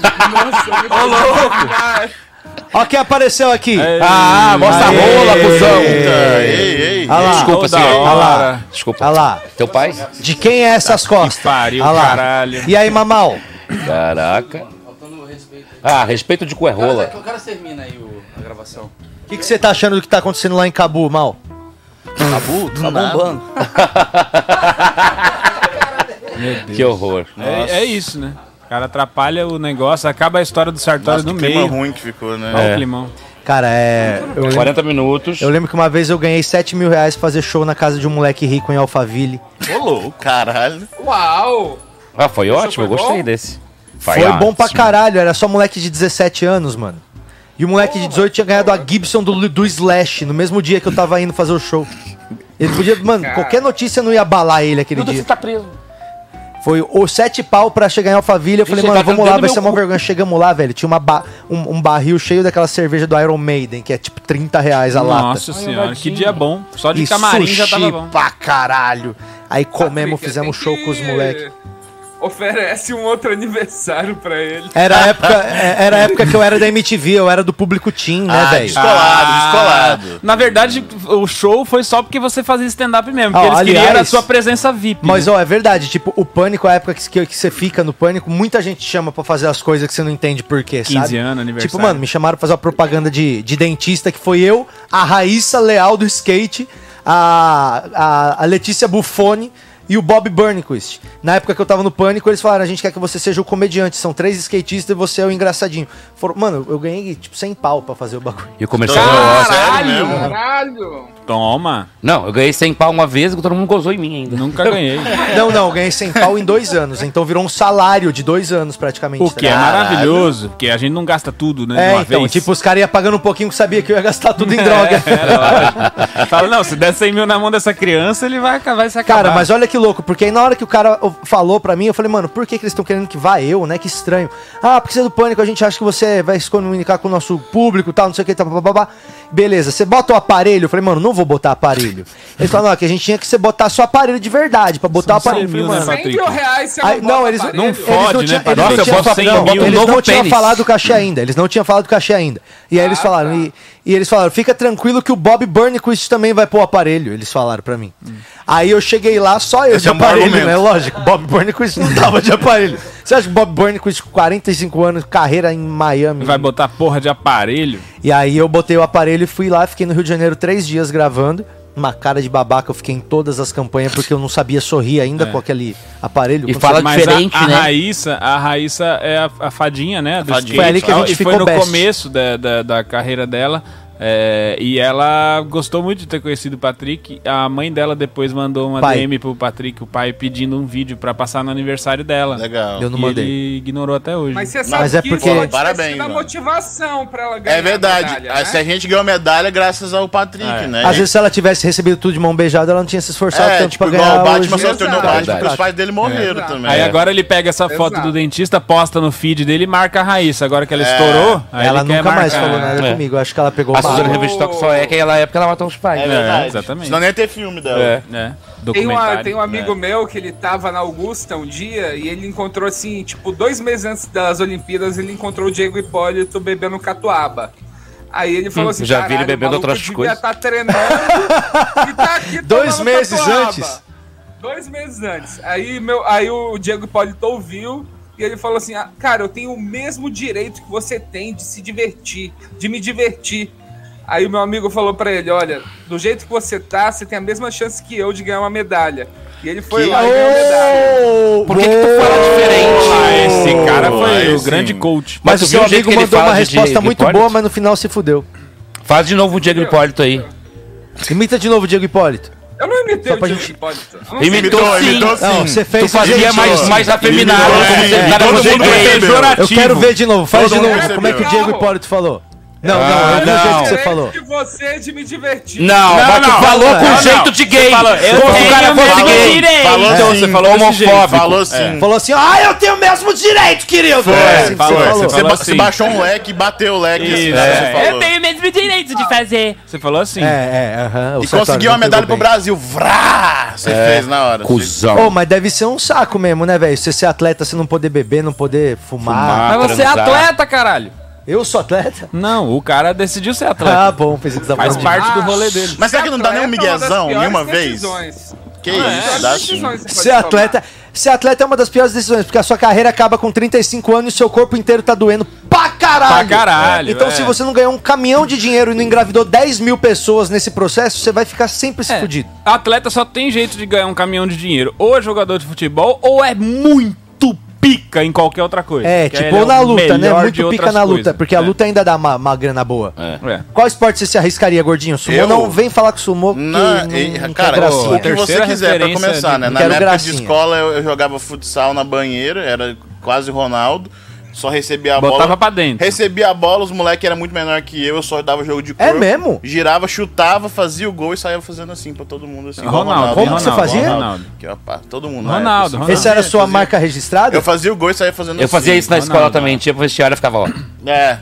Speaker 1: Nossa, eu louco!
Speaker 3: Ó quem apareceu aqui.
Speaker 4: É.
Speaker 5: Ah, mostra a rola, cuzão. É.
Speaker 6: Eita, ei, ei.
Speaker 3: Olha lá,
Speaker 5: Desculpa,
Speaker 4: Toda
Speaker 5: senhor.
Speaker 4: hora.
Speaker 5: Olha lá. Desculpa.
Speaker 3: olha lá.
Speaker 5: Teu pai?
Speaker 3: De quem é essas costas?
Speaker 4: pariu,
Speaker 3: Olha lá.
Speaker 4: caralho.
Speaker 3: E aí, Mamal?
Speaker 5: Caraca. Ah, respeito de cu é rola.
Speaker 9: cara termina aí a gravação.
Speaker 3: O que que você tá achando do que tá acontecendo lá em Cabu, Mal?
Speaker 5: Tabu, tá bombando. Que horror.
Speaker 4: É, é isso, né? O cara atrapalha o negócio, acaba a história do Sartório
Speaker 6: Nossa,
Speaker 4: no
Speaker 6: que clima
Speaker 4: meio.
Speaker 6: ruim que ficou,
Speaker 4: Olha
Speaker 6: né?
Speaker 4: o climão.
Speaker 3: Cara, é. Eu lembro,
Speaker 5: 40 minutos.
Speaker 3: eu lembro que uma vez eu ganhei 7 mil reais pra fazer show na casa de um moleque rico em Alphaville.
Speaker 6: Ô, louco, caralho.
Speaker 1: Uau!
Speaker 5: Ah, foi ótimo, eu
Speaker 1: foi
Speaker 5: gostei
Speaker 1: bom?
Speaker 5: desse.
Speaker 3: Foi bom pra caralho, era só moleque de 17 anos, mano. E o moleque de 18 tinha ganhado a Gibson do, do Slash no mesmo dia que eu tava indo fazer o show. Ele podia. Mano,
Speaker 1: Cara.
Speaker 3: qualquer notícia não ia abalar ele aquele
Speaker 5: Duda,
Speaker 3: dia.
Speaker 5: você tá preso.
Speaker 3: Foi o sete pau pra chegar em Alphaville. Eu falei,
Speaker 5: Vixe,
Speaker 3: mano,
Speaker 5: tá
Speaker 3: vamos
Speaker 5: dando
Speaker 3: lá, vai
Speaker 5: meu
Speaker 3: ser uma
Speaker 5: cu.
Speaker 3: vergonha. Chegamos lá, velho. Tinha uma ba- um, um barril cheio daquela cerveja do Iron Maiden, que é tipo 30 reais a lata.
Speaker 4: Nossa senhora, que dia bom. Só de
Speaker 3: E
Speaker 4: camarim já tava
Speaker 3: sushi
Speaker 4: bom.
Speaker 3: pra caralho. Aí comemos,
Speaker 1: Patrick,
Speaker 3: fizemos
Speaker 1: tem
Speaker 3: show
Speaker 1: que-
Speaker 3: com os moleques.
Speaker 1: Oferece um outro aniversário pra ele.
Speaker 3: Era a época, é- era a época que eu era da MTV, eu era do público Team, né,
Speaker 6: Ah,
Speaker 3: velho?
Speaker 6: descolado, descolado.
Speaker 4: Na verdade, o show foi só porque você fazia stand-up mesmo. Porque
Speaker 3: Ah,
Speaker 4: eles queriam era a
Speaker 3: aliás,
Speaker 4: sua presença VIP.
Speaker 3: Mas,
Speaker 4: né?
Speaker 3: ó, é verdade, tipo, o pânico, a época que, que, que você fica no pânico, muita gente chama pra fazer as coisas que você não entende por quê,
Speaker 4: 15
Speaker 3: sabe?
Speaker 4: anos, aniversário.
Speaker 3: Tipo, mano, me chamaram pra fazer uma propaganda de, de dentista, que foi eu, a Raíssa Leal do skate, a, a, a Letícia Buffoni e o Bob Burnquist. Na época que eu tava no pânico, eles falaram: a gente quer que você seja o comediante. São três skatistas e você é o engraçadinho. Foram- mano, eu ganhei tipo 100 pau pra fazer o bagulho.
Speaker 5: E o comercial do
Speaker 3: Ah!
Speaker 6: é
Speaker 5: Oscar.
Speaker 6: Caralho!
Speaker 1: Caralho!
Speaker 4: Toma.
Speaker 5: Não, eu ganhei 100 pau uma vez e todo mundo gozou em mim ainda.
Speaker 4: Nunca ganhei.
Speaker 3: Não, não, eu ganhei 100 pau em dois anos. Então virou um salário de dois anos praticamente.
Speaker 4: O
Speaker 3: tá
Speaker 4: que é
Speaker 3: ligado?
Speaker 4: maravilhoso, porque a gente não gasta tudo, né? de
Speaker 3: É,
Speaker 4: uma
Speaker 3: então,
Speaker 4: vez. É,
Speaker 3: tipo, os caras iam pagando um pouquinho que sabia que eu ia gastar tudo em droga.
Speaker 4: Fala, não, se der 100 mil na mão dessa criança, ele vai, acabar- vai se acabar.
Speaker 3: Cara, mas olha que louco, porque aí na hora que o cara o- falou pra mim, eu falei, mano, por que, que eles estão querendo que vá eu, né? Que estranho. Ah, porque você é do pânico, a gente acha que você vai se comunicar com o nosso público e tal, não sei o que, tá, babá. Beleza, você bota o aparelho? Eu falei, mano, não vou botar aparelho. Eles falaram, não, é que a gente tinha que você botar só aparelho de verdade, pra botar o
Speaker 4: São
Speaker 3: aparelho. Eu
Speaker 4: 100 mil,
Speaker 3: falei,
Speaker 4: né,
Speaker 3: mano,
Speaker 4: Patrick?
Speaker 1: 100 mil reais você
Speaker 3: Aí,
Speaker 1: não bota
Speaker 3: não, eles,
Speaker 1: aparelho?
Speaker 3: não
Speaker 4: Não fode, né,
Speaker 3: tinha,
Speaker 4: Patrick?
Speaker 3: eles
Speaker 5: Nossa,
Speaker 3: não tinham,
Speaker 5: eu boto cem
Speaker 3: não,
Speaker 5: mil,
Speaker 3: eles
Speaker 5: boto um
Speaker 3: não
Speaker 5: novo
Speaker 3: tinham
Speaker 5: pênis.
Speaker 3: falado do cachê ainda. Eles não tinham falado do cachê ainda. E aí eles
Speaker 1: Ah,
Speaker 3: falaram,
Speaker 1: tá.
Speaker 3: e, e eles falaram, fica tranquilo que o Bob Burnquist também vai pôr o aparelho. Eles falaram pra mim.
Speaker 1: Hum.
Speaker 3: Aí eu cheguei lá, só eu
Speaker 6: Esse
Speaker 3: de
Speaker 6: é um bom
Speaker 3: aparelho,
Speaker 6: argumento.
Speaker 3: né? Lógico, Bob Burnquist não tava de aparelho. Você acha que o Bob Burnquist, com 45 anos, carreira em Miami,
Speaker 4: Vai botar porra de aparelho.
Speaker 3: e aí eu botei o aparelho e fui lá, fiquei no Rio de Janeiro três dias gravando. Uma cara de babaca, eu fiquei em todas as campanhas porque eu não sabia sorrir ainda com aquele aparelho.
Speaker 5: E
Speaker 3: Quando
Speaker 5: fala
Speaker 3: você-
Speaker 4: Mas
Speaker 5: diferente,
Speaker 4: a, a
Speaker 5: né?
Speaker 4: Raíssa, a Raíssa é a, a fadinha, né? do
Speaker 6: fadinha.
Speaker 4: skate.
Speaker 3: Foi ali que a gente
Speaker 4: e
Speaker 3: ficou
Speaker 4: foi no
Speaker 3: best.
Speaker 4: começo da, da, da carreira dela. é, e ela gostou muito de ter conhecido o Patrick. A mãe dela depois mandou uma
Speaker 3: Pai.
Speaker 4: DM pro Patrick, o pai, pedindo um vídeo pra passar no aniversário dela.
Speaker 6: Legal.
Speaker 3: Eu não
Speaker 4: e
Speaker 3: mandei.
Speaker 4: ele ignorou até hoje.
Speaker 1: Mas você sabe
Speaker 3: Mas é
Speaker 1: que
Speaker 3: porque-
Speaker 1: isso
Speaker 6: Parabéns,
Speaker 1: dá
Speaker 6: mano.
Speaker 1: motivação pra ela ganhar
Speaker 6: É verdade.
Speaker 1: a medalha,
Speaker 6: Ah,
Speaker 1: né?
Speaker 6: Se a gente ganhou medalha graças ao Patrick, né?
Speaker 3: Às vezes, se ela tivesse recebido tudo de mão beijada, ela não tinha se esforçado
Speaker 6: é,
Speaker 3: tanto
Speaker 6: tipo,
Speaker 3: pra
Speaker 6: igual
Speaker 3: ganhar.
Speaker 6: o Batman
Speaker 1: hoje.
Speaker 6: só se tornou
Speaker 1: Exato.
Speaker 6: Batman porque os
Speaker 3: Verdade.
Speaker 6: pais dele morreram
Speaker 1: Exato.
Speaker 6: também.
Speaker 4: Aí agora ele pega essa foto
Speaker 1: Exato.
Speaker 4: do dentista, posta no feed dele e marca a Raíssa. Agora que ela
Speaker 6: É.
Speaker 4: estourou, aí
Speaker 3: ela
Speaker 4: ele quer
Speaker 3: nunca mais
Speaker 4: marcar.
Speaker 3: falou nada
Speaker 5: É.
Speaker 3: comigo. Eu acho que ela pegou
Speaker 5: A
Speaker 3: uma
Speaker 5: Suzana
Speaker 3: água.
Speaker 5: Revistock só é que ela é porque ela matou os pais.
Speaker 6: É
Speaker 5: né?
Speaker 6: verdade.
Speaker 4: exatamente.
Speaker 6: Senão nem ia ter filme dela.
Speaker 5: É.
Speaker 4: É,
Speaker 1: Tem, uma-
Speaker 4: documentário.
Speaker 1: tem um amigo meu que ele tava na Augusta um dia e ele encontrou assim, tipo, dois meses antes das Olimpíadas, ele encontrou o Diego Hipólito bebendo catuaba. Aí ele falou assim:
Speaker 5: Hum, já vi ele
Speaker 1: "Caralho, o
Speaker 5: bebendo
Speaker 1: maluco
Speaker 5: outras
Speaker 1: devia
Speaker 5: coisas."
Speaker 1: Tá treinando e tá aqui
Speaker 3: Dois
Speaker 1: tomando
Speaker 3: meses
Speaker 1: catuaba."
Speaker 3: antes?
Speaker 1: Dois meses antes. Aí, meu, aí o Diego Hipólito ouviu e ele falou assim: "Ah, Cara, eu tenho o mesmo direito que você tem de se divertir, de me divertir. Aí o meu amigo falou pra ele: Olha, do jeito que você tá, você tem a mesma chance que eu de ganhar uma medalha. E ele foi
Speaker 6: Que-
Speaker 1: lá e ganhou a medalha.
Speaker 5: Por que, que tu fala
Speaker 4: Ah,
Speaker 5: diferente?
Speaker 4: esse cara
Speaker 6: Oh,
Speaker 4: foi
Speaker 6: aí
Speaker 4: o
Speaker 6: sim.
Speaker 4: grande coach.
Speaker 3: Mas
Speaker 5: tu
Speaker 3: o
Speaker 5: viu
Speaker 3: seu
Speaker 5: jeito
Speaker 3: amigo
Speaker 5: que ele
Speaker 3: mandou uma
Speaker 5: fala de
Speaker 3: resposta
Speaker 5: Diego
Speaker 3: muito
Speaker 5: Hipólito?
Speaker 3: boa, mas no final se fudeu.
Speaker 5: Faz de novo o Diego Hipólito aí.
Speaker 3: Imita de novo o Diego Hipólito.
Speaker 1: Eu não imitei
Speaker 3: Só
Speaker 1: o
Speaker 3: pra
Speaker 1: Diego
Speaker 3: gente-
Speaker 1: Hipólito. Eu não sei
Speaker 5: Imitou
Speaker 6: Imitou,
Speaker 5: sim.
Speaker 6: imitou sim.
Speaker 3: Não, você fez
Speaker 5: Tu
Speaker 3: isso,
Speaker 5: fazia
Speaker 3: gente, ó.
Speaker 5: mais, mais afeminado.
Speaker 6: Imitou,
Speaker 5: como
Speaker 6: é,
Speaker 5: você-
Speaker 6: é.
Speaker 5: cara,
Speaker 6: Todo
Speaker 5: você
Speaker 6: mundo
Speaker 5: fez.
Speaker 6: percebeu.
Speaker 3: Eu quero ver de novo. Faz
Speaker 6: Todo
Speaker 3: de
Speaker 6: mundo
Speaker 3: novo.
Speaker 6: recebeu.
Speaker 3: Como é que o Diego Hipólito falou? Não, não, é do
Speaker 4: não.
Speaker 3: jeito que
Speaker 1: o
Speaker 3: você
Speaker 1: jeito
Speaker 3: falou.
Speaker 1: que você de me divertir.
Speaker 5: Não,
Speaker 4: Não,
Speaker 5: mas tu
Speaker 4: não,
Speaker 5: falou
Speaker 4: não,
Speaker 5: com
Speaker 4: não.
Speaker 5: jeito de gay.
Speaker 4: Você falou, eu
Speaker 5: Como se o
Speaker 4: tenho
Speaker 5: cara
Speaker 4: o
Speaker 5: fosse
Speaker 4: mesmo
Speaker 5: gay.
Speaker 4: direito.
Speaker 5: Falou
Speaker 6: Então,
Speaker 5: sim, você falou
Speaker 6: desse jeito.
Speaker 5: homofóbico.
Speaker 6: Falou sim.
Speaker 3: Falou assim, ah, eu tenho o mesmo direito, querido. É assim que
Speaker 4: falou,
Speaker 3: você
Speaker 4: você
Speaker 3: falou.
Speaker 6: Você, ba-
Speaker 4: assim.
Speaker 6: você baixou um leque, bateu o leque.
Speaker 4: Isso,
Speaker 6: assim,
Speaker 4: é.
Speaker 6: você falou.
Speaker 10: o mesmo direito de fazer.
Speaker 4: Você falou assim.
Speaker 3: É, é, aham. o
Speaker 6: E
Speaker 3: Sartori
Speaker 6: conseguiu
Speaker 3: não
Speaker 6: a medalha pro
Speaker 3: pegou bem.
Speaker 6: Brasil. Vrá! Você
Speaker 1: É.
Speaker 6: fez na hora.
Speaker 5: Cusão.
Speaker 3: Ô, mas deve ser um saco mesmo, né, velho? Você ser atleta, você não poder beber, não poder fumar.
Speaker 5: Fumar.
Speaker 4: Mas você é
Speaker 5: transar.
Speaker 4: atleta, caralho.
Speaker 3: Eu sou atleta?
Speaker 4: Não, o cara decidiu ser
Speaker 3: Ah,
Speaker 4: atleta.
Speaker 3: bom, pensei que você tava
Speaker 4: Faz
Speaker 3: falando de mim.
Speaker 4: parte do rolê dele.
Speaker 6: Mas será que não dá
Speaker 1: Atleta
Speaker 6: nenhum
Speaker 1: é uma das
Speaker 6: miguezão
Speaker 1: piores
Speaker 6: nenhuma vez?
Speaker 1: decisões.
Speaker 6: Que
Speaker 1: É,
Speaker 6: isso,
Speaker 1: das
Speaker 6: dá sim.
Speaker 1: decisões que você
Speaker 3: Ser
Speaker 1: pode
Speaker 3: atleta, ser atleta é uma das piores decisões, porque a sua carreira acaba com 35 anos e seu corpo inteiro tá doendo pra caralho.
Speaker 4: Pra caralho,
Speaker 3: Então,
Speaker 4: é.
Speaker 3: se você não ganhou um caminhão de dinheiro e não engravidou 10 mil pessoas nesse processo, você vai ficar sempre se
Speaker 4: É,
Speaker 3: fudido.
Speaker 4: Atleta só tem jeito de ganhar um caminhão de dinheiro. Ou é jogador de futebol, ou é muito pica em qualquer outra coisa.
Speaker 3: É,
Speaker 4: Que
Speaker 3: tipo,
Speaker 4: ele
Speaker 3: ou na
Speaker 4: o
Speaker 3: luta, né?
Speaker 4: melhor de
Speaker 3: Muito pica
Speaker 4: outras
Speaker 3: na luta,
Speaker 4: coisas.
Speaker 3: porque a
Speaker 4: É.
Speaker 3: luta ainda dá uma, uma grana boa.
Speaker 4: É.
Speaker 3: Qual esporte você se arriscaria, gordinho? Sumô
Speaker 6: Eu?
Speaker 3: não vem falar que sumô, que
Speaker 6: Não,
Speaker 3: não-
Speaker 6: e-
Speaker 3: não
Speaker 6: cara,
Speaker 3: quer
Speaker 6: o
Speaker 3: gracinha.
Speaker 6: que você
Speaker 4: Terceira
Speaker 6: quiser pra
Speaker 4: referência
Speaker 6: começar,
Speaker 4: de-
Speaker 6: né?
Speaker 3: Não
Speaker 6: Na
Speaker 3: quero
Speaker 6: minha época de
Speaker 3: gracinha.
Speaker 6: escola eu, eu jogava futsal na banheira, era quase Ronaldo, só recebia a
Speaker 4: Botava
Speaker 6: bola.
Speaker 4: pra dentro.
Speaker 6: Recebia a bola, os moleques eram muito menor que eu, eu só dava jogo de
Speaker 3: É
Speaker 6: corpo,
Speaker 3: mesmo?
Speaker 6: Girava, chutava, fazia o gol e saía fazendo assim pra todo mundo assim. igual
Speaker 4: Ronaldo,
Speaker 3: Como que você
Speaker 4: Ronaldo,
Speaker 3: fazia?
Speaker 4: Ronaldo.
Speaker 6: Que, ó, pá, todo mundo.
Speaker 4: Ronaldo,
Speaker 6: na época, assim,
Speaker 4: Ronaldo.
Speaker 3: Essa era a sua
Speaker 6: fazia-
Speaker 3: marca registrada?
Speaker 6: Eu fazia o gol e saía fazendo
Speaker 5: Eu fazia
Speaker 6: assim.
Speaker 5: isso na
Speaker 4: não,
Speaker 5: escola
Speaker 4: não,
Speaker 5: também, tinha pro vestiário e ficava, ó.
Speaker 6: É.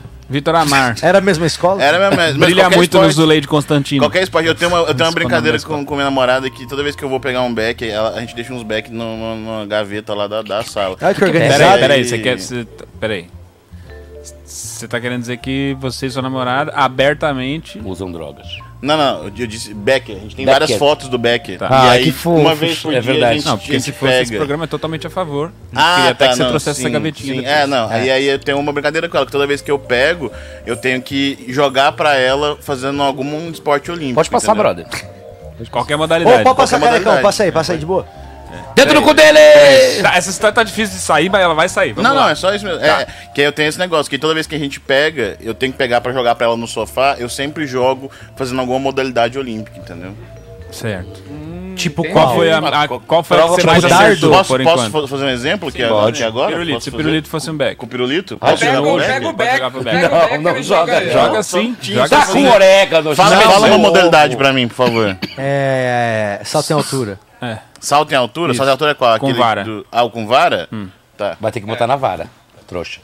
Speaker 4: Vitor Amar.
Speaker 3: Era a mesma escola?
Speaker 6: Era mesmo. mas
Speaker 4: Brilha
Speaker 6: qualquer
Speaker 4: muito no
Speaker 6: esporte-
Speaker 4: Zulei de Constantino.
Speaker 6: Qualquer esporte, eu tenho uma, eu tenho uma
Speaker 4: Escola
Speaker 6: brincadeira
Speaker 4: mais
Speaker 6: com, com minha namorada que toda vez que eu vou pegar um back, ela- a gente deixa uns back no- no- numa gaveta lá da, da sala.
Speaker 3: Olha que organizado.
Speaker 4: Peraí,
Speaker 6: Exato.
Speaker 4: peraí, você quer. Você, tá- peraí. Você tá querendo dizer que você e sua namorada abertamente.
Speaker 5: Usam drogas.
Speaker 6: Não, não, eu disse Becker. A gente tem
Speaker 5: Becker.
Speaker 6: várias fotos do Becker.
Speaker 4: Tá.
Speaker 5: Ah,
Speaker 6: E aí,
Speaker 5: que fofo.
Speaker 6: uma vez por
Speaker 5: É
Speaker 6: dia
Speaker 5: verdade.
Speaker 6: a gente,
Speaker 4: Não,
Speaker 6: a
Speaker 4: porque
Speaker 6: gente
Speaker 4: se fosse
Speaker 6: pega.
Speaker 4: esse programa é totalmente a favor.
Speaker 6: Ah,
Speaker 4: Queria até
Speaker 6: tá,
Speaker 4: que você
Speaker 6: não,
Speaker 4: trouxesse essa
Speaker 6: sim,
Speaker 4: gavetinha.
Speaker 6: sim.
Speaker 4: depois.
Speaker 6: É, não. Aí, aí eu tenho uma brincadeira com ela, que toda vez que eu pego, eu tenho que jogar pra ela fazendo algum esporte olímpico.
Speaker 5: Pode passar,
Speaker 6: entendeu?
Speaker 5: brother.
Speaker 4: Qualquer
Speaker 3: Ô,
Speaker 4: modalidade.
Speaker 3: pode passar
Speaker 6: Qualquer
Speaker 3: carecão,
Speaker 6: modalidade.
Speaker 3: passa aí, passa aí de boa.
Speaker 5: Dentro do cu dele!
Speaker 4: Tá, Essa história tá difícil de sair, mas ela vai sair. Vamos
Speaker 6: Não,
Speaker 4: lá.
Speaker 6: não, é só isso mesmo. É, que eu tenho esse negócio, que toda vez que a gente pega, eu tenho que pegar pra jogar pra ela no sofá, eu sempre jogo fazendo alguma modalidade olímpica, entendeu?
Speaker 4: Certo.
Speaker 3: Tipo
Speaker 1: tem
Speaker 4: Hum, Qual
Speaker 3: qual?
Speaker 4: foi a, a- qual foi a que
Speaker 5: Prova
Speaker 4: você
Speaker 5: pra
Speaker 4: mais
Speaker 3: dardo.
Speaker 4: acertou,
Speaker 6: posso,
Speaker 4: por
Speaker 6: posso fa-
Speaker 4: enquanto?
Speaker 6: fazer um exemplo que é
Speaker 5: pode.
Speaker 6: de agora?
Speaker 4: pirulito,
Speaker 6: Posso
Speaker 4: se
Speaker 6: fazer?
Speaker 4: pirulito fosse um back.
Speaker 6: Com pirulito?
Speaker 5: Ah,
Speaker 6: Posso
Speaker 5: não,
Speaker 1: Pega, o-
Speaker 5: né?
Speaker 1: pega o
Speaker 4: Pode
Speaker 1: Beck,
Speaker 4: jogar pro Beck.
Speaker 1: pega
Speaker 5: Não,
Speaker 1: o Beck,
Speaker 5: não,
Speaker 1: ele
Speaker 5: joga,
Speaker 1: joga. ele.
Speaker 4: Joga sim,
Speaker 6: tinha
Speaker 4: joga
Speaker 5: Tá
Speaker 4: sim.
Speaker 5: com orégano.
Speaker 6: Fala,
Speaker 5: Não,
Speaker 6: fala uma
Speaker 5: seu
Speaker 6: modalidade
Speaker 5: ovo.
Speaker 6: pra mim, por favor.
Speaker 3: É, salto em altura.
Speaker 6: Salto em altura? Salto em altura é qual?
Speaker 4: Com
Speaker 6: Aquele
Speaker 4: vara. Hum.
Speaker 6: Do... Ah, o com vara? Tá.
Speaker 5: Vai ter que botar na vara, trouxa.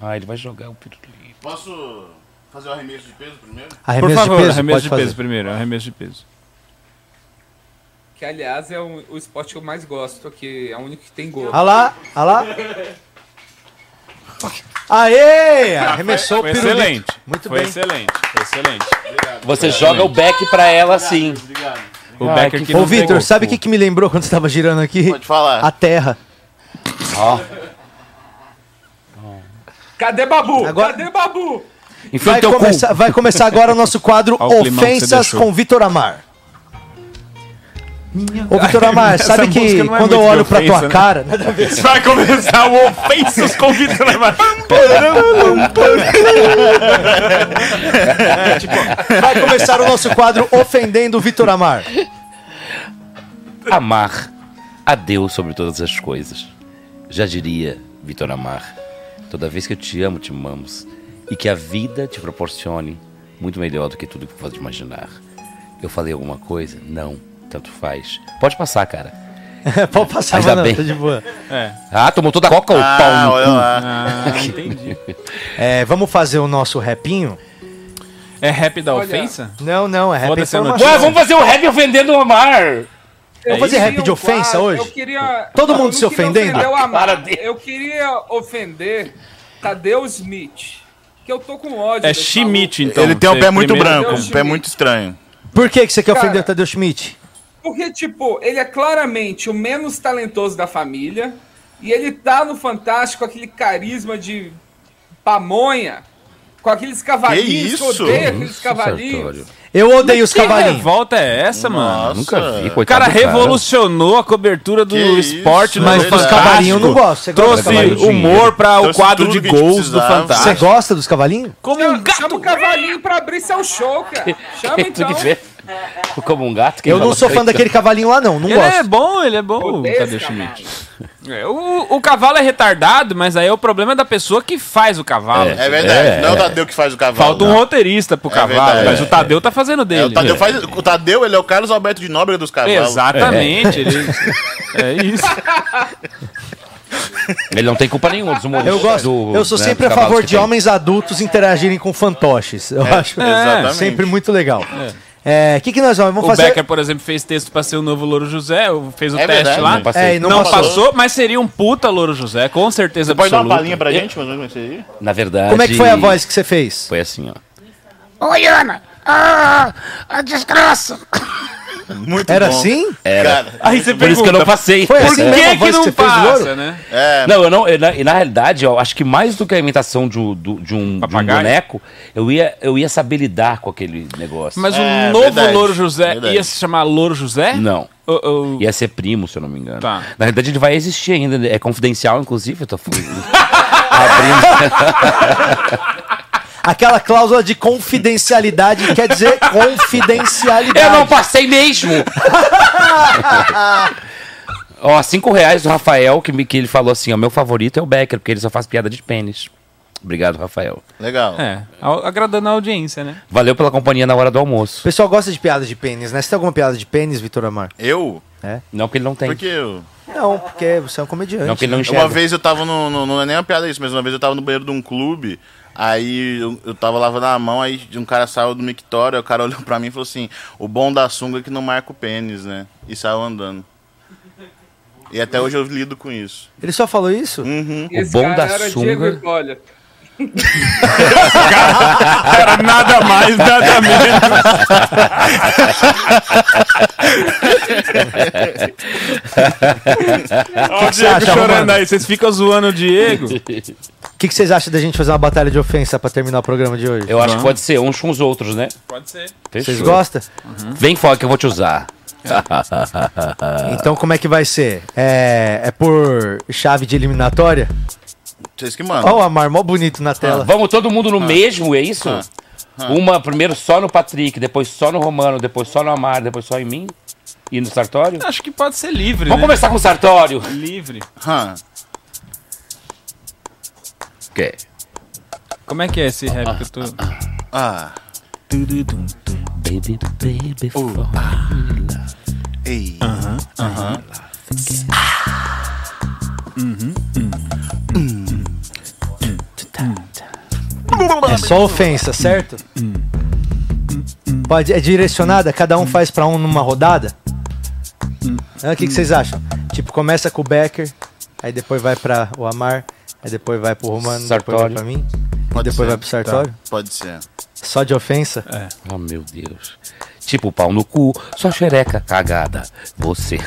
Speaker 5: Ah, ele vai jogar o pirulito.
Speaker 6: Posso fazer o arremesso de peso primeiro?
Speaker 3: Arremesso
Speaker 4: Por favor,
Speaker 3: de peso,
Speaker 4: arremesso
Speaker 3: pode
Speaker 4: de
Speaker 3: fazer.
Speaker 4: peso primeiro, arremesso de peso.
Speaker 1: Que, aliás, é o, o esporte que eu mais gosto, que é o único que tem gol.
Speaker 3: Olha lá, olha lá. Aê! Arremessou o
Speaker 4: Foi
Speaker 3: pirulito.
Speaker 4: excelente.
Speaker 3: Muito
Speaker 4: foi
Speaker 3: bem.
Speaker 4: excelente, foi excelente.
Speaker 5: Você joga o back pra ela sim.
Speaker 4: O
Speaker 5: Ah,
Speaker 4: Becker
Speaker 5: que
Speaker 4: que
Speaker 3: Ô,
Speaker 4: não pegou.
Speaker 3: Vitor, sabe o que, que me lembrou quando você tava girando aqui?
Speaker 6: Pode falar.
Speaker 3: A terra.
Speaker 1: Cadê Babu?
Speaker 3: Agora-
Speaker 1: Cadê Babu?
Speaker 5: Enfia
Speaker 3: Vai
Speaker 5: o teu cu.
Speaker 3: começar, vai começar agora o nosso quadro
Speaker 4: Olha o climão que você
Speaker 3: Ofensas
Speaker 4: deixou.
Speaker 3: com Vitor Amar. Ô, Vitor Amar,
Speaker 4: Essa
Speaker 3: sabe que
Speaker 4: música não é
Speaker 3: quando eu
Speaker 4: muito de
Speaker 3: olho pra
Speaker 4: ofensa,
Speaker 3: tua
Speaker 4: né?
Speaker 3: cara. Nada a ver.
Speaker 4: Vai começar o Ofensas com Vitor Levar.
Speaker 3: Vai começar o nosso quadro Ofendendo o Vitor Amar.
Speaker 5: Amar a Deus sobre todas as coisas. Já diria, Vitor Amar, toda vez que eu te amo, te amamos. E que a vida te proporcione muito melhor do que tudo que pode imaginar. Eu falei alguma coisa? Não, tanto faz. Pode passar, cara.
Speaker 3: Pode passar,
Speaker 5: Ainda
Speaker 3: mano,
Speaker 5: bem.
Speaker 3: tá de boa.
Speaker 5: Ah, tomou toda a coca ou pau
Speaker 6: Ah,
Speaker 5: no
Speaker 6: olha
Speaker 5: cu?
Speaker 6: lá.
Speaker 4: entendi.
Speaker 3: É, vamos fazer o nosso repinho?
Speaker 4: É rap da ofensa?
Speaker 3: Não, não, é rap
Speaker 4: Foda-se, eu não-
Speaker 5: Ué,
Speaker 3: informação.
Speaker 5: vamos fazer o rap ofendendo o Amar.
Speaker 1: Eu
Speaker 3: fazer
Speaker 1: queria
Speaker 3: rap de ofensa
Speaker 1: quadro,
Speaker 3: hoje?
Speaker 1: Eu queria.
Speaker 3: Todo
Speaker 1: eu
Speaker 3: mundo
Speaker 1: não
Speaker 3: se
Speaker 1: queria
Speaker 3: ofendendo?
Speaker 1: ofender o Amar.
Speaker 5: Para de-
Speaker 1: Eu queria ofender Tadeu Smith. Que eu tô com ódio.
Speaker 4: É
Speaker 1: desse
Speaker 4: Schmidt, então.
Speaker 6: Ele tem um
Speaker 4: Você
Speaker 6: pé muito
Speaker 4: primeiro-
Speaker 6: branco, um pé muito estranho.
Speaker 3: Por que, que você quer
Speaker 1: Cara,
Speaker 3: ofender o Tadeu Schmidt?
Speaker 1: maluco. Porque, tipo, ele é claramente o menos talentoso da família. E ele tá no Fantástico, aquele carisma de pamonha. Com aqueles cavalinhos. Que eu
Speaker 6: isso?
Speaker 1: odeio aqueles
Speaker 5: Isso,
Speaker 1: cavalinhos.
Speaker 5: Sartório.
Speaker 3: Eu odeio os
Speaker 4: Que
Speaker 3: cavalinhos.
Speaker 4: revolta é essa, mano?
Speaker 6: Nossa.
Speaker 5: Nunca vi,
Speaker 6: O
Speaker 5: coitado
Speaker 4: O cara
Speaker 5: do
Speaker 4: revolucionou a cobertura do
Speaker 6: Que isso,
Speaker 4: esporte
Speaker 6: mas
Speaker 4: no
Speaker 6: os
Speaker 4: Fantástico.
Speaker 3: cavalinhos eu não gosto. Você gosta
Speaker 4: Trouxe
Speaker 5: dos cavalinhos?
Speaker 4: humor pra o
Speaker 6: Trouxe
Speaker 4: quadro
Speaker 6: tudo
Speaker 4: de
Speaker 6: que a gente
Speaker 4: gols do
Speaker 6: precisava.
Speaker 3: Você
Speaker 4: Fantástico.
Speaker 3: gosta dos cavalinhos?
Speaker 4: Como um
Speaker 1: Chama o cavalinho pra abrir seu show, cara. Chama
Speaker 5: Tu
Speaker 1: então.
Speaker 5: que vê? Como um gato. quem
Speaker 3: Eu não
Speaker 5: fala
Speaker 3: sou fã
Speaker 5: isso?
Speaker 3: daquele cavalinho lá, não. Não
Speaker 4: Ele é
Speaker 3: gosto.
Speaker 4: bom, ele é bom, o
Speaker 1: Odeio
Speaker 4: Tadeu
Speaker 1: esse
Speaker 4: Schmidt. É, o, o cavalo é retardado, mas aí o problema é da pessoa que faz o cavalo.
Speaker 6: É verdade,
Speaker 5: É.
Speaker 6: não é o Tadeu que faz o cavalo.
Speaker 4: Falta um
Speaker 6: não.
Speaker 4: roteirista pro cavalo,
Speaker 6: verdade,
Speaker 4: mas
Speaker 6: é.
Speaker 4: o Tadeu tá fazendo
Speaker 6: É, o
Speaker 4: dele.
Speaker 6: Tadeu faz. O Tadeu, ele é o Carlos Alberto de Nóbrega dos cavalos.
Speaker 4: Exatamente. Ele... É isso.
Speaker 5: Ele não tem culpa nenhuma dos humoristas.
Speaker 3: Eu gosto.
Speaker 5: do-
Speaker 3: Eu sou
Speaker 5: né,
Speaker 3: sempre a
Speaker 5: dos cavalos
Speaker 3: favor
Speaker 5: que
Speaker 3: de
Speaker 5: tem. É,
Speaker 3: homens adultos interagirem com fantoches. Eu acho
Speaker 6: exatamente.
Speaker 3: sempre muito legal. É, O que, que nós vamos,
Speaker 4: O
Speaker 3: vamos fazer?
Speaker 4: Becker, por exemplo, fez texto pra ser o novo Louro José, o- fez o
Speaker 6: É
Speaker 4: teste
Speaker 6: verdade,
Speaker 4: lá.
Speaker 6: né?
Speaker 5: Passei.
Speaker 3: É, e não,
Speaker 4: Não
Speaker 3: passou.
Speaker 4: passou, mas seria um puta Louro José, com certeza
Speaker 6: Você pode dar uma
Speaker 4: absoluta.
Speaker 6: palhinha pra gente, mas vamos começar aí?
Speaker 5: Na verdade.
Speaker 3: Como é que foi a voz que você fez?
Speaker 5: Foi assim, ó.
Speaker 2: Oi, Ana. Ah, a desgraça.
Speaker 6: Muito
Speaker 3: Era
Speaker 6: bom.
Speaker 3: assim?
Speaker 5: Era.
Speaker 6: Cara,
Speaker 4: Aí você
Speaker 5: Por isso que eu não passei.
Speaker 3: Foi
Speaker 5: Por
Speaker 3: assim
Speaker 5: quê?
Speaker 3: mesmo?
Speaker 4: que,
Speaker 3: a
Speaker 4: que
Speaker 3: voz
Speaker 4: não
Speaker 3: que você fez do
Speaker 4: passa,
Speaker 3: Louro?
Speaker 4: né?
Speaker 6: é,
Speaker 5: Não, eu não. eu na, e na realidade, eu acho que mais do que a imitação de, um- do- de um, de um
Speaker 4: Papagaio?
Speaker 5: boneco, eu ia, eu ia saber lidar com aquele negócio. É.
Speaker 4: Mas
Speaker 6: É,
Speaker 4: o novo
Speaker 6: verdade,
Speaker 4: Louro José
Speaker 6: verdade.
Speaker 4: ia se chamar Louro José?
Speaker 5: Não.
Speaker 4: Ou- ou-
Speaker 5: Ia ser primo, se eu não me engano.
Speaker 4: Tá.
Speaker 5: Na realidade, ele vai existir ainda. É confidencial, inclusive. Eu tô abrindo.
Speaker 3: Aquela cláusula de confidencialidade quer dizer confidencialidade.
Speaker 5: Eu não passei mesmo! ó, cinco reais do Rafael, que, me, que ele falou assim: ó, meu favorito é o Becker, porque ele só faz piada de pênis. Obrigado, Rafael.
Speaker 6: legal.
Speaker 4: É, a- agradando a audiência, né?
Speaker 5: Valeu pela companhia na hora do
Speaker 3: O
Speaker 5: almoço.
Speaker 3: pessoal gosta de piada de pênis, né? Você tem alguma piada de pênis, Vitor Amar?
Speaker 6: Eu?
Speaker 5: Não que ele não tem.
Speaker 6: Porque eu.
Speaker 3: Não, porque você é um comediante.
Speaker 5: Não que ele não enxerga.
Speaker 6: Uma vez eu tava no, no- Não é nem uma piada isso, mas uma vez eu tava no banheiro de um clube. Aí eu, eu tava lavando a mão, aí um cara saiu do mictório, aí o cara olhou pra mim e falou assim: o bom da sunga é que não marca o pênis, né? E saiu andando. E até hoje eu lido com isso.
Speaker 3: Ele só falou isso?
Speaker 5: Hum.
Speaker 1: Esse
Speaker 5: bom
Speaker 1: cara
Speaker 5: da
Speaker 1: era
Speaker 5: sunga-
Speaker 1: Diego Hipólio.
Speaker 4: Era nada mais, nada menos. Olha o Diego
Speaker 3: acha,
Speaker 4: chorando
Speaker 3: Romano?
Speaker 4: aí, vocês ficam zoando o Diego.
Speaker 3: O que, que vocês acham da gente fazer uma batalha de ofensa pra terminar o programa de hoje?
Speaker 5: Eu acho que pode ser uns com os outros, né?
Speaker 4: Pode ser.
Speaker 5: Fechou.
Speaker 3: Vocês gostam?
Speaker 5: Vem, Foca, que eu vou te usar.
Speaker 3: Então como é que vai ser? É, é por chave de eliminatória?
Speaker 6: Vocês que mandam.
Speaker 3: Ó, o Amar, mó bonito na tela.
Speaker 5: Vamos todo mundo no mesmo, é isso? Uma primeiro só no Patrick, depois só no Romano, depois só no Amar, depois só em mim e no Sartório?
Speaker 4: Acho que pode ser livre,
Speaker 5: Vamos
Speaker 4: né?
Speaker 5: começar com o Sartório.
Speaker 4: Livre.
Speaker 6: Hã.
Speaker 5: Que?
Speaker 4: Como é que é esse rap que eu tô...
Speaker 6: Ah,
Speaker 5: Baby, baby,
Speaker 6: ei.
Speaker 3: É só ofensa, certo?
Speaker 6: Hum.
Speaker 3: Pode, é direcionada? Cada um faz pra um numa rodada?
Speaker 6: Hum.
Speaker 3: Ah, O que, que vocês acham? Tipo, começa com o Becker, aí depois vai pra o Amar, aí depois vai pro Romano, depois vai
Speaker 5: Sartório.
Speaker 3: pra mim, e
Speaker 6: Pode
Speaker 3: depois
Speaker 6: ser. tá. É.
Speaker 3: vai pro Sartório.
Speaker 6: Pode ser.
Speaker 3: Só de ofensa?
Speaker 5: Oh, meu Deus. Tipo pau no cu, só xereca cagada. Você.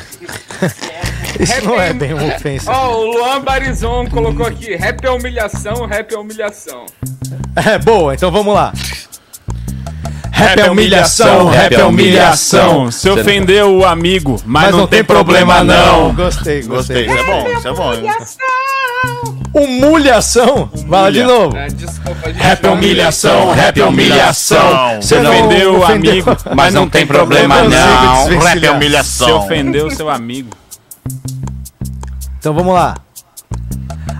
Speaker 3: Isso não é bem uma ofensa.
Speaker 1: Ó, o Luan Barizon colocou aqui: rap é humilhação, rap é humilhação.
Speaker 3: É, boa, então vamos lá. Rap é humilhação,
Speaker 5: rap é humilhação.
Speaker 4: Se ofendeu o amigo, mas, não, tem problema não.
Speaker 3: Gostei, gostei.
Speaker 6: Gostei. Isso é bom, isso é bom. hein?
Speaker 3: Humilhação! Um Vai lá de
Speaker 6: Humilha.
Speaker 3: novo.
Speaker 1: Ah, desculpa, gente.
Speaker 4: Rap é humilhação, rap é humilhação. Se
Speaker 3: Você não
Speaker 4: ofendeu o
Speaker 3: ofendeu.
Speaker 4: amigo,
Speaker 5: Mas não tem problema
Speaker 3: Eu consigo
Speaker 5: não.
Speaker 3: desvencilhar.
Speaker 6: Rap é
Speaker 4: se
Speaker 6: humilhação.
Speaker 4: ofendeu seu amigo.
Speaker 3: Então vamos lá.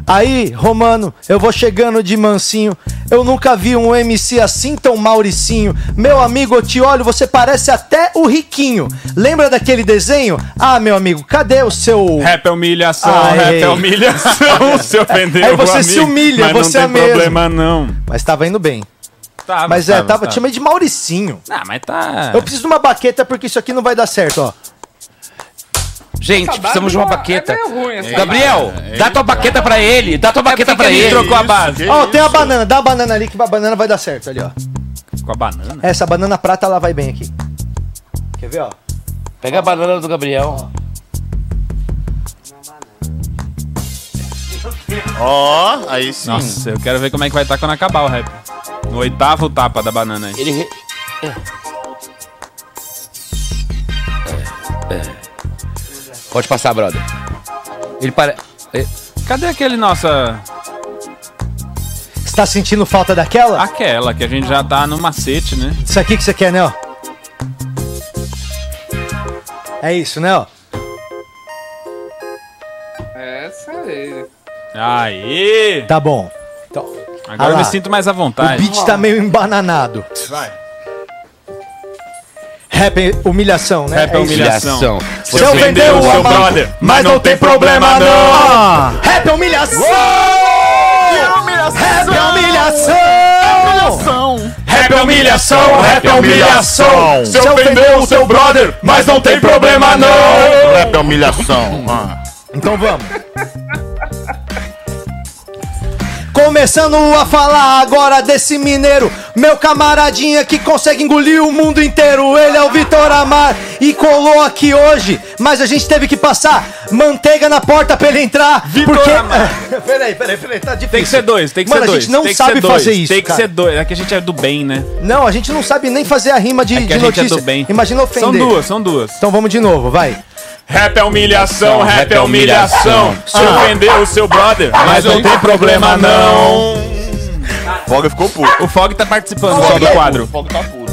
Speaker 3: Aí, Romano, eu vou chegando de mansinho. Eu nunca vi um MC assim tão mauricinho. Meu amigo, eu te olho, você parece até o Riquinho. Lembra daquele desenho? Ah, meu amigo, cadê o seu.
Speaker 4: Rap é humilhação,
Speaker 3: Ai.
Speaker 4: rap é humilhação. se ofendeu
Speaker 3: Aí você
Speaker 4: o
Speaker 3: se
Speaker 4: amigo,
Speaker 3: humilha,
Speaker 4: mas
Speaker 3: você é
Speaker 4: não tem
Speaker 3: mesmo.
Speaker 4: problema não.
Speaker 3: Mas tava indo bem.
Speaker 4: Tá,
Speaker 3: Mas é, tava, te chamei de Mauricinho.
Speaker 4: Ah, mas tá...
Speaker 3: Eu preciso de uma baqueta porque isso aqui não vai dar certo, ó.
Speaker 5: Gente, precisamos de uma baqueta.
Speaker 1: É meio ruim essa
Speaker 5: Gabriel,
Speaker 4: É,
Speaker 5: dá tua baqueta pra ele. Dá tua baqueta pra
Speaker 4: que É ele
Speaker 5: ele.
Speaker 4: trocou a base?
Speaker 6: Que
Speaker 3: Ó, tem a
Speaker 6: isso?
Speaker 3: banana, dá a banana ali que a banana vai dar certo ali, ó.
Speaker 4: Com a banana?
Speaker 3: Essa banana prata ela vai bem aqui. Quer ver, ó?
Speaker 5: Pega a banana do Gabriel.
Speaker 6: Ó, aí sim.
Speaker 4: Nossa, eu quero ver como é que vai estar quando acabar o rap. No oitavo tapa da banana aí.
Speaker 5: Ele. re- É. É. Pode passar, brother. Ele para. é,
Speaker 4: Cadê aquele nossa...
Speaker 3: Você tá sentindo falta daquela?
Speaker 4: Aquela que a gente já tá no macete, né?
Speaker 3: Isso aqui que você quer, né, ó? É isso, né, ó?
Speaker 1: É, Essa aí.
Speaker 4: Aê!
Speaker 3: Tá bom. Então, Ah
Speaker 4: Agora eu
Speaker 3: lá.
Speaker 4: me sinto mais à
Speaker 3: o
Speaker 4: vontade.
Speaker 3: beat tá meio embananado.
Speaker 4: Vai.
Speaker 3: Rap é humilhação, né?
Speaker 4: Rap é
Speaker 3: isso.
Speaker 4: humilhação.
Speaker 5: Humilhação.
Speaker 3: Você ofendeu o
Speaker 4: seu
Speaker 3: amado,
Speaker 4: brother, tá
Speaker 3: mas não tem problema não. Rap é humilhação. Rap é humilhação.
Speaker 4: Rap é humilhação, rap é humilhação.
Speaker 3: Você ofendeu o seu brother,
Speaker 4: mas não tem problema não.
Speaker 6: Rap é humilhação. Ah.
Speaker 3: Então vamos. Começando a falar agora desse mineiro, meu camaradinha que consegue engolir o mundo inteiro. Ele é o Vitor Amar e colou aqui hoje, mas a gente teve que passar manteiga na porta pra ele entrar.
Speaker 4: Vitor
Speaker 3: porque...
Speaker 4: Amar.
Speaker 3: peraí, peraí, peraí, tá difícil.
Speaker 4: Tem que ser dois, tem que
Speaker 3: Mano,
Speaker 4: ser
Speaker 3: a
Speaker 4: dois.
Speaker 3: gente não
Speaker 4: tem que
Speaker 3: sabe
Speaker 4: ser dois,
Speaker 3: fazer isso,
Speaker 4: Tem que
Speaker 3: cara.
Speaker 4: ser dois. É que a gente é do bem, né?
Speaker 3: Não, a gente não sabe nem fazer a rima de,
Speaker 4: É que
Speaker 3: de
Speaker 4: a gente
Speaker 3: notícia.
Speaker 4: é do bem.
Speaker 3: Imagina ofender.
Speaker 4: São duas, são duas.
Speaker 3: Então vamos de novo, vai.
Speaker 4: Rap é Ah. humilhação, rap é humilhação. Se ofender o seu brother, mas não tem problema não.
Speaker 6: Foga ficou puto.
Speaker 4: O Fog tá participando
Speaker 3: é
Speaker 4: só do quadro.
Speaker 6: Foga tá puto.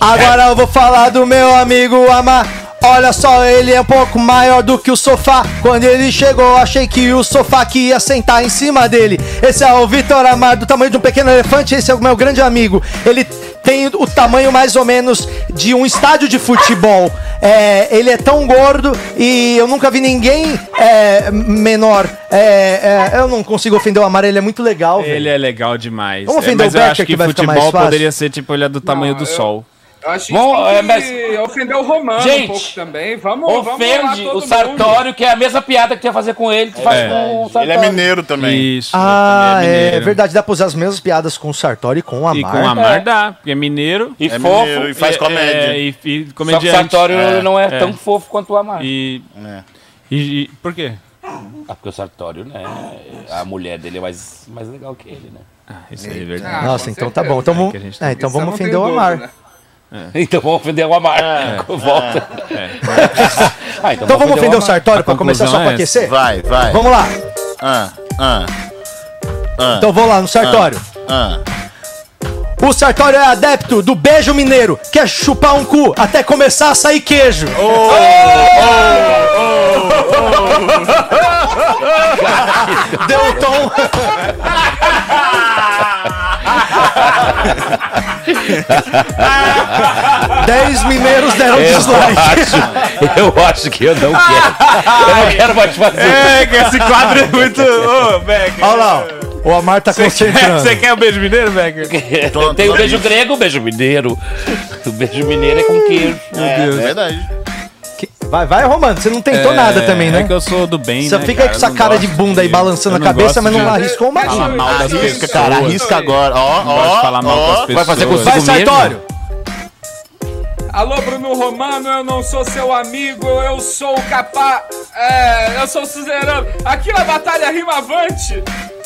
Speaker 3: Agora eu vou falar do meu amigo Amar. Olha só, ele é um pouco maior do que o sofá. Quando ele chegou, achei que o sofá que ia sentar em cima dele. Esse é o Vitor Amar, do tamanho de um pequeno elefante. Esse é o meu grande amigo. Ele tem o tamanho mais ou menos de um estádio de futebol. É, ele é tão gordo e eu nunca vi ninguém é, menor. É, é, eu não consigo ofender o Amar, ele é muito legal.
Speaker 4: Ele
Speaker 3: velho.
Speaker 4: é legal demais.
Speaker 3: Vamos
Speaker 4: É,
Speaker 3: ofender
Speaker 4: mas
Speaker 3: o
Speaker 4: eu
Speaker 3: Becker
Speaker 4: acho
Speaker 3: que
Speaker 4: que
Speaker 3: vai ficar mais
Speaker 4: futebol
Speaker 3: fácil.
Speaker 4: poderia ser tipo olhar do tamanho
Speaker 1: Não,
Speaker 4: do
Speaker 1: eu-
Speaker 4: sol.
Speaker 1: Eu acho que
Speaker 5: Bom,
Speaker 1: tem
Speaker 5: é,
Speaker 1: que
Speaker 5: mas-
Speaker 1: ofender o Romano
Speaker 5: Gente,
Speaker 1: um pouco também. Vamos, vamos lá todo
Speaker 5: Ofende o
Speaker 1: mundo.
Speaker 5: Sartório, que é a mesma piada que tu ia fazer com ele, tu faz
Speaker 4: É.
Speaker 5: com o
Speaker 6: Ele
Speaker 5: Sartório.
Speaker 6: é mineiro também.
Speaker 4: Isso.
Speaker 3: Ah,
Speaker 4: também
Speaker 3: é,
Speaker 4: mineiro.
Speaker 3: verdade, dá pra usar as mesmas piadas com o Sartori e com o Amar.
Speaker 4: E com o Amar dá, porque é mineiro.
Speaker 5: E
Speaker 6: É
Speaker 5: fofo.
Speaker 6: mineiro e faz
Speaker 4: É,
Speaker 6: comédia.
Speaker 4: é, e, e
Speaker 5: Só que o
Speaker 4: comediante.
Speaker 5: Sartório não é,
Speaker 4: é.
Speaker 5: tão fofo quanto o Amar.
Speaker 4: E,
Speaker 6: É.
Speaker 4: e, e- Por quê?
Speaker 5: Ah, porque o Sartório, né? A mulher dele é mais, mais legal que ele, né?
Speaker 4: Ah, isso aí é verdade.
Speaker 1: Ah,
Speaker 3: Nossa,
Speaker 1: com
Speaker 3: então
Speaker 1: certeza.
Speaker 3: tá bom. Então, vamos-
Speaker 4: que a gente
Speaker 3: é, então
Speaker 1: Isso eu
Speaker 3: vamos
Speaker 1: não tenho
Speaker 3: ofender o
Speaker 1: dúvida. né?
Speaker 3: Amar.
Speaker 5: Então vamos ofender uma marca. Volta. Ah,
Speaker 3: Então vamos ofender
Speaker 5: uma
Speaker 3: o Sartório
Speaker 4: A
Speaker 3: pra começar só
Speaker 4: conclusão
Speaker 3: pra
Speaker 4: é
Speaker 3: aquecer?
Speaker 6: Vai, vai.
Speaker 3: Vamos lá.
Speaker 6: Ah, ah, ah,
Speaker 3: Então vou lá no Sartório.
Speaker 6: ah.
Speaker 3: O Sartório é adepto do beijo mineiro, que é chupar um cu até começar a sair queijo. oh, Deu um tom. Dez mineiros deram
Speaker 5: Eu
Speaker 3: Tá um dislike.
Speaker 5: acho, eu acho que eu não quero. Eu não quero mais fazer.
Speaker 4: É, que esse quadro é muito. Ô, Becker.
Speaker 3: Olha lá, ó. o Amar tá
Speaker 4: Você quer,
Speaker 3: concentrando.
Speaker 4: você quer o beijo mineiro, Becker?
Speaker 6: Tô-
Speaker 5: Tem o
Speaker 6: tô-
Speaker 5: beijo grego, o beijo mineiro. O beijo mineiro é com queijo.
Speaker 6: É, é verdade.
Speaker 3: Que- Vai, vai, Romano, você não tentou nada também, né?
Speaker 4: É que eu sou do bem,
Speaker 3: Você
Speaker 4: né,
Speaker 3: fica aí com
Speaker 4: cara?
Speaker 3: essa
Speaker 4: Eu não
Speaker 3: cara de
Speaker 4: gosto
Speaker 3: bunda aí balançando
Speaker 4: eu
Speaker 3: a cabeça,
Speaker 4: gosto
Speaker 3: mas não
Speaker 4: de- Ah,
Speaker 3: arriscou uma
Speaker 4: Falar
Speaker 3: dica.
Speaker 4: mal das
Speaker 6: Arrisca,
Speaker 4: pessoas.
Speaker 6: cara, arrisca agora. Ó,
Speaker 4: Eu gosto de falar mal com as
Speaker 6: ó, ó.
Speaker 4: pessoas.
Speaker 5: Vai fazer consigo
Speaker 3: Vai,
Speaker 5: mesmo?
Speaker 3: Sartório.
Speaker 1: Alô, Bruno Romano, eu não sou seu amigo, eu sou o capaz. É, eu sou o suzerano. Aqui na Batalha Rima Avante,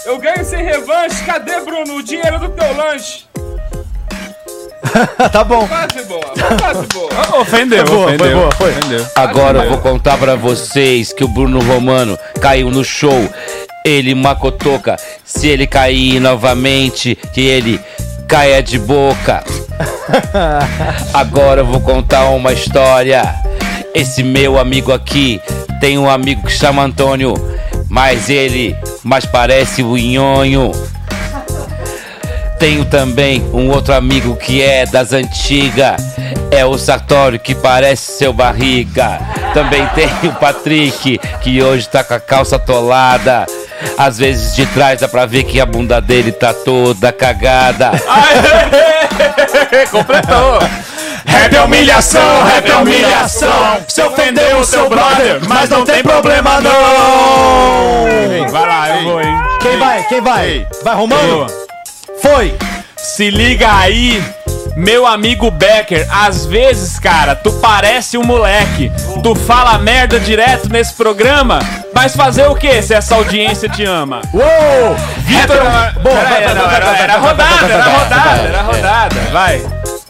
Speaker 1: eu ganho sem revanche. Cadê, Bruno, o dinheiro do teu lanche?
Speaker 3: Tá bom.
Speaker 1: Quase boa, quase boa.
Speaker 5: Oh,
Speaker 4: Ofendeu,
Speaker 3: Foi boa, foi
Speaker 4: ofendeu.
Speaker 3: boa, foi.
Speaker 4: Ofendeu.
Speaker 5: Agora eu vou contar pra vocês que o Bruno Romano caiu no show. Ele macotoca. Se ele cair novamente, que ele caia de boca. Agora eu vou contar uma história. Esse meu amigo aqui tem um amigo que chama Antônio, mas ele mais parece o Nhonho. Tenho também um outro amigo que é das antigas. É o Sartório que parece seu barriga. Também tem o Patrick, que hoje tá com a calça atolada. Às vezes de trás dá pra ver que a bunda dele tá toda cagada.
Speaker 4: Rap é humilhação, rap é
Speaker 3: humilhação.
Speaker 4: Se ofendeu o seu brother,
Speaker 3: mas não tem problema não.
Speaker 4: Vai lá, eu vou, hein?
Speaker 3: Quem vai? Quem vai?
Speaker 6: Ei.
Speaker 3: Vai, Romano?
Speaker 4: Boa.
Speaker 3: Foi.
Speaker 4: Se liga aí, meu amigo Becker. Às vezes, cara, tu parece um moleque. Tu fala merda direto nesse programa. Mas fazer o que se essa audiência te ama?
Speaker 3: Uou!
Speaker 4: Vitor.
Speaker 3: Bom,
Speaker 4: Pera
Speaker 3: vai,
Speaker 4: aí,
Speaker 3: vai,
Speaker 4: não,
Speaker 3: vai,
Speaker 4: Era era rodada, era rodada, era rodada. Vai.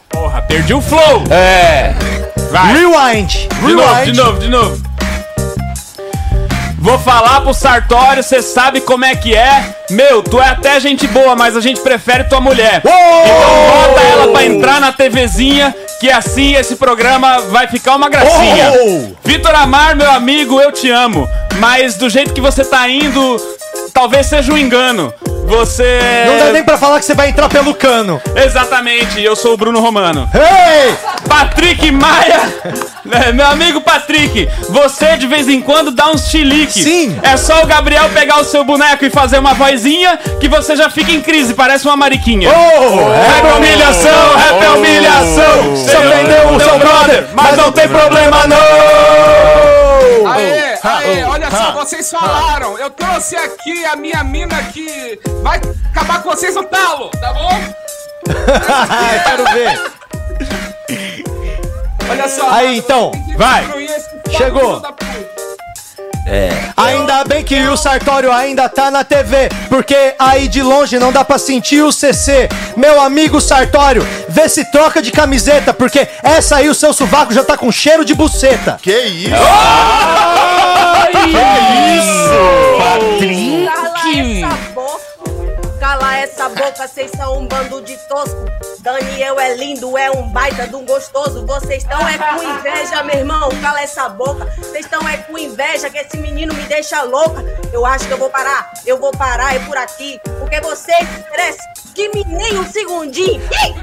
Speaker 4: Porra, perdi o flow.
Speaker 5: É,
Speaker 4: Vai.
Speaker 3: Rewind.
Speaker 4: De novo, de
Speaker 3: Rewind.
Speaker 4: novo, de novo. Vou falar pro Sartório, você sabe como é que é. Meu, tu é até gente boa, mas a gente prefere tua mulher. Então bota ela pra entrar na TVzinha, que assim esse programa vai ficar uma gracinha.
Speaker 3: Oh!
Speaker 4: Vitor Amar, meu amigo, eu te amo. Mas do jeito que você tá indo, talvez seja um engano. Você.
Speaker 3: Não dá nem pra falar que você vai entrar pelo cano.
Speaker 4: Exatamente, eu sou o Bruno Romano.
Speaker 3: Ei!
Speaker 4: Patrick Maia! É, Meu amigo Patrick, você de vez em quando dá uns chilique.
Speaker 3: Sim.
Speaker 4: É só o Gabriel pegar o seu boneco e fazer uma vozinha que você já fica em crise, parece uma mariquinha.
Speaker 3: Oh!
Speaker 4: Rap é humilhação, rap é humilhação. Você vendeu o seu brother, mas não tem problema
Speaker 5: oh,
Speaker 4: não.
Speaker 1: Aê, aê, olha só, vocês falaram. Eu trouxe aqui a minha mina que vai acabar com vocês no talo, tá bom?
Speaker 3: Ah, quero ver.
Speaker 1: Olha só.
Speaker 3: Aí, então,
Speaker 1: tem que
Speaker 4: vai.
Speaker 1: destruir esse papo,
Speaker 3: Chegou.
Speaker 1: filho da puta.
Speaker 3: Ainda bem que o Sartório ainda tá na TV, porque aí de longe não dá pra sentir o CC. Meu amigo Sartório, vê se troca de camiseta, porque essa aí o seu sovaco já tá com cheiro de buceta.
Speaker 6: Que isso?
Speaker 8: Cala essa boca. Cala essa boca, vocês são um bando de tosco. Daniel é lindo, é um baita de um gostoso. Vocês estão é com inveja, meu irmão. Cala essa boca. Vocês estão é com inveja, que esse menino me deixa louca. Eu acho que eu vou parar. Eu vou parar, é por aqui. Porque vocês merecem que me nem um segundinho. Ih!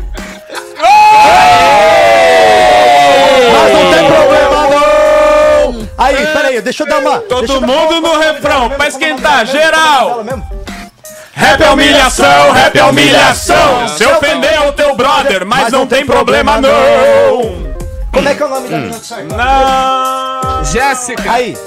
Speaker 3: Mas não tem problema não! Aí, peraí, deixa eu dar uma... deixa eu
Speaker 4: Todo
Speaker 3: dar-
Speaker 4: mundo no refrão, pra esquentar, geral.
Speaker 3: Fala mesmo.
Speaker 4: Rap é humilhação, rap é humilhação. Se ofender é o teu brother, mas não tem problema não.
Speaker 3: Como é que é o nome
Speaker 4: Hum.
Speaker 3: da menina do Sartório?
Speaker 4: Não.
Speaker 1: Jéssica.
Speaker 3: Aí,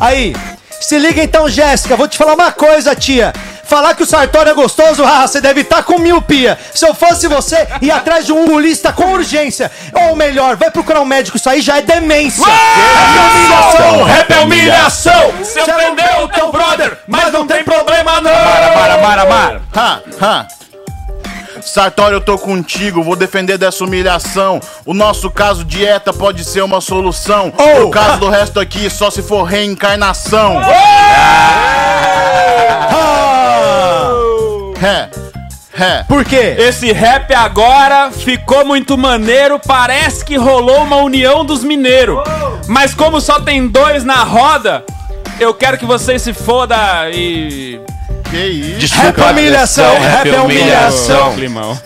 Speaker 3: aí, se liga então, Jéssica, vou te falar uma coisa, tia. Falar que o Sartório é gostoso, ah, você deve estar com miopia. Se eu fosse você, ia atrás de um urologista com urgência. Ou melhor, vai procurar um médico, isso aí já é demência.
Speaker 4: Humilhação, rap é humilhação. Se ofendeu o teu brother, mas não tem problema não. Para, para, para, para.
Speaker 6: Ha, ha. Sartório, eu tô contigo, vou defender dessa humilhação. O nosso caso, dieta pode ser uma solução. O caso do resto aqui, só se for reencarnação. Ah. Ré, ré.
Speaker 3: Por quê?
Speaker 4: Esse rap agora ficou muito maneiro, parece que rolou uma união dos mineiros. Mas como só tem dois na roda, eu quero que vocês se foda e.
Speaker 6: Que isso?
Speaker 3: Rap é humilhação, rap é humilhação.
Speaker 4: Climão.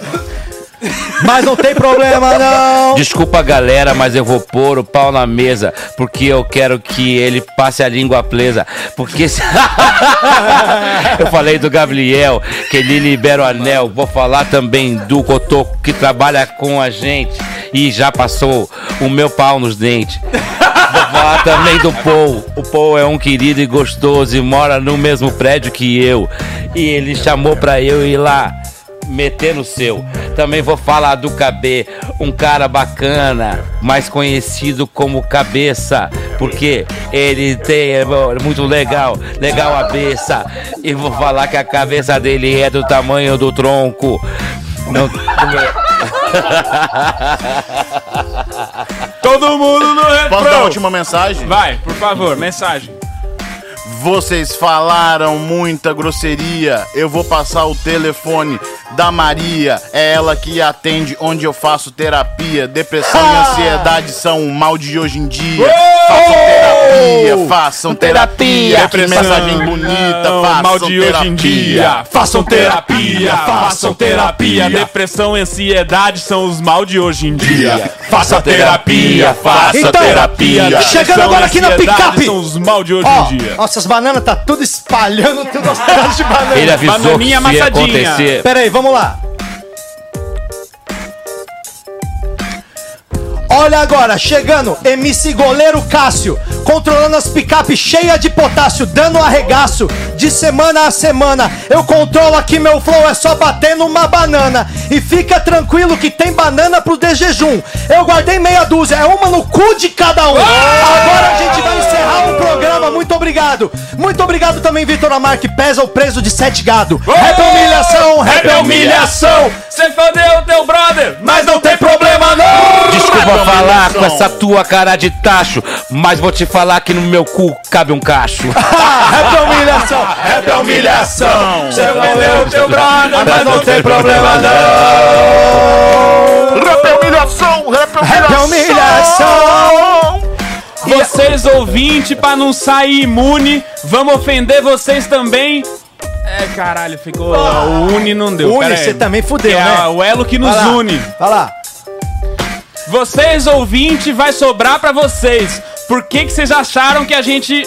Speaker 3: Mas não tem problema, não.
Speaker 5: Desculpa, galera, mas eu vou pôr o pau na mesa, porque eu quero que ele passe a língua presa. Porque se... eu falei do Gabriel, que ele libera o anel. Vou falar também do Cotoco, que trabalha com a gente e já passou o meu pau nos dentes. Vou falar também do Paul. O Paul é um querido e gostoso e mora no mesmo prédio que eu. E ele chamou pra eu ir lá meter no seu. Também vou falar do KB, um cara bacana, mais conhecido como Cabeça, porque ele tem é muito legal, legal a cabeça. E vou falar que a cabeça dele é do tamanho do tronco. Não,
Speaker 4: Todo mundo
Speaker 6: Posso
Speaker 4: no
Speaker 6: dar um a
Speaker 4: refrão.
Speaker 6: última mensagem?
Speaker 4: Vai, por favor, mensagem.
Speaker 6: Vocês falaram muita grosseria. Eu vou passar o telefone da Maria. É ela que atende onde eu faço terapia. Depressão e ansiedade são o mal de hoje em dia. Façam terapia,
Speaker 5: Oh!
Speaker 6: façam terapia. Que
Speaker 4: Depressão,
Speaker 6: mensagem bonita,
Speaker 4: não,
Speaker 6: façam
Speaker 4: Ah, mal de
Speaker 6: terapia.
Speaker 4: hoje em dia. Façam terapia, façam terapia. Depressão e ansiedade são os mal de hoje em dia. Faça terapia, faça
Speaker 3: Então,
Speaker 4: terapia.
Speaker 3: chegando
Speaker 4: Depressão e
Speaker 3: agora aqui na
Speaker 4: ansiedade
Speaker 3: picape.
Speaker 4: São os mal de hoje
Speaker 3: Ó,
Speaker 4: em dia.
Speaker 3: nossas bananas tá tudo espalhando, tudo aos pedaços de banana.
Speaker 5: ele avisou que se
Speaker 4: Bananinha amassadinha.
Speaker 5: acontecer.
Speaker 3: Pera aí, vamos lá. Olha agora, chegando, MC Goleiro Cássio, controlando as picapes cheia de potássio, dando arregaço, de semana a semana. Eu controlo aqui, meu flow é só batendo uma banana. E fica tranquilo que tem banana pro desjejum. Eu guardei meia dúzia, é uma no cu de cada um. Agora a gente vai encerrar o programa, muito obrigado. Muito obrigado também, Vitor Amar, que pesa o preso de sete gado. Rap é humilhação, rap é humilhação.
Speaker 4: Você fodeu o teu brother, mas não tem
Speaker 3: Problema não!
Speaker 5: Desculpa falar
Speaker 6: humilhação.
Speaker 5: com essa tua cara de tacho, mas vou te falar que no meu cu cabe um cacho.
Speaker 4: Ah,
Speaker 3: Rap é humilhação, rap é humilhação. Você valeu o teu brother, mas não tem problema não.
Speaker 6: Rap é humilhação, rap é
Speaker 3: Rap é
Speaker 6: humilhação.
Speaker 3: humilhação.
Speaker 4: Vocês ouvintes, pra não sair imune, vamos ofender vocês também. É, caralho, ficou.
Speaker 5: Ah.
Speaker 4: O Uni não deu.
Speaker 3: Une,
Speaker 4: pera aí.
Speaker 3: você também fudeu,
Speaker 4: Que é
Speaker 3: né?
Speaker 4: o elo que nos
Speaker 3: Vai lá,
Speaker 4: une.
Speaker 3: Vai lá.
Speaker 4: Vocês ouvintes, vai sobrar pra vocês. Por que que vocês acharam que a gente.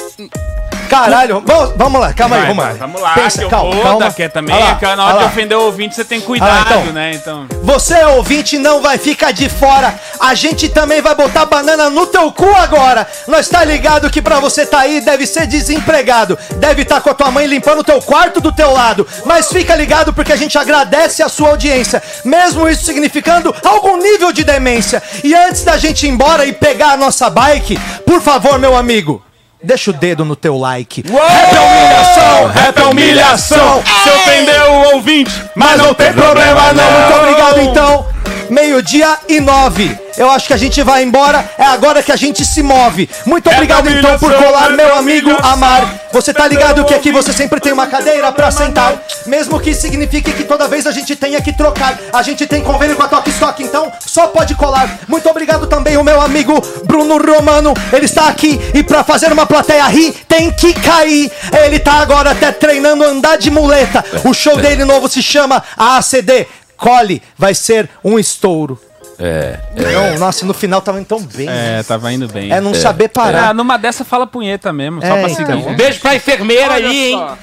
Speaker 3: Caralho, vamos, vamos lá, calma aí,
Speaker 4: Vai,
Speaker 3: vamos lá.
Speaker 4: vai, vamos lá,
Speaker 3: Pensa,
Speaker 4: que eu
Speaker 3: calma,
Speaker 4: vou
Speaker 3: calma.
Speaker 4: dar que é também.
Speaker 3: Vai lá,
Speaker 4: que na
Speaker 3: vai
Speaker 4: hora de
Speaker 3: lá.
Speaker 4: ofender o ouvinte, você tem cuidado,
Speaker 3: Ah, então.
Speaker 4: né? Então.
Speaker 3: Você, ouvinte, não vai ficar de fora. A gente também vai botar banana no teu cu agora. Nós tá ligado que pra você tá aí deve ser desempregado. Deve estar tá com a tua mãe limpando o teu quarto do teu lado. Mas fica ligado porque a gente agradece a sua audiência. Mesmo isso significando algum nível de demência. E antes da gente ir embora e pegar a nossa bike, por favor, meu amigo, deixa o dedo no teu like.
Speaker 4: Rap é humilhação, rap é humilhação. Se ofender o ouvinte, mas não tem problema não.
Speaker 3: Muito obrigado, então. Meio-dia e nove. Eu acho que a gente vai embora. É agora que a gente se move. Muito obrigado, então, por
Speaker 4: é
Speaker 3: colar, meu amigo Amar. Você tá ligado que aqui você sempre tem uma cadeira pra sentar. Mesmo que signifique que toda vez a gente tenha que trocar. A gente tem convênio com a Tok Stock, então só pode colar. Muito obrigado também, o meu amigo Bruno Romano. Ele está aqui e pra fazer uma plateia rir, tem que cair. Ele tá agora até treinando andar de muleta. O show dele novo se chama ACD. Cole vai ser um estouro.
Speaker 5: É.
Speaker 3: Não, nossa, no final tava indo tão bem. né?
Speaker 4: É, tava indo bem.
Speaker 3: É, não saber
Speaker 4: Ah,
Speaker 3: parar.
Speaker 4: numa dessa fala punheta mesmo, só
Speaker 3: É,
Speaker 4: pra
Speaker 3: então.
Speaker 4: seguir.
Speaker 5: Um beijo pra enfermeira
Speaker 1: Olha
Speaker 5: aí, hein?
Speaker 1: só.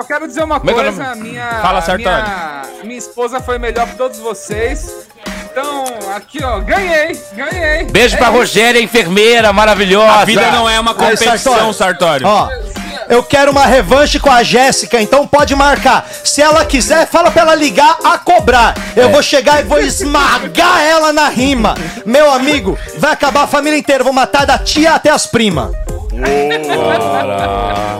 Speaker 1: Só quero dizer uma
Speaker 5: Como é que é o
Speaker 1: coisa, a
Speaker 5: nome?
Speaker 1: minha,
Speaker 4: Fala,
Speaker 1: a
Speaker 4: Sartori.
Speaker 1: minha, minha esposa foi melhor que todos vocês. Então, aqui ó, ganhei, ganhei. É
Speaker 5: Beijo pra Rogéria, enfermeira maravilhosa.
Speaker 4: A vida não é uma competição, Sartório.
Speaker 3: Ó, eu quero uma revanche com a Jéssica, então pode marcar. Se ela quiser, fala pra ela ligar a cobrar. Eu vou chegar e vou esmagar ela na rima. Meu amigo, vai acabar a família inteira. Vou matar da tia até as primas.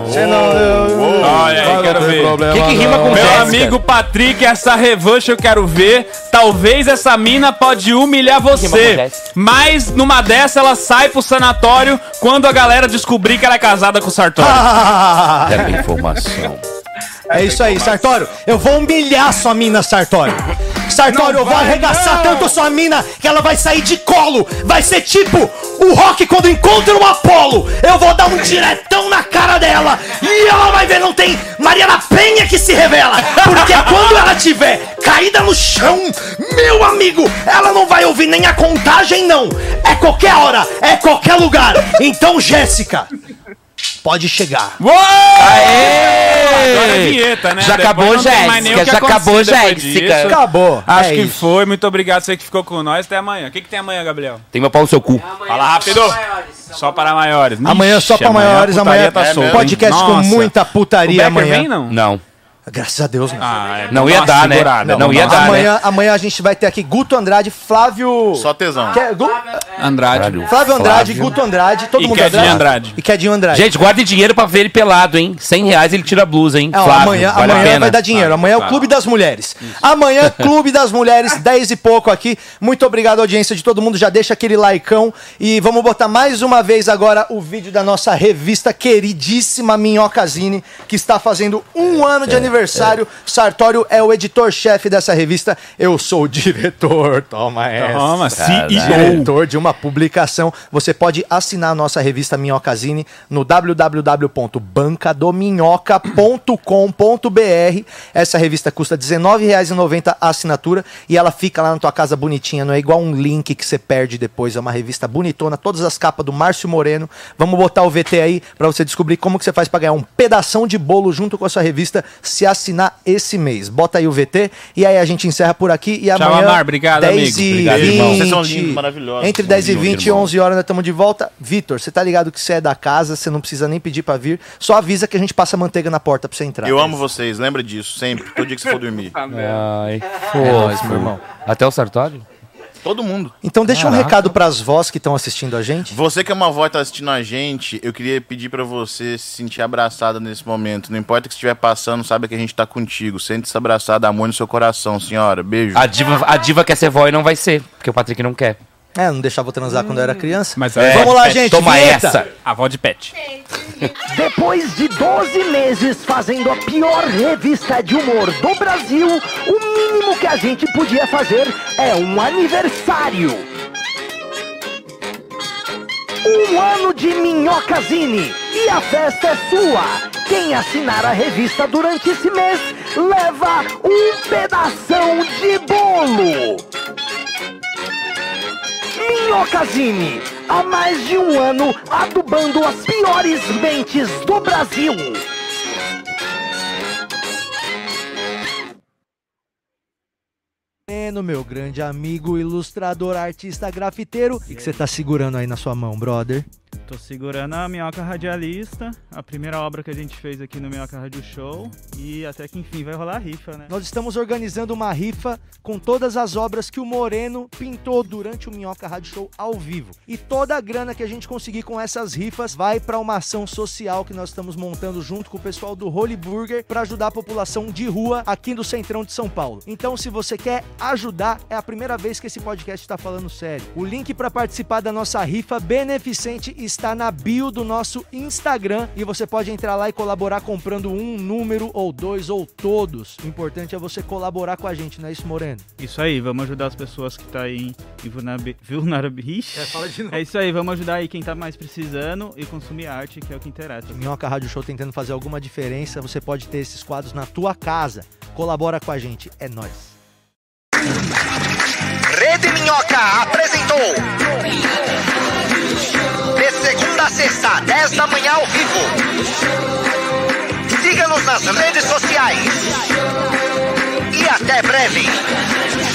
Speaker 3: Você não. eu-
Speaker 4: Ô, Olha aí, quero ver.
Speaker 5: O que, que rima com
Speaker 4: Meu
Speaker 5: Jéssica?
Speaker 4: amigo Patrick, essa revanche eu quero ver. Talvez essa mina pode humilhar você. Mas numa dessa ela sai pro sanatório quando a galera descobrir que ela é casada com o
Speaker 3: Ah.
Speaker 4: Sartori.
Speaker 5: Quero informação.
Speaker 3: É isso aí, Sartório. Eu vou humilhar sua mina, Sartório. Sartório, eu vou arregaçar tanto sua mina que ela vai sair de colo. Vai ser tipo o Rock quando encontra o Apolo. Eu vou dar um diretão na cara dela e ela vai ver, não tem Maria da Penha que se revela. Porque quando ela tiver caída no chão, meu amigo, ela não vai ouvir nem a contagem, não. É qualquer hora, é qualquer lugar. Então, Jéssica, pode chegar.
Speaker 4: Uou!
Speaker 3: Ah, é,
Speaker 4: Agora é
Speaker 5: Aê!
Speaker 4: vinheta, né?
Speaker 5: Já
Speaker 4: Depois
Speaker 5: acabou,
Speaker 4: não tem mais nem o
Speaker 5: Jéssica.
Speaker 4: que
Speaker 5: Já acabou,
Speaker 4: acontecer depois disso.
Speaker 5: Jéssica.
Speaker 3: Acabou.
Speaker 4: Acho
Speaker 3: É
Speaker 4: que
Speaker 3: isso.
Speaker 4: foi. Muito obrigado você que ficou com nós. Até amanhã. O que, que tem amanhã, Gabriel?
Speaker 5: Tem meu pau no seu cu.
Speaker 4: Fala rápido. Só para maiores.
Speaker 3: Amanhã só
Speaker 4: Ixi,
Speaker 3: pra maiores,
Speaker 4: a putaria
Speaker 3: amanhã
Speaker 4: tá solta, hein?
Speaker 3: podcast com
Speaker 4: Nossa.
Speaker 3: muita
Speaker 4: O
Speaker 3: putaria
Speaker 4: Becker
Speaker 3: amanhã.
Speaker 4: vem, não?
Speaker 5: Não.
Speaker 3: Graças a Deus, né? não.
Speaker 4: Ah, é.
Speaker 5: Não ia
Speaker 4: Nossa,
Speaker 5: dar, né?
Speaker 4: segurada.
Speaker 5: Não ia dar, né?
Speaker 3: amanhã, amanhã a gente vai ter aqui Guto Andrade, Flávio.
Speaker 6: Só tesão.
Speaker 3: Que- Gu-
Speaker 4: Andrade.
Speaker 5: Caralho.
Speaker 3: Flávio Andrade, Guto Andrade, todo
Speaker 4: E
Speaker 3: mundo
Speaker 4: Quedinho Andrade.
Speaker 3: E Quedinho Andrade.
Speaker 5: Gente, guardem dinheiro pra ver ele pelado, hein? 100 reais ele tira a blusa, hein?
Speaker 3: Ah,
Speaker 5: Flávio,
Speaker 3: amanhã
Speaker 5: vale a
Speaker 3: amanhã
Speaker 5: pena.
Speaker 3: vai dar dinheiro. Amanhã é o
Speaker 4: Tá.
Speaker 3: Clube das Mulheres. Amanhã, é Clube das Mulheres, 10 e pouco aqui. Muito obrigado, audiência de todo mundo. Já deixa aquele likeão. E vamos botar mais uma vez agora o vídeo da nossa revista queridíssima Minhocazine, que está fazendo um
Speaker 5: É,
Speaker 3: ano de aniversário. Sartório é o editor-chefe dessa revista. Eu sou o diretor. Toma essa.
Speaker 4: Toma, CEO.
Speaker 3: diretor de uma publicação. Você pode assinar a nossa revista Minhocazine no www.bancadominhoca.com.br. Essa revista custa R$19,90 a assinatura e ela fica lá na tua casa bonitinha, não é igual um link que você perde depois. É uma revista bonitona, todas as capas do Márcio Moreno. Vamos botar o VT aí para você descobrir como que você faz para ganhar um pedação de bolo junto com a sua revista se assinar esse mês. Bota aí o VT e aí a gente encerra por aqui e amanhã
Speaker 4: Amar. Obrigado, amigo.
Speaker 3: e
Speaker 5: Obrigado, irmão.
Speaker 3: 20.
Speaker 6: Vocês são lindos, maravilhosos.
Speaker 3: Entre 10 e
Speaker 5: Bom dia,
Speaker 3: 20 e
Speaker 5: irmão.
Speaker 3: 11 horas nós estamos de volta. Vitor, você tá ligado que você é da casa, você não precisa nem pedir pra vir. Só avisa que a gente passa manteiga na porta pra você entrar.
Speaker 6: Eu amo vocês, lembra disso, sempre. Todo dia que você for dormir.
Speaker 1: Tá merda.
Speaker 5: Ai, fofo. É, meu irmão. Até o Sartório?
Speaker 6: Todo mundo.
Speaker 3: Então deixa um recado pras vós que estão assistindo a gente.
Speaker 6: Você que é uma avó e tá assistindo a gente, eu queria pedir pra você se sentir abraçada nesse momento. Não importa o que estiver passando, saiba que a gente tá contigo. Sente-se abraçada, amor no seu coração, senhora. Beijo.
Speaker 5: A diva, a diva quer ser vó e não vai ser, porque o Patrick não quer.
Speaker 3: É, não deixava eu transar quando eu era criança.
Speaker 4: Mas
Speaker 5: É,
Speaker 3: Vamos lá,
Speaker 5: é,
Speaker 3: gente.
Speaker 5: Toma
Speaker 3: vinheta.
Speaker 5: essa.
Speaker 4: Avó de pet.
Speaker 7: Depois de 12 meses fazendo a pior revista de humor do Brasil, o mínimo que a gente podia fazer é um aniversário. Um ano de Minhocazine e a festa é sua. Quem assinar a revista durante esse mês leva um pedação de bolo. Minhocazine, há mais de um ano adubando as piores mentes do Brasil.
Speaker 3: Moreno, meu grande amigo, ilustrador, artista, grafiteiro. O que que você tá segurando aí na sua mão, brother?
Speaker 11: Tô segurando a Minhoca Radialista, a primeira obra que a gente fez aqui no Minhoca Radio Show. E até que enfim vai rolar a rifa, né?
Speaker 3: Nós estamos organizando uma rifa com todas as obras que o Moreno pintou durante o Minhoca Rádio Show ao vivo. E toda a grana que a gente conseguir com essas rifas vai para uma ação social que nós estamos montando junto com o pessoal do Holy Burger para ajudar a população de rua aqui do centrão de São Paulo. Então, se você quer ajudar, é a primeira vez que esse podcast está falando sério. O link para participar da nossa rifa beneficente está na bio do nosso Instagram e você pode entrar lá e colaborar comprando um número ou dois ou todos. O importante é você colaborar com a gente, não é isso, Moreno?
Speaker 11: Isso aí, vamos ajudar as pessoas que tá aí em vulnerabilidade. É isso aí, vamos ajudar aí quem tá mais precisando e consumir arte, que é o que interessa.
Speaker 3: Minhoca Rádio Show tentando fazer alguma diferença, você pode ter esses quadros na tua casa. Colabora com a gente, é nóis.
Speaker 2: Rede Minhoca apresentou. De segunda a sexta, 10 da manhã ao vivo. Siga-nos nas redes sociais. E até breve.